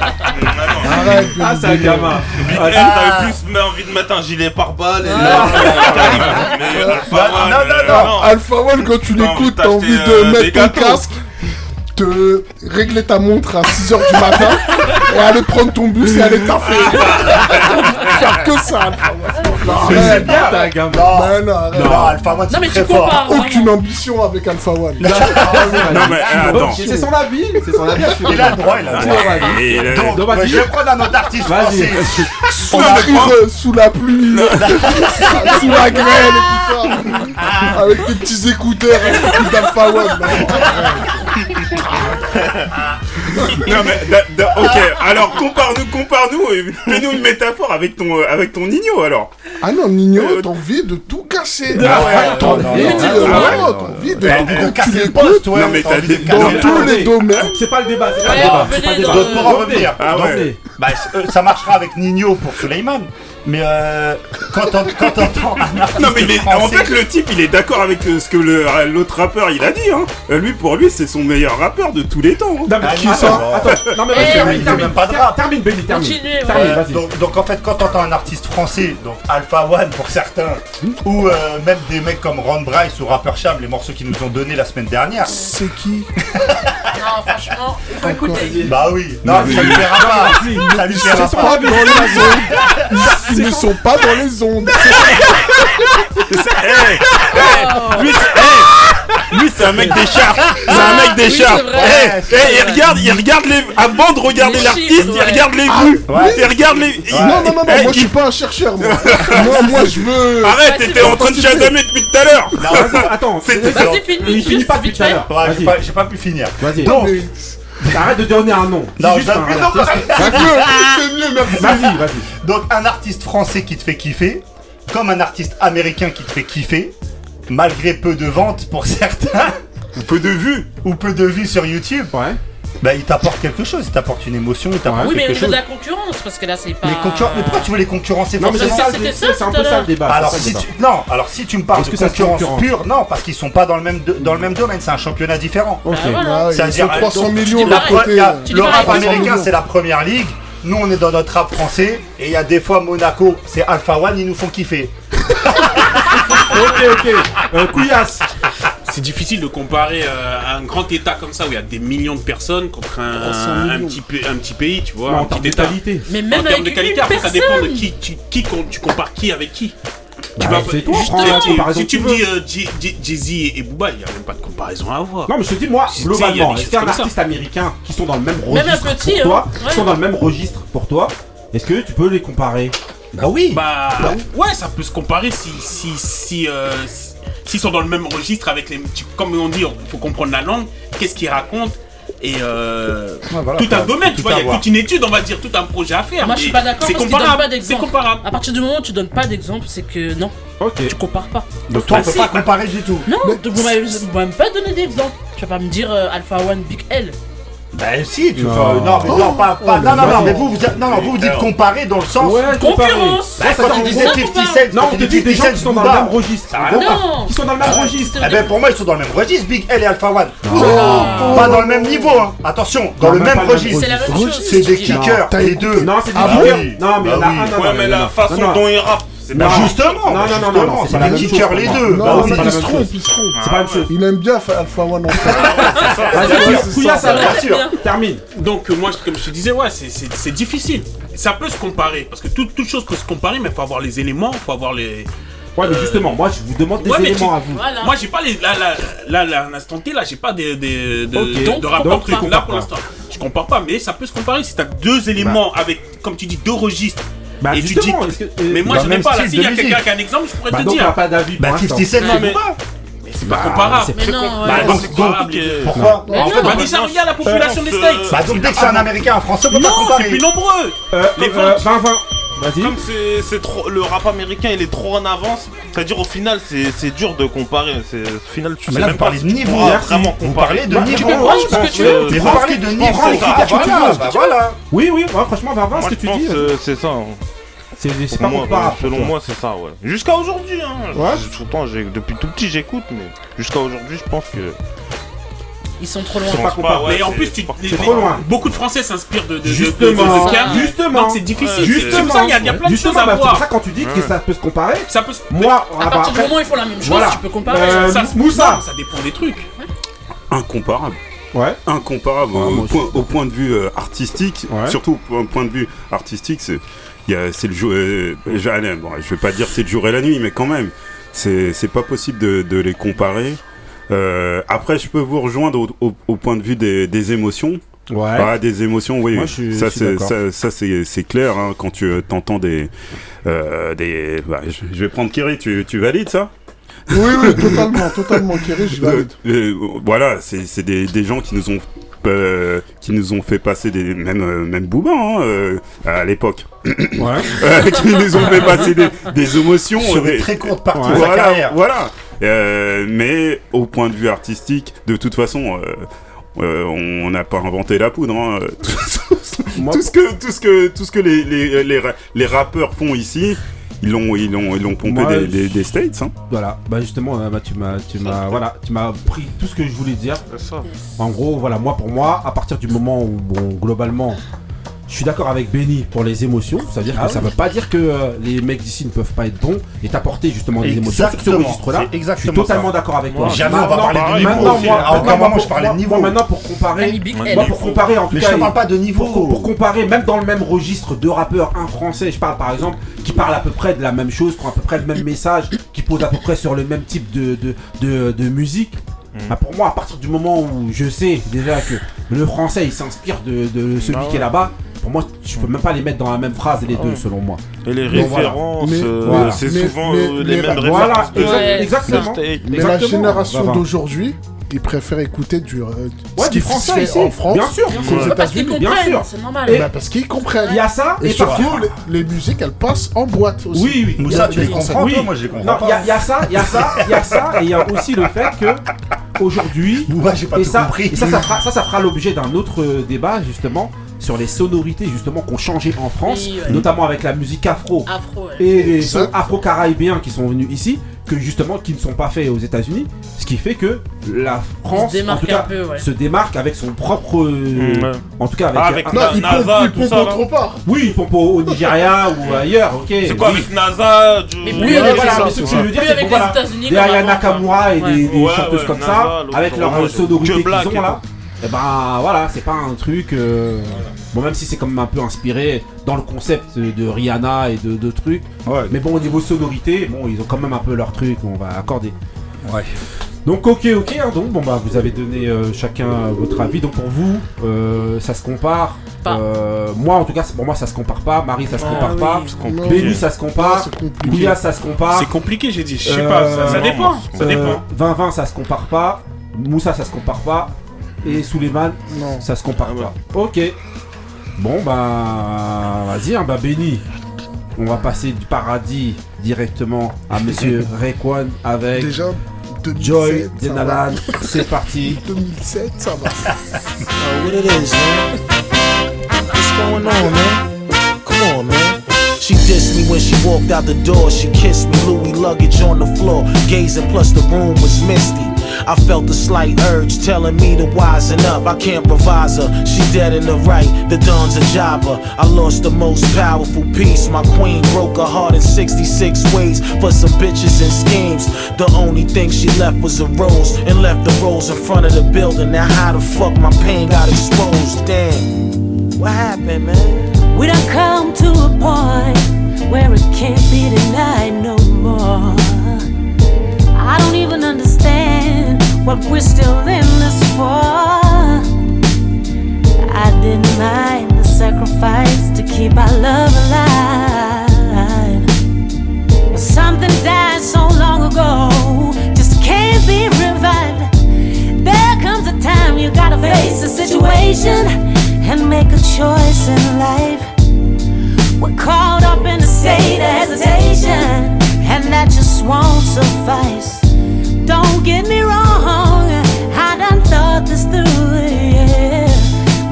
S5: Arrête.
S6: Ah, c'est un gamin.
S16: Big L,
S2: Ah.
S16: t'avais plus mais envie de mettre un gilet pare-balles et.
S2: [laughs]
S16: Mais
S1: Bah,
S4: Ah,
S16: Alpha One, euh,
S5: Ah,
S4: euh,
S5: Alpha One, quand tu l'écoutes, t'as envie de mettre ton casque. te régler ta montre à 6h du matin et aller prendre ton bus et aller taffer. Faire que ça, Alpha One.
S4: Mais c'est
S5: Arrête,
S4: bien.
S5: ta gamme.
S4: Ah. Non.
S5: Mais non, arrête.
S4: Non, Alpha One, c'est Non, mais très tu fort. compares, vraiment.
S5: Aucune ambition avec Alpha One. Ah,
S4: Non, mais,
S5: eh,
S4: euh, attends.
S17: C'est son avis, c'est son avis. assurément.
S4: Il a le droit, il a le droit.
S17: Et il a-
S4: Donc,
S17: Donc, vas-y.
S4: je vais prendre un autre artiste
S17: Vas-y.
S4: français.
S5: Sous la rue, sous la pluie, [laughs] sous la grêle et tout ça. Avec tes petits écouteurs, avec tes coups d'Alpha One.
S9: Non mais da- da- ok alors compare-nous compare-nous et fais-nous une métaphore avec ton euh, avec ton Nino alors.
S5: Ah non Nino t'as envie de tout casser.
S9: Non,
S5: Ah,
S9: ouais,
S5: t'as
S9: non,
S5: envie
S9: non,
S5: de-
S9: non,
S5: t'as
S9: non,
S4: ah
S9: non,
S5: envie
S9: non,
S5: de-
S9: non,
S5: t'as
S9: non,
S1: Eh,
S5: envie
S9: non,
S5: de-
S9: casser
S5: tu
S9: le
S5: l'écoutes,
S9: poste, ouais,
S5: non, mais
S9: t'as
S5: t'as
S9: envie de
S5: des-
S9: casser
S5: dans
S9: le
S5: tous
S9: poste.
S5: les domaines.
S1: C'est pas le débat, c'est
S5: pas le
S4: Ouais, bah,
S5: débat.
S4: on
S5: c'est pas le
S4: venait
S5: débat.
S4: de- Pour en
S5: Donc,
S4: revenir,
S5: ah
S4: donc,
S5: ouais.
S4: bah, c- euh, ça marchera avec Nino pour Suleiman, mais euh, quand on quand t'entends un artiste
S9: Eh, Non mais il est- en
S4: français-
S9: fait le type il est d'accord avec euh, ce que le- l'autre rappeur il a dit hein. Euh, Lui pour lui c'est son meilleur rappeur de tous les temps. hein.
S4: Ah, non, non.
S9: Non, mais
S4: Il
S9: vas-y,
S4: fait
S9: termine,
S4: même
S9: termine.
S4: pas de rap.
S9: Termine, Benny, termine. Continuez, ouais. Termine, vas-y.
S4: donc, donc en fait, quand t'entends un artiste français, donc Alpha One pour certains, ou euh, même des mecs comme Ron Bryce ou Rapper Cham, les morceaux qu'ils nous ont donnés la semaine dernière.
S5: C'est qui
S2: Non, franchement, il faut écouter.
S4: Bah oui, non, ça lui plaira pas. Ça lui
S5: Ils
S4: plaira
S5: sont pas
S4: pas.
S5: dans les ondes. Ils ne sont pas dans les ondes.
S9: Lui, c'est- hey, lui, c'est un mec des charts. C'est un mec des
S17: Oui,
S9: charts.
S17: c'est vrai.
S9: Hey, hey, il regarde, il regarde les. Avant de regarder
S5: Les
S9: l'artiste,
S5: chiffres,
S9: il
S5: ouais.
S9: regarde les
S5: Ah,
S9: vues.
S5: ouais.
S9: Il regarde les. il-
S5: Non, non, non, non,
S9: Hey,
S5: moi je
S9: il-
S5: suis [laughs] pas un chercheur. Moi, moi, moi, je veux.
S9: Arrête, t'étais en train de
S5: participer.
S9: chasamer depuis tout à l'heure.
S1: Attends,
S9: [laughs] C'était-
S2: Vas-y, finis,
S1: Il finit pas depuis tout à l'heure.
S4: Ouais,
S1: Vas-y.
S4: j'ai pas- j'ai pas pu finir.
S1: Vas-y.
S4: Donc,
S1: Arrête de donner un nom.
S4: Non,
S1: Dis juste
S4: j'appuie
S1: un
S4: non, [laughs]
S1: artiste.
S4: parce que-
S1: Fais-le. Vas-y,
S4: Donc un artiste français qui te fait kiffer, comme un artiste américain qui te fait kiffer, malgré peu de ventes pour [laughs] certains.
S9: Ou peu de vues.
S4: Ou peu de vues sur YouTube.
S1: Ouais.
S4: Bah il t'apporte quelque chose, il t'apporte une émotion, il t'apporte
S2: Oui, mais
S4: quelque
S2: au niveau
S4: chose.
S2: de la concurrence, parce que là, c'est pas.
S4: Les concurren- Mais pourquoi tu veux les concurrencer
S2: Non, mais
S4: forcément
S2: c'est ça, C'était c'est- ça, c'est un tout peu à ça, l'heure. le débat,
S4: Alors,
S2: c'est ça,
S4: si
S2: le
S4: tu... Non, alors si tu me parles
S1: Est-ce
S4: de
S1: que ça se
S4: concurrence
S1: concurrence
S4: pure, non, parce qu'ils sont pas dans le même, do- dans le même domaine, c'est un championnat différent. euh,
S1: Ok. Ah, voilà.
S5: Ah, ils sont 300
S4: donc,
S5: millions
S4: la
S5: d'un côté,
S4: pre- il y a-
S5: euh, tu dis
S4: Le
S5: pareil,
S4: rap
S5: 300
S4: américain,
S5: millions.
S4: c'est la première ligue. Nous, on est dans notre rap français. Et il y a des fois Monaco, c'est Alpha One, ils nous font kiffer.
S1: ok, ok. Euh, couillasse.
S3: C'est difficile de comparer euh, un grand état comme ça où il y a des millions de personnes contre un,
S1: 300
S3: un
S1: millions.
S3: petit, peu- un petit pays, tu vois.
S1: Non, en
S3: un
S1: termes
S3: petit
S1: de
S3: état.
S1: qualité. Mais
S3: en
S1: même
S3: termes
S1: avec
S3: de qualité,
S1: une
S3: après, ça dépend de
S1: personne.
S3: qui, tu, qui con- tu compares qui avec qui. Tu
S1: Bah,
S3: vas-
S1: c'est toi,
S3: juste-
S1: prends la
S3: tu-
S1: comparaison
S3: Si tu
S1: que
S3: me
S1: tu
S3: dis euh, Jay- Jay- Jay-Z et- et Booba, il n'y a même pas de comparaison à avoir.
S1: Non, mais je te dis, moi,
S3: Tu sais, il y a des
S1: globalement,
S3: choses
S1: c'est un
S3: comme ça.
S1: artiste américain qui sont dans le même
S3: Même un
S1: registre
S3: petit,
S1: pour toi,
S3: hein.
S1: qui
S3: Ouais.
S1: sont dans le même registre pour toi, est-ce que tu peux les comparer Bah oui
S3: Bah, ouais, ça peut se comparer si si si euh, si- s'ils sont dans le même registre avec les tu- comme on dit, il faut comprendre la langue, qu'est-ce qu'ils racontent et euh,
S2: voilà,
S3: tout un
S2: faut-
S3: domaine,
S2: faut
S3: tu
S2: tout
S3: vois, il y a
S2: avoir.
S3: toute une étude, on va dire, tout un projet à faire.
S2: Moi, je suis
S3: mais
S2: pas d'accord
S3: C'est
S2: parce qu'il donne
S3: comparable.
S2: pas d'exemple. comparable. À partir du moment où tu donnes pas d'exemple, c'est que non.
S1: Ok.
S2: Tu compares pas.
S4: Donc toi, on peut
S2: si,
S4: pas
S2: bah-
S4: comparer du tout.
S2: Non, donc vous m'avez vous m'avez même pas donné d'exemple. Tu vas pas me dire euh, Alpha One Big L.
S4: Bah si, tu
S1: Non.
S4: vois, non, mais non, pas, pas-
S1: Ah. Oh,
S4: non, non,
S1: mais
S4: non, mais
S1: non.
S4: vous, vous dites, non, non, vous, vous dites
S1: Alors.
S4: comparer dans le sens
S1: Ouais, comparer.
S4: Bah,
S1: Ouais, ça,
S4: quand
S1: ça,
S4: tu
S1: on
S4: disais
S1: dit ça,
S4: 50
S1: on parle.
S4: Cent,
S1: Non,
S4: quand
S1: on
S4: tu
S1: te
S4: dis
S1: dit des
S4: 50
S1: gens qui sont dans le
S4: Booba.
S1: même registre.
S4: Ah,
S1: Non,
S4: non.
S1: qui sont dans le même registre.
S4: Eh ben pour moi ils sont dans le même registre, Big L et Alpha One.
S1: Non.
S4: Oh, Pas dans le même niveau, hein. Attention, dans
S1: Non,
S4: le
S1: même
S4: même
S1: pas le même
S4: registre.
S1: registre. C'est la même chose,
S4: C'est des
S1: tu dis.
S4: kickers,
S1: Non,
S4: les deux.
S1: Non, c'est des
S4: Ah
S1: kickers.
S4: oui.
S1: Non, mais
S4: Bah
S1: il y en a
S4: oui.
S1: un, non,
S4: Ouais,
S1: non,
S4: mais
S1: non,
S4: la
S1: non.
S4: façon
S1: Non, non.
S4: dont il rappe, c'est pas- Justement,
S1: Non, non, non, non,
S4: justement,
S1: non,
S4: c'est des kickers, les deux.
S5: Non,
S4: Bah,
S5: non,
S4: c'est
S5: mais
S4: pas la
S5: il se
S4: même
S5: trompe,
S4: chose.
S5: il se trompe.
S1: C'est pas la même chose.
S5: Il aime bien faire Alpha One
S4: [laughs]
S5: en fait. Ah,
S1: Vas-y,
S5: c'est
S1: Couillasse,
S5: ça.
S1: alors. Termine.
S3: Donc euh, moi, je- comme je te disais, ouais, c'est- c'est c'est difficile. Ça peut se comparer parce que toute toute chose peut se comparer, mais faut avoir les éléments, faut avoir les.
S1: Ouais, mais
S3: euh,
S1: justement, moi, je vous demande des
S3: Ouais, mais
S1: éléments
S3: tu-
S1: à vous.
S3: Moi j'ai pas les. Là, là, là, là, à l'instant T, là, j'ai pas des, des, de,
S1: Ok.
S3: de,
S1: Donc,
S3: de rapport
S1: donc, tu
S3: truc. Là
S1: compares
S3: pour
S1: pas.
S3: l'instant, je compare pas, mais ça peut se comparer si t'as deux éléments avec, comme tu dis, deux registres. et tu dis.
S1: Bah, justement, est-ce que-
S3: mais moi
S1: Bah,
S3: je
S1: même
S3: n'ai pas. Là,
S1: style
S3: s'il y a
S1: de
S3: quelqu'un
S1: musique.
S3: qui a un exemple, je pourrais
S1: Bah,
S3: te
S1: donc,
S3: dire.
S1: on n'a pas d'avis pour Bah, l'instant. 50 Cent,
S3: Non,
S1: c'est
S3: mais-
S1: pas.
S3: Mais c'est pas
S1: Bah,
S3: comparable.
S1: c'est très
S3: non,
S1: comparable.
S3: ouais,
S1: Bah,
S3: c'est
S1: donc,
S3: comparable.
S4: Pourquoi
S3: Bah, en fait, bah, déjà, regarde
S1: euh,
S3: la population des States.
S4: Bah donc dès que
S16: Ah
S4: c'est un américain, un français, on peut pas
S3: Non,
S4: comparer.
S3: c'est plus nombreux.
S16: Les
S3: euh,
S16: ventes- Comme c'est- c'est trop, le rap américain il est trop en avance, c'est-à-dire au final c'est c'est dur de comparer. C'est au final tu
S4: Ah, Mais
S16: sais
S4: là,
S16: même
S4: vous
S16: pas
S4: parlez
S16: si
S4: de
S16: tu
S4: niveau,
S16: pourras
S4: merci.
S16: vraiment
S4: Vous
S16: comparer.
S4: parlez de Bah, niveau, tu peux prendre je ce que pense, tu veux. euh, Mais vous
S16: Franck,
S4: parlez de
S16: Franck,
S4: niveau,
S16: Franck,
S4: c'est
S16: Franck,
S4: ça.
S16: Franck,
S4: Voilà,
S16: Franck,
S4: bah
S16: Franck,
S4: voilà.
S1: Oui, oui, ouais, franchement, va
S16: Moi,
S1: voir ce que
S16: je
S1: tu
S16: pense,
S1: dis.
S16: euh, C'est ça. hein.
S1: C'est
S16: Pour
S1: pas
S16: moi,
S1: comparable,
S16: Selon
S1: toi.
S16: moi, c'est ça, ouais. Jusqu'à aujourd'hui, hein.
S1: Ouais.
S16: Je- Pourtant, j'ai- depuis tout petit, j'écoute, mais jusqu'à aujourd'hui, je pense que.
S2: Ils sont trop loin.
S16: Ils sont pas comparables.
S3: Mais en
S16: Ouais,
S3: plus,
S16: c'est-
S3: tu,
S16: c'est trop loin.
S3: beaucoup de Français s'inspirent de, de- de, de-
S1: Justement.
S3: de- de Cam.
S1: Justement.
S3: Donc Euh, c'est difficile.
S1: Justement.
S3: C'est pour ça, il y a, il y a plein de
S1: Justement,
S3: choses à
S1: bah, c'est
S3: voir.
S1: pour ça, quand tu dis que ça peut se comparer,
S3: ça peut se...
S1: moi, ah, bah,
S2: À partir du
S1: après- Euh,
S2: moment où ils font la même chose,
S1: Voilà.
S2: tu peux comparer.
S1: Euh,
S3: ça,
S1: [laughs] Moussa.
S3: non, ça dépend des trucs.
S9: Incomparable. incomparable au, point, au point de vue euh, artistique, surtout au point- point de vue artistique, c'est il y a- c'est le jour. euh, je, allez, bon, je vais pas dire c'est le jour et la nuit, mais quand même, c'est c'est pas possible de, de les comparer. Euh, après, je peux vous rejoindre au, au- au point de vue des, des émotions.
S1: Ouais.
S9: Ah, des émotions, oui.
S1: Moi, je suis-
S9: ça,
S1: je suis
S9: c'est-
S1: d'accord.
S9: ça, ça, c'est c'est clair. hein, quand tu euh, t'entends des, euh, des, bah, je, je vais prendre Kerry. Tu, tu valides ça
S5: Oui, oui, totalement, totalement, Kerry, je valide.
S9: euh, voilà, c'est c'est des, des gens qui nous ont euh, qui nous ont fait passer des même euh, même Booba hein, euh, à l'époque. [laughs] Euh, qui nous ont fait passer des, des émotions
S4: Sur
S9: des-
S4: une très courte partie de sa
S9: voilà,
S4: carrière.
S9: Voilà. Euh, mais au point de vue artistique, de toute façon. euh, euh, on n'a pas inventé la poudre. hein. [laughs] Tout, tout ce que, tout ce que, tout ce que les, les, les, ra- les rappeurs font ici, ils l'ont, ils l'ont, ils l'ont pompé
S1: Moi,
S9: des, des- des States. hein.
S1: Voilà, bah justement, euh, bah, tu m'as, tu m'as, voilà, tu m'as pris tout ce que je voulais dire. En gros, voilà, moi pour moi, à partir du moment où, bon, globalement, je suis d'accord avec Benny pour les émotions. C'est-à-dire que
S4: Ah
S1: ça
S4: oui.
S1: veut pas dire que euh, les mecs d'ici ne peuvent pas être bons et t'apporter justement des émotions sur ce
S4: Exactement,
S1: registre-là.
S4: c'est exactement
S1: Je suis totalement
S4: ça.
S1: d'accord avec
S4: Moi,
S1: toi.
S4: jamais on va
S1: Maintenant,
S4: parler de niveau
S1: Maintenant,
S4: aussi.
S1: moi,
S4: À aucun
S1: maintenant,
S4: moment,
S1: moi,
S4: je parlais de
S1: moi,
S4: niveau.
S1: moi, maintenant, pour comparer,
S4: Big
S1: moi,
S4: L.
S1: Bah, pour comparer en tout
S4: Mais je
S1: cas,
S4: te parle pas de niveau.
S1: Pour, pour comparer, même dans le même registre de rappeurs, un français, je parle par exemple, qui parle à peu près de la même chose, prend à peu près le même message, qui pose à peu près sur le même type de, de, de, de musique.
S6: Mm.
S1: Bah, pour moi, à partir du moment où je sais déjà que le français il s'inspire de, de celui
S6: Ah ouais.
S1: qui est là-bas, pour moi, je peux même pas les mettre dans la même phrase les
S6: Ah
S1: deux,
S6: ouais.
S1: selon moi.
S6: Et les
S1: Donc, voilà.
S6: références,
S1: Mais-
S6: euh,
S1: voilà.
S6: c'est
S1: Mais-
S6: souvent
S1: mais-
S6: euh, les
S1: mais-
S6: mêmes
S1: voilà,
S6: références. de-
S1: exact-
S6: de-
S1: exactement.
S6: de-
S1: Mais
S5: Mais la
S1: Exactement,
S5: génération
S1: Baba.
S5: d'aujourd'hui, ils préfèrent écouter du, euh,
S1: Ouais,
S5: ce
S1: du
S5: qui se
S1: français
S5: fait
S1: ici.
S5: en France,
S1: Bien sûr,
S5: qu'aux
S1: ouais. Parce qu'ils
S5: États-Unis,
S1: comprennent, Bien sûr. c'est normal.
S5: Et
S1: Et-
S5: bah, parce qu'ils comprennent.
S1: Il y a ça,
S5: et
S1: et
S5: surtout
S1: parfois-
S5: les, les musiques, elles passent en boîte aussi.
S1: Oui, oui.
S5: Moussa, tu les comprends,
S1: Oui.
S5: toi Moi, je les comprends
S1: Non,
S5: pas.
S1: il y a- il y, a ça, il y a ça, il y a ça, et il y a aussi le fait que aujourd'hui,
S4: pas
S1: et
S4: tout
S1: ça,
S4: compris.
S1: et ça, ça fera, ça, ça fera l'objet d'un autre euh, débat justement sur les sonorités justement qu'on changé en France,
S2: Oui, ouais.
S1: notamment avec la musique afro,
S2: Afro, ouais.
S1: et les
S2: Ça.
S1: sons afro-caribéens qui sont venus ici, que justement qui ne sont pas faits aux États-Unis, ce qui fait que la France, en
S2: démarque
S1: tout cas,
S2: un peu, ouais.
S1: se démarque avec son propre, euh,
S6: Mm, ouais.
S1: en tout cas avec,
S6: Ah, avec
S1: un-
S6: Na- Non, il pompe- [laughs] Nava, il tout pompe ça, hein. là. autre
S5: part.
S1: Oui, il pompe au, au Nigeria ou ailleurs, ok.
S6: C'est quoi
S1: oui.
S6: avec NASA du-
S1: Mais plus avec voilà, mais ce que je veux dire, c'est que voilà, derrière Nakamura et des, des
S6: Ouais,
S1: chanteuses
S6: ouais,
S3: Euh,
S1: comme
S6: Nasa,
S1: ça,
S6: l'autre,
S1: avec leur
S6: ouais,
S1: sonorité
S6: Que
S1: qu'ils
S6: Black et
S1: ont là, et ben voilà, c'est pas un truc. euh, Bon, même si c'est quand même un peu inspiré dans le concept de Rihanna et de, de trucs, mais bon, au niveau sonorité, bon, ils ont quand même un peu leur truc, on va accorder.
S4: Ouais.
S1: Donc ok ok hein, donc bon bah vous avez donné euh, chacun votre avis donc pour vous euh, ça se compare Euh, moi en tout cas c'est- pour moi ça se compare pas Marie ça se
S3: Ah
S1: compare
S3: oui,
S1: pas
S3: c'est compliqué.
S1: Benny ça se
S3: Ah,
S1: compare
S3: c'est compliqué.
S1: Ouya ça se compare Euh,
S3: C'est compliqué, j'ai dit. Je sais pas, ça- ça dépend, ça dépend.
S1: 20 20 ça se compare pas Moussa ça se compare pas et Souleymane non ça se
S5: Ah
S1: compare pas ok bon bah vas-y hein, bah Benny on va passer du paradis directement
S5: [laughs]
S1: à Monsieur Rekwan avec
S5: Déjà, 2007,
S1: Joy
S5: ça va.
S1: Denalan. [laughs]
S5: [laughs]
S1: C'est parti.
S5: 2007, ça va.
S4: Ah
S18: know what it is, man. What's going on, man? Come on, man. She dissed me when she walked out the door. She kissed me, Louis luggage on the floor. Gazing, plus the room was misty. I felt a slight urge telling me to wisen up. I can't revise her. She dead in the right. The dawn's a jobber. I lost the most powerful piece. My queen broke her heart in 66 ways for some bitches and schemes. The only thing she left was a rose and left the rose in front of the building. Now how the fuck my pain got exposed? Damn. What happened, man?
S19: We done come to a point where it can't be denied no more. I don't even understand what we're still in this for. I didn't mind the sacrifice to keep our love alive. But something died so long ago, just can't be revived. There comes a time you gotta face the situation and make a choice in life. We're caught up in a state of hesitation, and that just won't suffice. Don't get me wrong, I done thought this through. Yeah.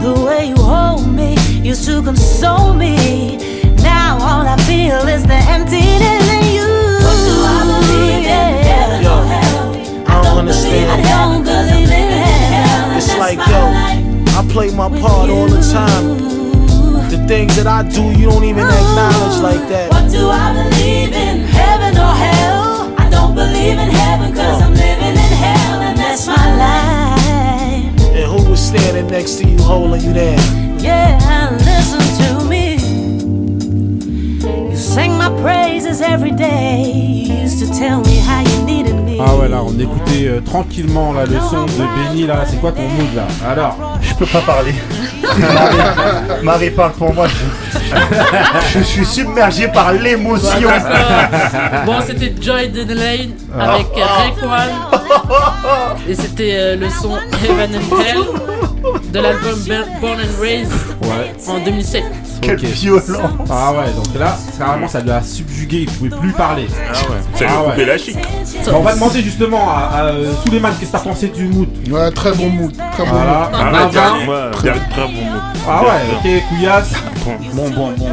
S19: The way you hold me used to console me. Now all I feel is the emptiness in you. What do I believe in? Heaven or hell?
S18: I don't understand.
S19: I don't believe in hell.
S18: It's like, yo, I play my part all the time. The things that I do, you don't even acknowledge like that.
S19: Oh, What do I believe in, heaven or hell? I don't believe in heaven cause I'm living in hell and that's my life.
S18: And who was next to you, holding you down.
S19: Yeah, listen to me. You sang my praises every day. You used to tell me how you needed me.
S1: Ah ouais là on écoutait euh, tranquillement là, le son de Benny là, c'est quoi ton mood là Alors
S4: Je peux pas parler. Marie, [laughs] Marie parle pour [laughs] moi. Je, je suis submergé par l'émotion.
S2: Bon, c'était Joy Denelane
S4: Ah.
S2: avec Rekwan. Et c'était euh, le son Heaven and Hell de l'album Be- Born and Raised
S1: Ouais.
S2: en 2007.
S1: Ok. Ah ouais, donc là, carrément, ça l'a subjugué, il pouvait plus parler. Ah ouais.
S9: Ça lui a coupé la chic.
S1: Bah, on va demander justement à, à, euh, tous les qu'est-ce que t'as pensé du mood.
S5: Ouais, très bon mood. Très bon
S1: Voilà.
S5: mood.
S1: Ah,
S5: Ah,
S1: Marvin.
S5: ouais,
S1: Très-
S5: ouais,
S1: très bon mood. Ah ouais, ok, couillasse. Bon, bon, bon, bon.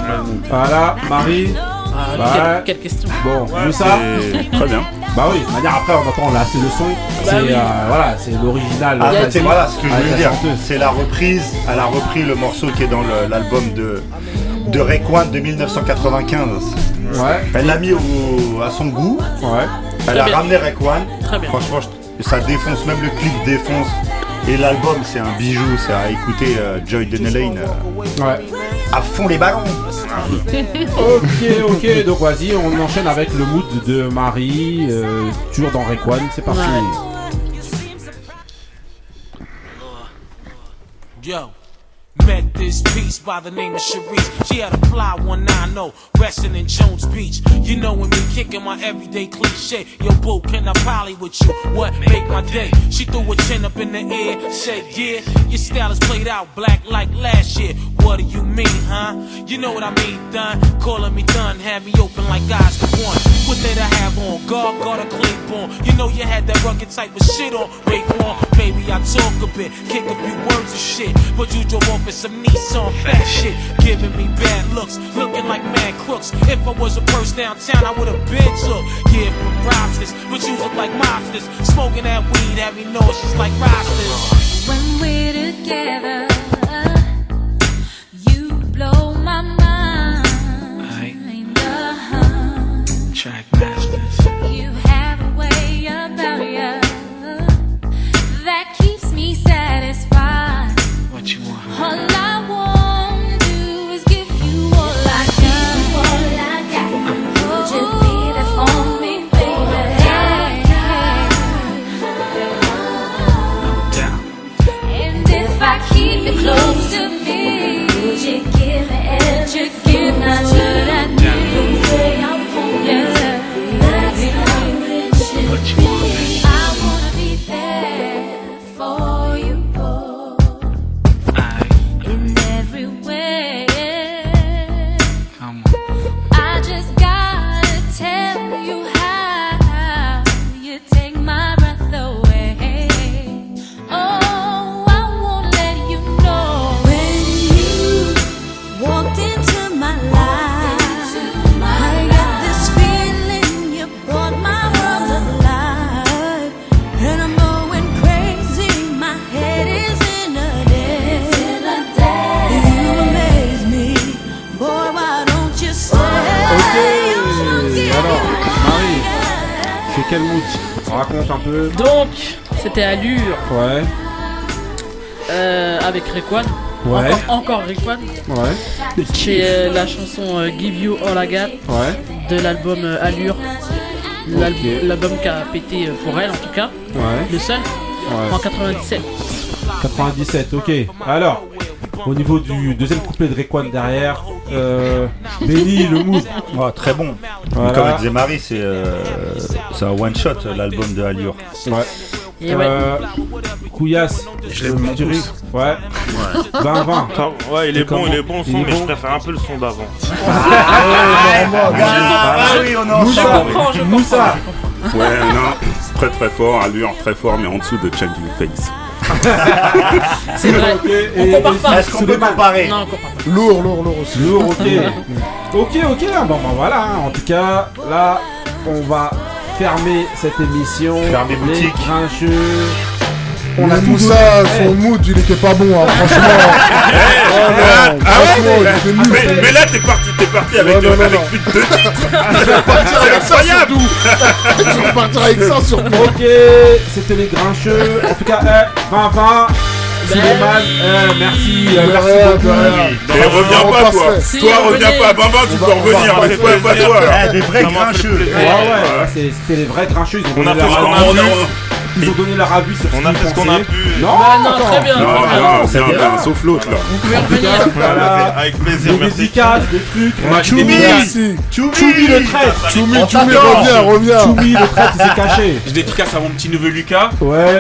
S1: Voilà, Marie. Bah
S2: Ah, quelle- quelle question.
S1: Bon,
S2: Ouais,
S1: nous ça
S2: c'est- Très bien.
S1: Bah oui, de manière après on entend là c'est le son,
S2: Bah
S1: c'est
S4: oui.
S1: euh, voilà, c'est l'original.
S4: Ah,
S1: euh,
S4: c'est voilà ce que je
S1: avec
S4: voulais dire.
S1: la chanteuse.
S4: C'est la reprise. Elle a repris le morceau qui est dans le- l'album de de Rayquan de 1995. Elle l'a mis au- à son goût. Elle
S2: Très
S4: a
S2: bien.
S4: ramené Rayquan.
S2: Très bien.
S4: Franchement, je- ça défonce. Même le clip défonce. Et l'album, c'est un bijou. C'est à écouter euh, Joy Denelane. euh, À fond les ballons.
S2: Ah,
S1: ok, ok, donc vas-y, on enchaîne avec le mood de Marie, euh, toujours dans Rayquan, c'est parti.
S10: Yo. Met this piece by the name of Sharice. She had a fly one I know, resting in Jones Beach. You know when me kicking my everyday cliche. Yo, boo, can I poly with you? What make my day? She threw her chin up in the air, said, Yeah, your style is played out black like last year. What do you mean, huh? You know what I mean, done. Calling me done, had me open like eyes to one. What did I have on? God, God, a Claiborne. You know you had that rugged type of shit on, Raekwon. Baby, I talk a bit, kick a few words and shit. But you drove off in some Nissan fat shit, giving me bad looks, looking like mad crooks. If I was a purse downtown, I would have been took. Yeah, from Robsters, but you look like mobsters. Smoking that weed, had me nauseous like Robsters.
S20: When we're together, you blow my mind. Uh-huh.
S10: Track masters.
S20: You have a way about you that keeps me satisfied.
S10: What you want?
S20: All I want to do is give you all I got. All I got. Would you be there for me, baby? And if I keep you close to me, would you give me everything I need? The way I want you to be. That's how it should be. I wanna be there for you, boy in every way.
S10: Come
S20: I just gotta tell you how you take my breath away. Oh, I won't let you know when you walked into my life. I got this feeling you brought my world alive, and I'm going crazy. My head is in a daze. You amaze me, boy. Why don't you stay?
S1: Alors, Marie, c'est quel mood Raconte un peu.
S2: Donc, c'était Allure
S1: Ouais,
S2: euh, avec Rekwan.
S1: Ouais.
S2: Encore, encore Rekwan.
S1: ouais,
S2: C'est euh, la chanson euh, Give You All I Got
S1: ouais,
S2: de l'album euh, Allure. L'al-
S1: Ok.
S2: L'album qui a pété euh, pour elle en tout cas.
S1: Ouais.
S2: Le seul.
S1: Ouais.
S2: En 97.
S1: 97, ok. Alors, au niveau du deuxième couplet de Rayquan derrière, euh, Benny, le mood.
S4: Ah, très bon.
S1: Voilà.
S4: Comme disait Marie, c'est euh, c'est un one shot l'album de Allure.
S1: Ouais. Euh, Couillasse,
S4: Je l'aime, mon
S1: tu
S4: pouce.
S1: ris. Ouais.
S6: Ouais.
S1: 20 20.
S6: Ouais, il
S1: Et
S6: est bon,
S1: comment-
S6: il est bon le
S1: il
S6: son,
S1: est
S6: mais
S1: bon.
S6: je préfère un peu le son d'avant.
S16: Ah,
S4: Ah,
S1: Moussa, Moussa.
S9: Ouais, non, très très fort, allure très fort, mais en dessous de Changing Face.
S2: C'est vrai.
S1: On
S2: compare pas.
S4: Est-ce qu'on peut comparer
S2: Non, on compare pas.
S5: Lourd, lourd, lourd aussi.
S4: [laughs]
S1: Lourd, ok. ok, ok, bon ben voilà, hein. en tout cas, là, on va fermer cette émission.
S4: Fermer
S1: les
S4: boutique.
S1: Grincheux. On
S5: Mais
S1: a tout
S5: Moussa,
S1: donné.
S5: son mood, il était pas bon, hein, franchement.
S6: Eh,
S5: Oh non,
S6: ah,
S5: franchement, il était nul.
S9: mais, mais là, t'es parti, t'es parti avec,
S5: Ouais, non,
S9: euh,
S5: non,
S9: avec
S5: non.
S9: plus de deux titres.
S2: [laughs]
S5: partir
S9: C'est
S5: avec ça,
S9: incroyable.
S5: Je vais repartir avec ça, surtout.
S1: euh, Ok, c'était les Grincheux. En tout cas, eh, 20-20. Suleiman, euh, merci, euh, merci beaucoup.
S9: Et reviens pas, toi. Toi, reviens pas. Baba, tu peux revenir, mais toi, pas toi.
S1: Des vrais grincheux. Ouais, ouais, c'est- c'était les vrais grincheux. Ils ont
S9: On a
S1: donné
S9: fait ce
S1: leur
S9: qu'on a
S1: avis.
S9: pu.
S1: Ils ont donné leur avis sur ce On a fait ce qu'on a pu. Non,
S2: Bah non, très bien.
S9: Non,
S1: attends.
S9: non, c'est
S1: C'était
S9: bien,
S1: bien.
S9: sauf l'autre, là.
S2: Vous pouvez revenir.
S1: Voilà.
S16: Avec plaisir,
S1: Des
S16: merci.
S1: dédicaces, des trucs.
S16: Match
S1: Des
S16: Choumi.
S1: dédicaces.
S5: Choumi.
S1: Choumi le traître.
S5: Choumi,
S1: On
S5: Choumi,
S1: t'attend.
S5: reviens, reviens.
S1: Choumi le traître, il s'est caché.
S3: [laughs] Je dédicace à mon petit neveu Lucas,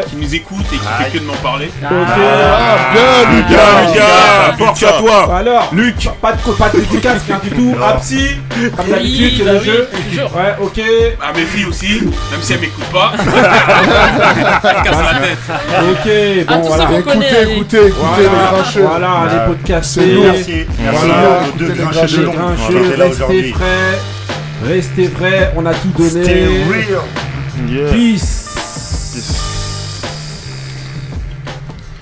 S3: qui nous écoute et qui fait que de m'en parler.
S1: Ah, bien,
S3: Ah, Lucas,
S1: ah,
S3: Lucas,
S1: force à toi. Bah Alors, Luc, pas de co- pas de dédicace, rien du tout.
S3: Non.
S1: Apsi, comme d'habitude, c'est
S3: bah
S1: le
S3: oui,
S1: jeu. Ouais, ok.
S3: À Ah, mes filles aussi, même si elles m'écoutent pas.
S1: [laughs]
S3: Elles cassent la tête.
S1: Ok, bon, voilà.
S5: les
S1: voilà,
S5: grincheux.
S1: Voilà,
S5: Ouais.
S1: les podcasts.
S5: C'est nous. Merci. Merci
S1: Voilà,
S5: aux deux
S1: écoutez les
S5: grincheux de Londres
S1: grincheux,
S5: qui étaient là
S1: Restez
S5: aujourd'hui.
S1: frais. Restez frais, on a tout donné.
S5: Stay real.
S1: Peace.